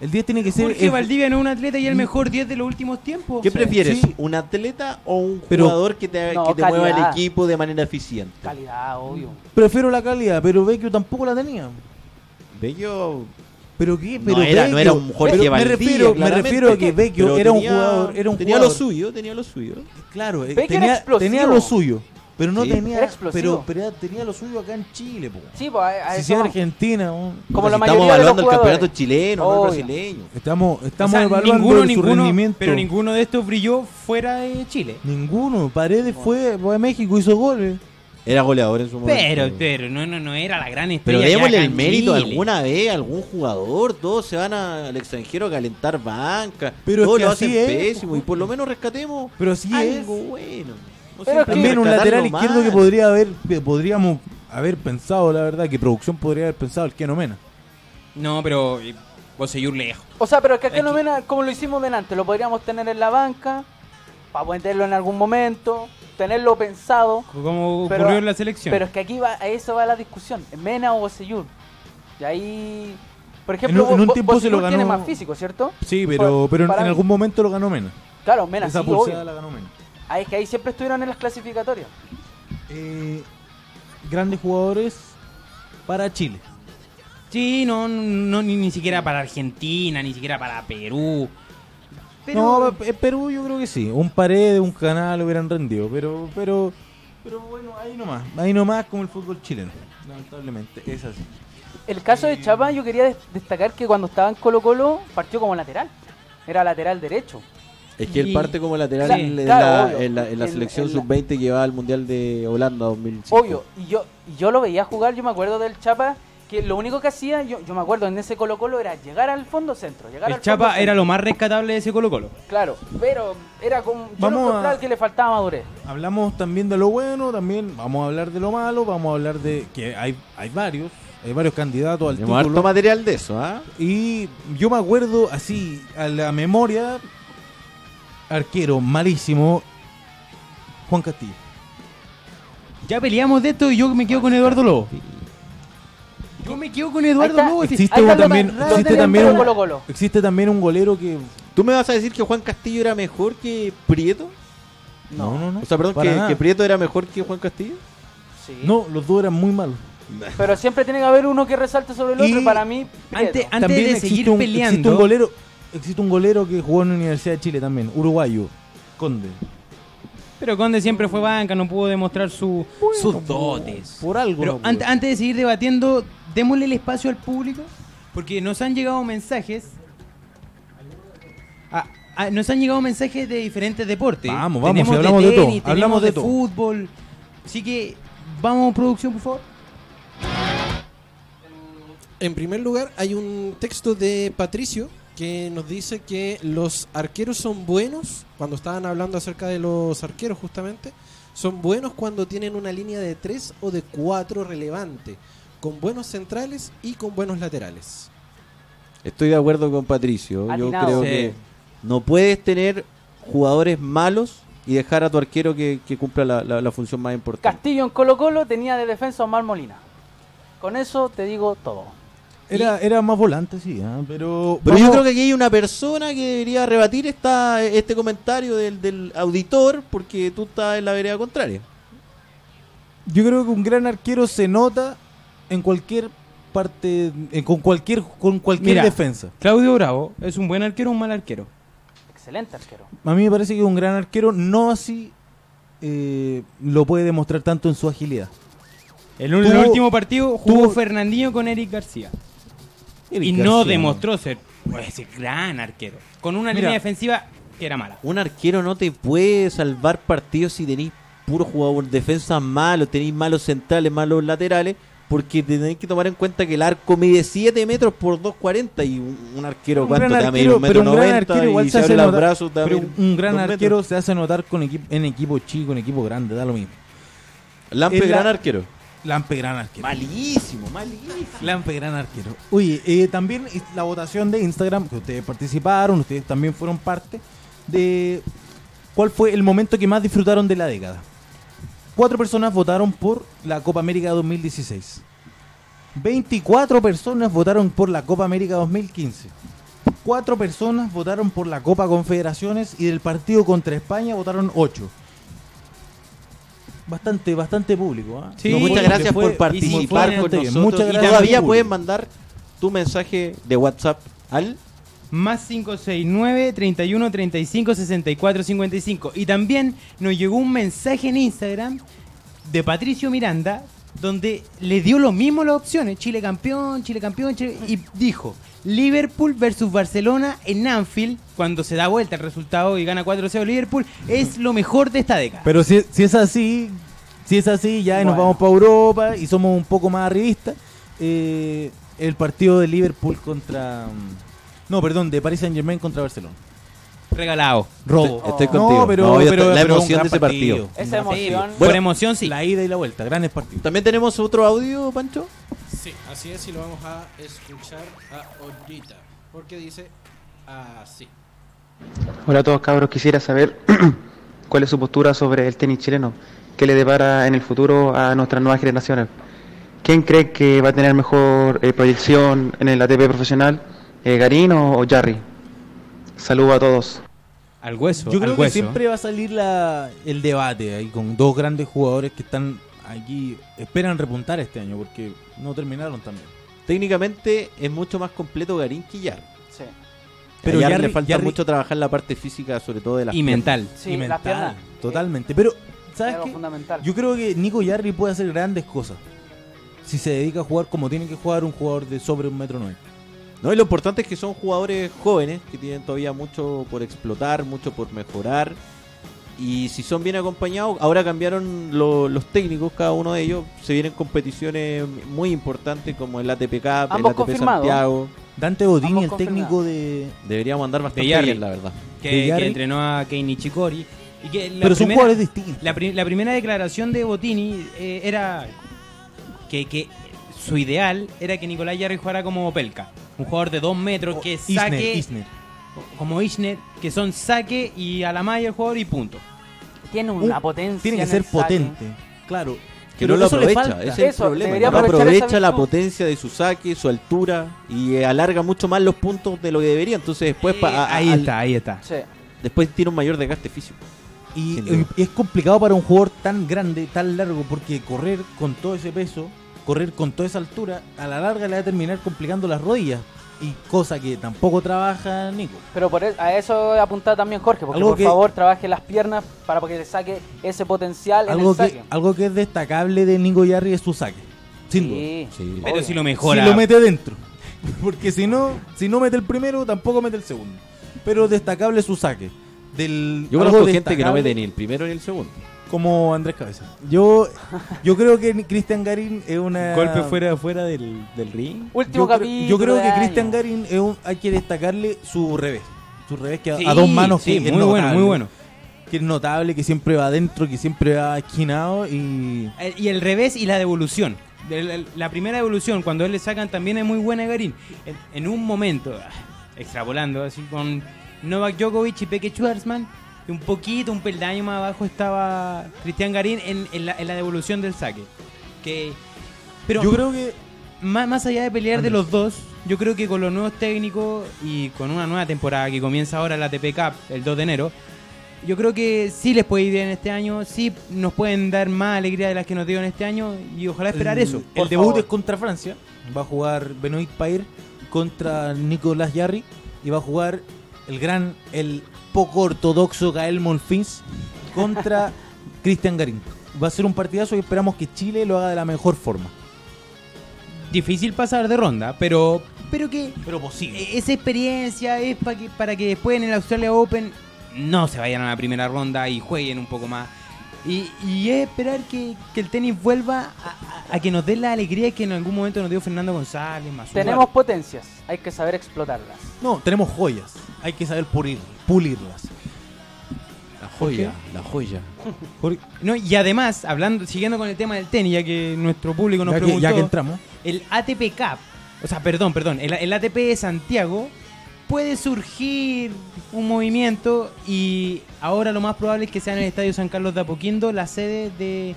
Speaker 1: El 10 tiene que ser
Speaker 2: Jorge
Speaker 1: el-
Speaker 2: Valdivia no es un atleta y el mejor 10 de los últimos tiempos.
Speaker 4: ¿Qué
Speaker 2: Sí.
Speaker 4: prefieres?
Speaker 1: Sí.
Speaker 4: ¿Un atleta o un
Speaker 1: Pero-
Speaker 4: jugador que te,
Speaker 3: No,
Speaker 4: que te mueva el
Speaker 3: calidad.
Speaker 4: equipo de manera eficiente?
Speaker 3: Calidad, obvio.
Speaker 1: prefiero la calidad, pero Vecchio tampoco la tenía.
Speaker 4: Bello
Speaker 1: Pero qué,
Speaker 4: No
Speaker 1: pero
Speaker 4: era- no era
Speaker 1: Vecchio-
Speaker 4: un Jorge
Speaker 1: pero me
Speaker 4: Valdivia,
Speaker 1: refiero, me
Speaker 4: claramente.
Speaker 1: refiero a que Vecchio
Speaker 4: pero
Speaker 1: era un
Speaker 4: tenía-
Speaker 1: jugador, era un
Speaker 4: tenía
Speaker 1: jugador-
Speaker 4: lo suyo, tenía lo suyo.
Speaker 1: Claro, eh,
Speaker 3: Vecchio era
Speaker 1: tenía,
Speaker 3: explosivo.
Speaker 1: tenía lo suyo, pero no
Speaker 4: Sí.
Speaker 1: tenía,
Speaker 3: Era explosivo.
Speaker 1: pero, pero era- tenía lo suyo acá en Chile, po.
Speaker 3: Sí, pues, a- a
Speaker 1: si
Speaker 3: eso
Speaker 1: sea
Speaker 3: vamos.
Speaker 1: Argentina, oh. po.
Speaker 3: Como la
Speaker 4: Si
Speaker 3: mayoría de
Speaker 4: estamos
Speaker 3: los
Speaker 4: evaluando el
Speaker 3: jugadores.
Speaker 4: campeonato chileno, no
Speaker 3: Obvio.
Speaker 4: el brasileño.
Speaker 1: estamos
Speaker 2: O
Speaker 1: estamos
Speaker 2: sea,
Speaker 1: evaluando
Speaker 2: ninguno,
Speaker 1: su
Speaker 2: ninguno,
Speaker 1: rendimiento.
Speaker 2: pero ninguno de estos brilló fuera de Chile.
Speaker 1: Ninguno, Paredes fue, fue a México hizo goles.
Speaker 4: Era goleador en su momento.
Speaker 2: Pero, pero, no, no, no era la gran
Speaker 4: Pero
Speaker 2: estrella. que
Speaker 4: démosle
Speaker 2: era acá
Speaker 4: el
Speaker 2: en
Speaker 4: mérito
Speaker 2: Chile.
Speaker 4: alguna vez, a algún jugador, todos se van a- al extranjero a calentar banca,
Speaker 1: Pero es
Speaker 4: todos
Speaker 1: que
Speaker 4: lo
Speaker 1: así
Speaker 4: hacen
Speaker 1: es,
Speaker 4: pésimo y por lo menos rescatemos
Speaker 1: Pero así
Speaker 4: algo
Speaker 1: es.
Speaker 4: bueno.
Speaker 3: Pero
Speaker 4: No siempre
Speaker 3: es
Speaker 1: [laughs]
Speaker 3: que-
Speaker 1: También un
Speaker 4: rescatarlo
Speaker 1: lateral izquierdo
Speaker 4: mal.
Speaker 1: que podría haber que podríamos haber pensado, la verdad, que producción podría haber pensado el Keno Mena.
Speaker 2: No, pero eh, vos seguís lejos.
Speaker 3: O sea, pero es que acá no ven a- como lo hicimos delante, lo podríamos tener en la banca, para venderlo en algún momento, tenerlo pensado.
Speaker 2: Como
Speaker 3: Pero-
Speaker 2: ocurrió en la selección.
Speaker 3: Pero es que aquí va, a eso va la discusión, Mena o Bosellur. Y ahí, por
Speaker 1: En
Speaker 3: ejemplo,
Speaker 1: un- en un
Speaker 3: Bo-
Speaker 1: tiempo se lo
Speaker 3: Bosellur tiene
Speaker 1: ganó-
Speaker 3: más físico, ¿cierto?
Speaker 1: Sí, pero, pero en,
Speaker 3: Para
Speaker 1: en
Speaker 3: mí.
Speaker 1: algún momento lo ganó Mena.
Speaker 3: Claro, Mena sí,
Speaker 1: Esa
Speaker 3: obvio.
Speaker 1: pulsada la ganó Mena.
Speaker 3: Ah, es que ahí siempre estuvieron en las clasificatorias.
Speaker 1: Eh, grandes jugadores para Chile.
Speaker 2: Sí, no, no ni, ni siquiera para Argentina, ni siquiera para Perú. Pero-
Speaker 1: No, pe- Perú yo creo que sí. Un pared, un canal hubieran rendido. Pero, pero, pero bueno, ahí nomás. Ahí nomás como el fútbol chileno. Lamentablemente, es así.
Speaker 3: El caso de Chapa, yo quería des- destacar que cuando estaba en Colo Colo partió como lateral. Era lateral derecho.
Speaker 4: Es que él
Speaker 2: Y-
Speaker 4: parte como lateral
Speaker 3: Claro,
Speaker 4: en, la-
Speaker 3: claro, obvio.
Speaker 4: en la, en la
Speaker 3: En-
Speaker 4: selección
Speaker 3: en la-
Speaker 4: sub-20 que va al Mundial de Holanda 2005.
Speaker 3: Obvio, y yo, y yo lo veía jugar, yo me acuerdo del Chapa, que lo único que hacía, yo, yo me acuerdo en ese Colo Colo, era llegar al fondo centro. Llegar
Speaker 2: El
Speaker 3: al fondo
Speaker 2: Chapa
Speaker 3: centro.
Speaker 2: era lo más rescatable de ese Colo Colo.
Speaker 3: Claro, pero era como... Yo
Speaker 1: Vamos
Speaker 3: lo encontraba
Speaker 1: a-
Speaker 3: que le faltaba madurez.
Speaker 1: Hablamos también de lo bueno, también vamos a hablar de lo malo, vamos a hablar de que hay, hay varios, hay varios candidatos al
Speaker 4: Tenemos harto
Speaker 1: título.
Speaker 4: material de eso, ¿ah?
Speaker 1: Y yo me acuerdo así, a la memoria, arquero malísimo, Juan Castillo.
Speaker 2: Ya peleamos de esto y yo me quedo con Eduardo Lobo. Yo me quedo con Eduardo
Speaker 3: Ahí está.
Speaker 2: Lobo. sí.
Speaker 1: Existe
Speaker 3: ahí está lo
Speaker 1: también,
Speaker 3: más raro
Speaker 1: existe
Speaker 3: del
Speaker 1: este también,
Speaker 3: Colo
Speaker 1: un,
Speaker 3: Colo.
Speaker 1: existe también un golero que...
Speaker 4: ¿Tú me vas a decir que Juan Castillo era mejor que Prieto?
Speaker 1: No, no, no.
Speaker 4: O sea, perdón,
Speaker 1: para
Speaker 4: que,
Speaker 1: nada.
Speaker 4: que Prieto era mejor que Juan Castillo.
Speaker 3: Sí.
Speaker 1: No, los dos eran muy malos.
Speaker 3: Pero siempre tiene que haber uno que resalte sobre el
Speaker 1: Y
Speaker 3: otro, y para mí... Prieto.
Speaker 2: Antes, antes
Speaker 1: También
Speaker 2: de
Speaker 1: existe
Speaker 2: seguir
Speaker 1: un- Existe
Speaker 2: peleando,
Speaker 1: un, golero, existe un golero que jugó en la Universidad de Chile también, uruguayo, Conde.
Speaker 2: pero Conde siempre fue banca, no pudo demostrar su- sus dotes.
Speaker 1: Por algo.
Speaker 2: Pero
Speaker 1: no,
Speaker 2: an-
Speaker 1: pues.
Speaker 2: antes de seguir debatiendo, démosle el espacio al público, porque nos han llegado mensajes. Ah, ah, nos han llegado mensajes de diferentes deportes.
Speaker 1: Vamos, vamos,
Speaker 2: Tenemos
Speaker 1: si hablamos de todo,
Speaker 2: tenis, tenemos
Speaker 1: hablamos de
Speaker 2: de
Speaker 1: todo.
Speaker 2: fútbol. Así que, vamos, producción, por favor.
Speaker 5: En primer lugar, hay un texto de Patricio que nos dice que los arqueros son buenos, cuando estaban hablando acerca de los arqueros justamente, son buenos cuando tienen una línea de 3 o de 4 relevante, con buenos centrales y con buenos laterales.
Speaker 4: Estoy de acuerdo con Patricio.
Speaker 3: Atinado.
Speaker 4: Yo creo
Speaker 2: Sí.
Speaker 4: que no puedes tener jugadores malos y dejar a tu arquero que, que cumpla la, la- la función más importante.
Speaker 3: Castillo en Colo Colo tenía de defensa a Omar Molina. Con eso te digo todo.
Speaker 1: Era, era más volante, sí, ah, pero...
Speaker 4: Pero yo
Speaker 1: vamos-
Speaker 4: creo que aquí hay una persona que debería rebatir esta, este comentario del, del auditor porque tú estás en la vereda contraria.
Speaker 1: Yo creo que un gran arquero se nota en cualquier parte, en- con cualquier con cualquier
Speaker 2: Mira.
Speaker 1: defensa.
Speaker 2: Claudio Bravo, ¿es un buen arquero o un mal arquero?
Speaker 3: Excelente arquero.
Speaker 1: A mí me parece que un gran arquero no así eh, lo puede demostrar tanto en su agilidad.
Speaker 2: En el
Speaker 1: Tuvo-
Speaker 2: último partido jugó
Speaker 1: tuvo-
Speaker 2: Fernandinho con Eric García. y
Speaker 1: Eric
Speaker 2: no
Speaker 1: García,
Speaker 2: demostró ser pues, ese gran arquero. Con una
Speaker 1: Mira.
Speaker 2: línea defensiva que era mala.
Speaker 4: Un arquero no te puede salvar partidos si tenéis puro jugador defensa malo, tenéis malos centrales, malos laterales Porque tenéis que tomar en cuenta que el arco mide 7 metros por 2,40 y un, un arquero,
Speaker 1: Un
Speaker 4: ¿cuánto
Speaker 1: gran
Speaker 4: te va a medir?
Speaker 1: arquero,
Speaker 4: Un metro
Speaker 1: pero un gran
Speaker 4: 90
Speaker 1: arquero
Speaker 4: y
Speaker 1: igual
Speaker 4: se
Speaker 1: se hace
Speaker 4: abre los
Speaker 1: notar,
Speaker 4: brazos, te va a
Speaker 1: Pero
Speaker 4: medir
Speaker 1: un gran
Speaker 4: dos metros.
Speaker 1: arquero se hace notar con equipo, en equipo chico, en equipo grande, da lo mismo.
Speaker 4: Lampe,
Speaker 1: es la-
Speaker 4: gran arquero.
Speaker 1: Lampe gran arquero.
Speaker 4: Malísimo, malísimo.
Speaker 1: Lampe gran arquero. Oye, eh, también is- la votación de Instagram, que ustedes participaron, ustedes también fueron parte de cuál fue el momento que más disfrutaron de la década. Cuatro personas votaron por la Copa América 2016. 24 personas votaron por la Copa América 2015. Cuatro personas votaron por la Copa Confederaciones y del partido contra España votaron ocho. Bastante, bastante público. ¿ah?
Speaker 2: Sí,
Speaker 4: No,
Speaker 2: fue-
Speaker 4: muchas gracias
Speaker 1: fue-
Speaker 4: por
Speaker 1: fue
Speaker 4: participar con
Speaker 1: bastante bien.
Speaker 4: nosotros.
Speaker 1: Muchas
Speaker 4: y
Speaker 1: gracias al
Speaker 4: todavía
Speaker 1: público.
Speaker 4: puedes mandar tu mensaje de WhatsApp al
Speaker 2: Más 569 31 35 64 55. Y también nos llegó un mensaje en Instagram de Patricio Miranda donde le dio lo mismo las opciones, Chile campeón, Chile campeón, Chile- y dijo Liverpool versus Barcelona en Anfield, cuando se da vuelta el resultado y gana 4-0 Liverpool, es lo mejor de esta década.
Speaker 1: Pero si, si es así, si es así, ya nos
Speaker 3: Bueno.
Speaker 1: vamos para Europa y somos un poco más arribistas. eh, el partido de Liverpool contra. mm, No, perdón, de Paris Saint Germain contra Barcelona.
Speaker 2: Regalado, robo.
Speaker 4: Estoy- estoy contigo.
Speaker 1: No, pero,
Speaker 4: No, yo
Speaker 1: pero-
Speaker 4: estoy- la
Speaker 1: pero
Speaker 4: emoción
Speaker 1: un gran
Speaker 4: de ese partido.
Speaker 3: Esa emoción.
Speaker 2: Por emoción sí.
Speaker 1: La ida y la vuelta, grandes partidos.
Speaker 4: También tenemos otro audio, Pancho.
Speaker 5: Sí, así es y lo vamos a escuchar ahorita. Porque dice así.
Speaker 6: Hola a todos cabros, quisiera saber [clears throat] cuál es su postura sobre el tenis chileno, qué le depara en el futuro a nuestras nuevas generaciones. ¿Quién cree que va a tener mejor eh, proyección en el ATP profesional, eh, Garín o, o Jarry? Saludos a todos.
Speaker 2: Al hueso,
Speaker 1: Yo creo
Speaker 2: al
Speaker 1: que
Speaker 2: hueso.
Speaker 1: siempre va a salir la, el debate ahí con dos grandes jugadores que están aquí, esperan repuntar este año porque no terminaron también.
Speaker 4: Técnicamente es mucho más completo Garín que Yar.
Speaker 3: Sí,
Speaker 1: Pero
Speaker 4: Pero ya
Speaker 1: Yarri-
Speaker 4: le falta
Speaker 1: Yarri-
Speaker 4: mucho trabajar la parte física, sobre todo de la
Speaker 2: y mental.
Speaker 3: Sí,
Speaker 1: y
Speaker 3: las
Speaker 1: mental,
Speaker 3: piernas.
Speaker 1: totalmente. Pero,
Speaker 3: es
Speaker 1: ¿sabes
Speaker 3: algo
Speaker 1: qué?
Speaker 3: fundamental.
Speaker 1: Yo creo que Nico Yarri puede hacer grandes cosas si se dedica a jugar como tiene que jugar un jugador de sobre un metro nueve.
Speaker 4: No, y lo importante es que son jugadores jóvenes que tienen todavía mucho por explotar, mucho por mejorar. Y si son bien acompañados, ahora cambiaron lo- los técnicos, cada uno de ellos. Se vienen competiciones muy importantes como el ATP Cup, el
Speaker 3: Ambos
Speaker 4: ATP
Speaker 3: confirmados.
Speaker 4: Santiago.
Speaker 1: Dante Bodini,
Speaker 3: Ambos
Speaker 1: el técnico de.
Speaker 4: Deberíamos andar bastante
Speaker 2: De Yarri.
Speaker 4: bien, la verdad.
Speaker 2: que,
Speaker 1: de
Speaker 2: que
Speaker 1: Yarri.
Speaker 2: entrenó a Kei Chicori Y que la
Speaker 1: Pero son
Speaker 2: primera-
Speaker 1: jugadores distintos.
Speaker 2: La, pri- la primera declaración de Botini eh, era que, que su ideal era que Nicolás Jarry jugara como Pelka, un jugador de 2 metros que
Speaker 1: Oh, Isner,
Speaker 2: saque,
Speaker 1: Isner.
Speaker 2: como Isner, que son saque y a la malla el jugador y punto.
Speaker 3: Tiene una
Speaker 1: Uh,
Speaker 3: potencia.
Speaker 1: Tiene que
Speaker 3: en
Speaker 1: ser
Speaker 3: el saque.
Speaker 1: potente. Claro.
Speaker 4: Que
Speaker 1: Pero
Speaker 4: no lo
Speaker 1: eso le
Speaker 4: aprovecha,
Speaker 1: falta.
Speaker 4: ese es
Speaker 3: Eso,
Speaker 4: el problema.
Speaker 3: debería
Speaker 4: No
Speaker 3: aprovechar esa
Speaker 4: aprovecha la
Speaker 3: virtud.
Speaker 4: potencia de su saque, su altura y eh, alarga mucho más los puntos de lo que debería. Entonces, después, pa- a-
Speaker 1: Ah,
Speaker 2: ahí
Speaker 4: al-
Speaker 2: está, ahí está.
Speaker 3: Sí.
Speaker 4: después tiene un mayor desgaste físico.
Speaker 1: Y,
Speaker 4: Sin duda.
Speaker 1: y es complicado para un jugador tan grande, tan largo, porque correr con todo ese peso, correr con toda esa altura, a la larga le va a terminar complicando las rodillas. Y cosa que tampoco trabaja Nico.
Speaker 3: Pero por e- a eso apuntaba también Jorge, porque
Speaker 1: Algo
Speaker 3: por
Speaker 1: que-
Speaker 3: favor trabaje las piernas para que le saque ese potencial en
Speaker 1: Algo
Speaker 3: el
Speaker 1: que,
Speaker 3: saque.
Speaker 1: algo que es destacable de Nico Yarri es su saque. Sin duda.
Speaker 3: Sí.
Speaker 2: Pero
Speaker 3: Obvio.
Speaker 2: si lo mejora.
Speaker 1: Si lo mete dentro. [laughs] Porque si no, si no mete el primero, tampoco mete el segundo. Pero destacable su saque. Del,
Speaker 4: Yo
Speaker 1: algo
Speaker 4: conozco gente que no
Speaker 1: destacable
Speaker 4: mete ni el primero ni el segundo.
Speaker 1: Como Andrés Cabeza. Yo, yo creo que Cristian Garín es una.
Speaker 2: fuera del, ring.
Speaker 1: Yo, creo-
Speaker 3: Último capítulo.
Speaker 1: yo creo
Speaker 3: del
Speaker 1: que
Speaker 3: año.
Speaker 1: Cristian Garín es un- hay que destacarle su revés. Su revés que a,
Speaker 2: Sí,
Speaker 1: a dos manos
Speaker 2: sí,
Speaker 1: que es
Speaker 2: muy bueno,
Speaker 1: notable.
Speaker 2: muy bueno.
Speaker 1: Que es notable, que siempre va adentro, que siempre va esquinado y.
Speaker 2: Eh, Y el revés y la devolución. El- el- La primera devolución, cuando él le sacan, también es muy buena a Garín. En, en un momento, ah, extrapolando, así con Novak Djokovic y Peke Schwarzman, y un poquito, un peldaño más abajo estaba Cristian Garín en, en la, en la devolución del saque. Que, pero
Speaker 1: yo creo que
Speaker 2: más, más allá de pelear de los dos, yo creo que con los nuevos técnicos y con una nueva temporada que comienza ahora la ATP Cup el 2 de enero, yo creo que sí les puede ir bien este año, sí nos pueden dar más alegría de las que nos dieron este año y ojalá esperar
Speaker 1: el,
Speaker 2: eso.
Speaker 1: El
Speaker 3: por
Speaker 1: debut
Speaker 3: favor.
Speaker 1: es contra Francia. Va a jugar Benoit Paire contra Nicolás Jarry. Y va a jugar el gran, el poco ortodoxo Gael Monfils [laughs] contra Cristian Garín. Va a ser un partidazo y esperamos que Chile lo haga de la mejor forma.
Speaker 2: Difícil pasar de ronda, pero pero que
Speaker 1: Pero posible.
Speaker 2: e- esa experiencia es pa que, para que después en el Australia Open no se vayan a la primera ronda y jueguen un poco más. Y, y es esperar que, que el tenis vuelva a- a que nos dé la alegría que en algún momento nos dio Fernando González, más
Speaker 3: Tenemos potencias, hay que saber explotarlas.
Speaker 1: No, tenemos joyas. Hay que saber pulir- pulirlas.
Speaker 4: La joya, la joya.
Speaker 2: No, y además, hablando, siguiendo con el tema del tenis, ya que nuestro público nos
Speaker 1: Ya que,
Speaker 2: preguntó,
Speaker 1: ya que entramos.
Speaker 2: el ATP Cup, o sea, perdón, perdón, el, el ATP de Santiago puede surgir un movimiento y ahora lo más probable es que sea en el Estadio San Carlos de Apoquindo la sede de,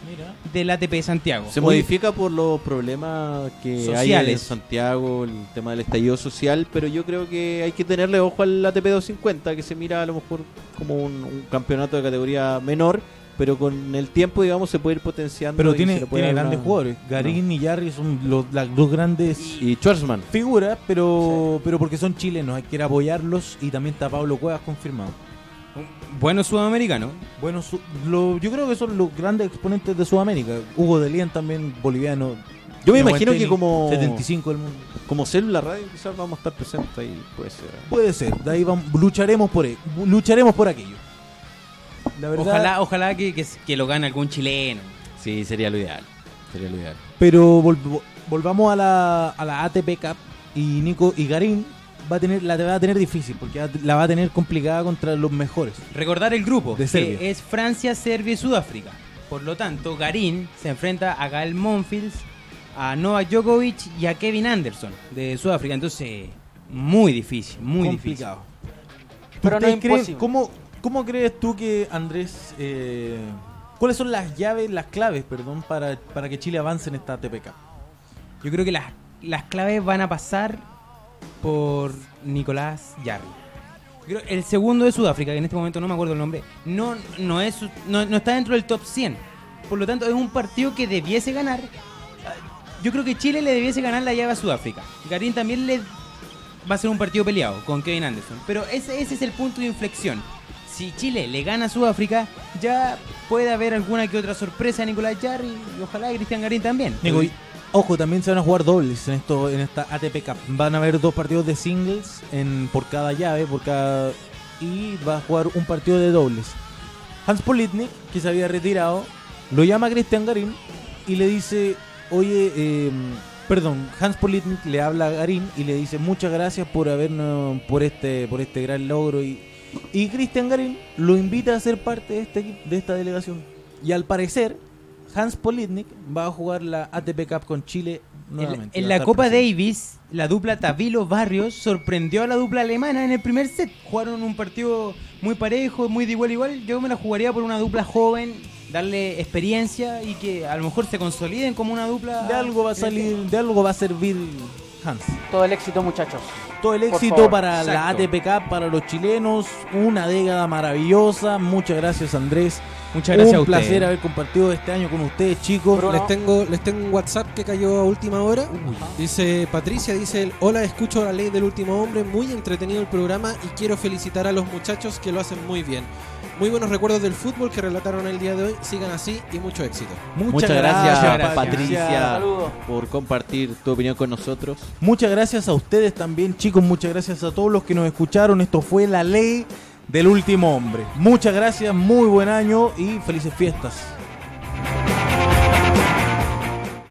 Speaker 2: del ATP de Santiago.
Speaker 4: Se modifica por los problemas que hay en
Speaker 2: Sociales.
Speaker 4: Santiago, el tema del estallido social, pero yo creo que hay que tenerle ojo al ATP 250, que se mira a lo mejor como un, un campeonato de categoría menor, pero con el tiempo, digamos, se puede ir potenciando.
Speaker 1: Pero
Speaker 4: y se
Speaker 1: tiene,
Speaker 4: le puede
Speaker 1: tiene
Speaker 4: dar
Speaker 1: grandes
Speaker 4: una-
Speaker 1: jugadores. Garín y Yarri son los- las dos grandes
Speaker 4: Y Schwarzman.
Speaker 1: figuras, pero pero porque son chilenos. Hay que ir a apoyarlos y también está Pablo Cuevas confirmado.
Speaker 2: Bueno, sudamericano.
Speaker 1: Bueno, su- lo- yo creo que son los grandes exponentes de Sudamérica. Hugo de Lien también, boliviano.
Speaker 4: Yo me
Speaker 1: Tiene
Speaker 4: imagino
Speaker 1: buen
Speaker 4: que
Speaker 1: tenis,
Speaker 4: como,
Speaker 1: 75 del mundo.
Speaker 4: como célula radio quizás vamos a estar presentes ahí, puede ser.
Speaker 1: Puede ser, de ahí vamos, lucharemos por él, lucharemos por aquello. La verdad,
Speaker 2: Ojalá, ojalá que, que- que lo gane algún chileno.
Speaker 4: Sí, sería lo ideal. Sería lo ideal.
Speaker 1: pero vol- volvamos a la, a la ATP Cup y Nico y Garín va a tener la va a tener difícil porque va- la va a tener complicada contra los mejores.
Speaker 2: Recordar el grupo,
Speaker 1: De
Speaker 2: que
Speaker 1: Serbia.
Speaker 2: es Francia, Serbia y Sudáfrica. Por lo tanto, Garín se enfrenta a Gael Monfils, a Novak Djokovic y a Kevin Anderson de Sudáfrica. Entonces, muy difícil, muy
Speaker 1: complicado.
Speaker 3: Pero no es
Speaker 1: ¿Ustedes creen-
Speaker 3: imposible.
Speaker 1: ¿cómo, ¿Cómo crees tú que Andrés eh, cuáles son las llaves, las claves, perdón, para, para que Chile avance en esta ATP Cup?
Speaker 2: difícil. Yo creo que las, las claves van a pasar por Nicolás Jarry. Creo- El segundo de Sudáfrica, que en este momento no me acuerdo el nombre, no, no, es, no, no está dentro del top 100. Por lo tanto, es un partido que debiese ganar. Ah, Yo creo que Chile le debiese ganar la llave a Sudáfrica. Garín también le va a ser un partido peleado con Kevin Anderson. Pero ese, ese es el punto de inflexión. Si Chile le gana a Sudáfrica, ya puede haber alguna que otra sorpresa a Nicolás Jarry y ojalá a Cristian Garín también.
Speaker 1: Nico, y- ojo, también se van a jugar dobles en esto, en esta ATP Cup. Van a haber dos partidos de singles en, por cada llave, por cada y va a jugar un partido de dobles. Hans Politnik, que se había retirado, lo llama a Cristian Garín y le dice, oye, eh, perdón, Hans Politnik le habla a Garín y le dice muchas gracias por habernos, por este, por este gran logro y y Cristian Garín lo invita a ser parte de, este, equi- de esta delegación. Y al parecer, Hans Politnik va a jugar la ATP Cup con Chile
Speaker 2: En,
Speaker 1: nuevamente.
Speaker 2: en
Speaker 1: Va a
Speaker 2: la
Speaker 1: estar
Speaker 2: Copa
Speaker 1: presente.
Speaker 2: Davis, la dupla Tavilo Barrios sorprendió a la dupla alemana en el primer set. Jugaron un partido muy parejo, muy de igual a igual. Yo me la jugaría por una dupla joven, darle experiencia y que a lo mejor se consoliden como una dupla.
Speaker 1: De algo va a
Speaker 2: en el
Speaker 1: salir, de algo va a servir Hans.
Speaker 3: Todo el éxito, muchachos.
Speaker 1: Todo el
Speaker 3: Por
Speaker 1: éxito
Speaker 3: favor.
Speaker 1: para la
Speaker 2: Exacto.
Speaker 1: ATP Cup, para los chilenos. Una década maravillosa. Muchas gracias, Andrés.
Speaker 2: Muchas gracias
Speaker 1: Un
Speaker 2: a ustedes.
Speaker 1: placer haber compartido este año con ustedes, chicos.
Speaker 3: Bruno.
Speaker 5: Les tengo, les tengo un WhatsApp que cayó a última hora. Dice Patricia, dice, hola, escucho la ley del último hombre, muy entretenido el programa y quiero felicitar a los muchachos que lo hacen muy bien. Muy buenos recuerdos del fútbol que relataron el día de hoy, sigan así y mucho éxito.
Speaker 1: Muchas,
Speaker 4: Muchas gracias,
Speaker 2: gracias,
Speaker 4: Patricia,
Speaker 3: Saludos.
Speaker 4: por compartir tu opinión con nosotros.
Speaker 1: Muchas gracias a ustedes también, chicos. Muchas gracias a todos los que nos escucharon. Esto fue La Ley del Último Hombre. Muchas gracias, muy buen año y felices fiestas.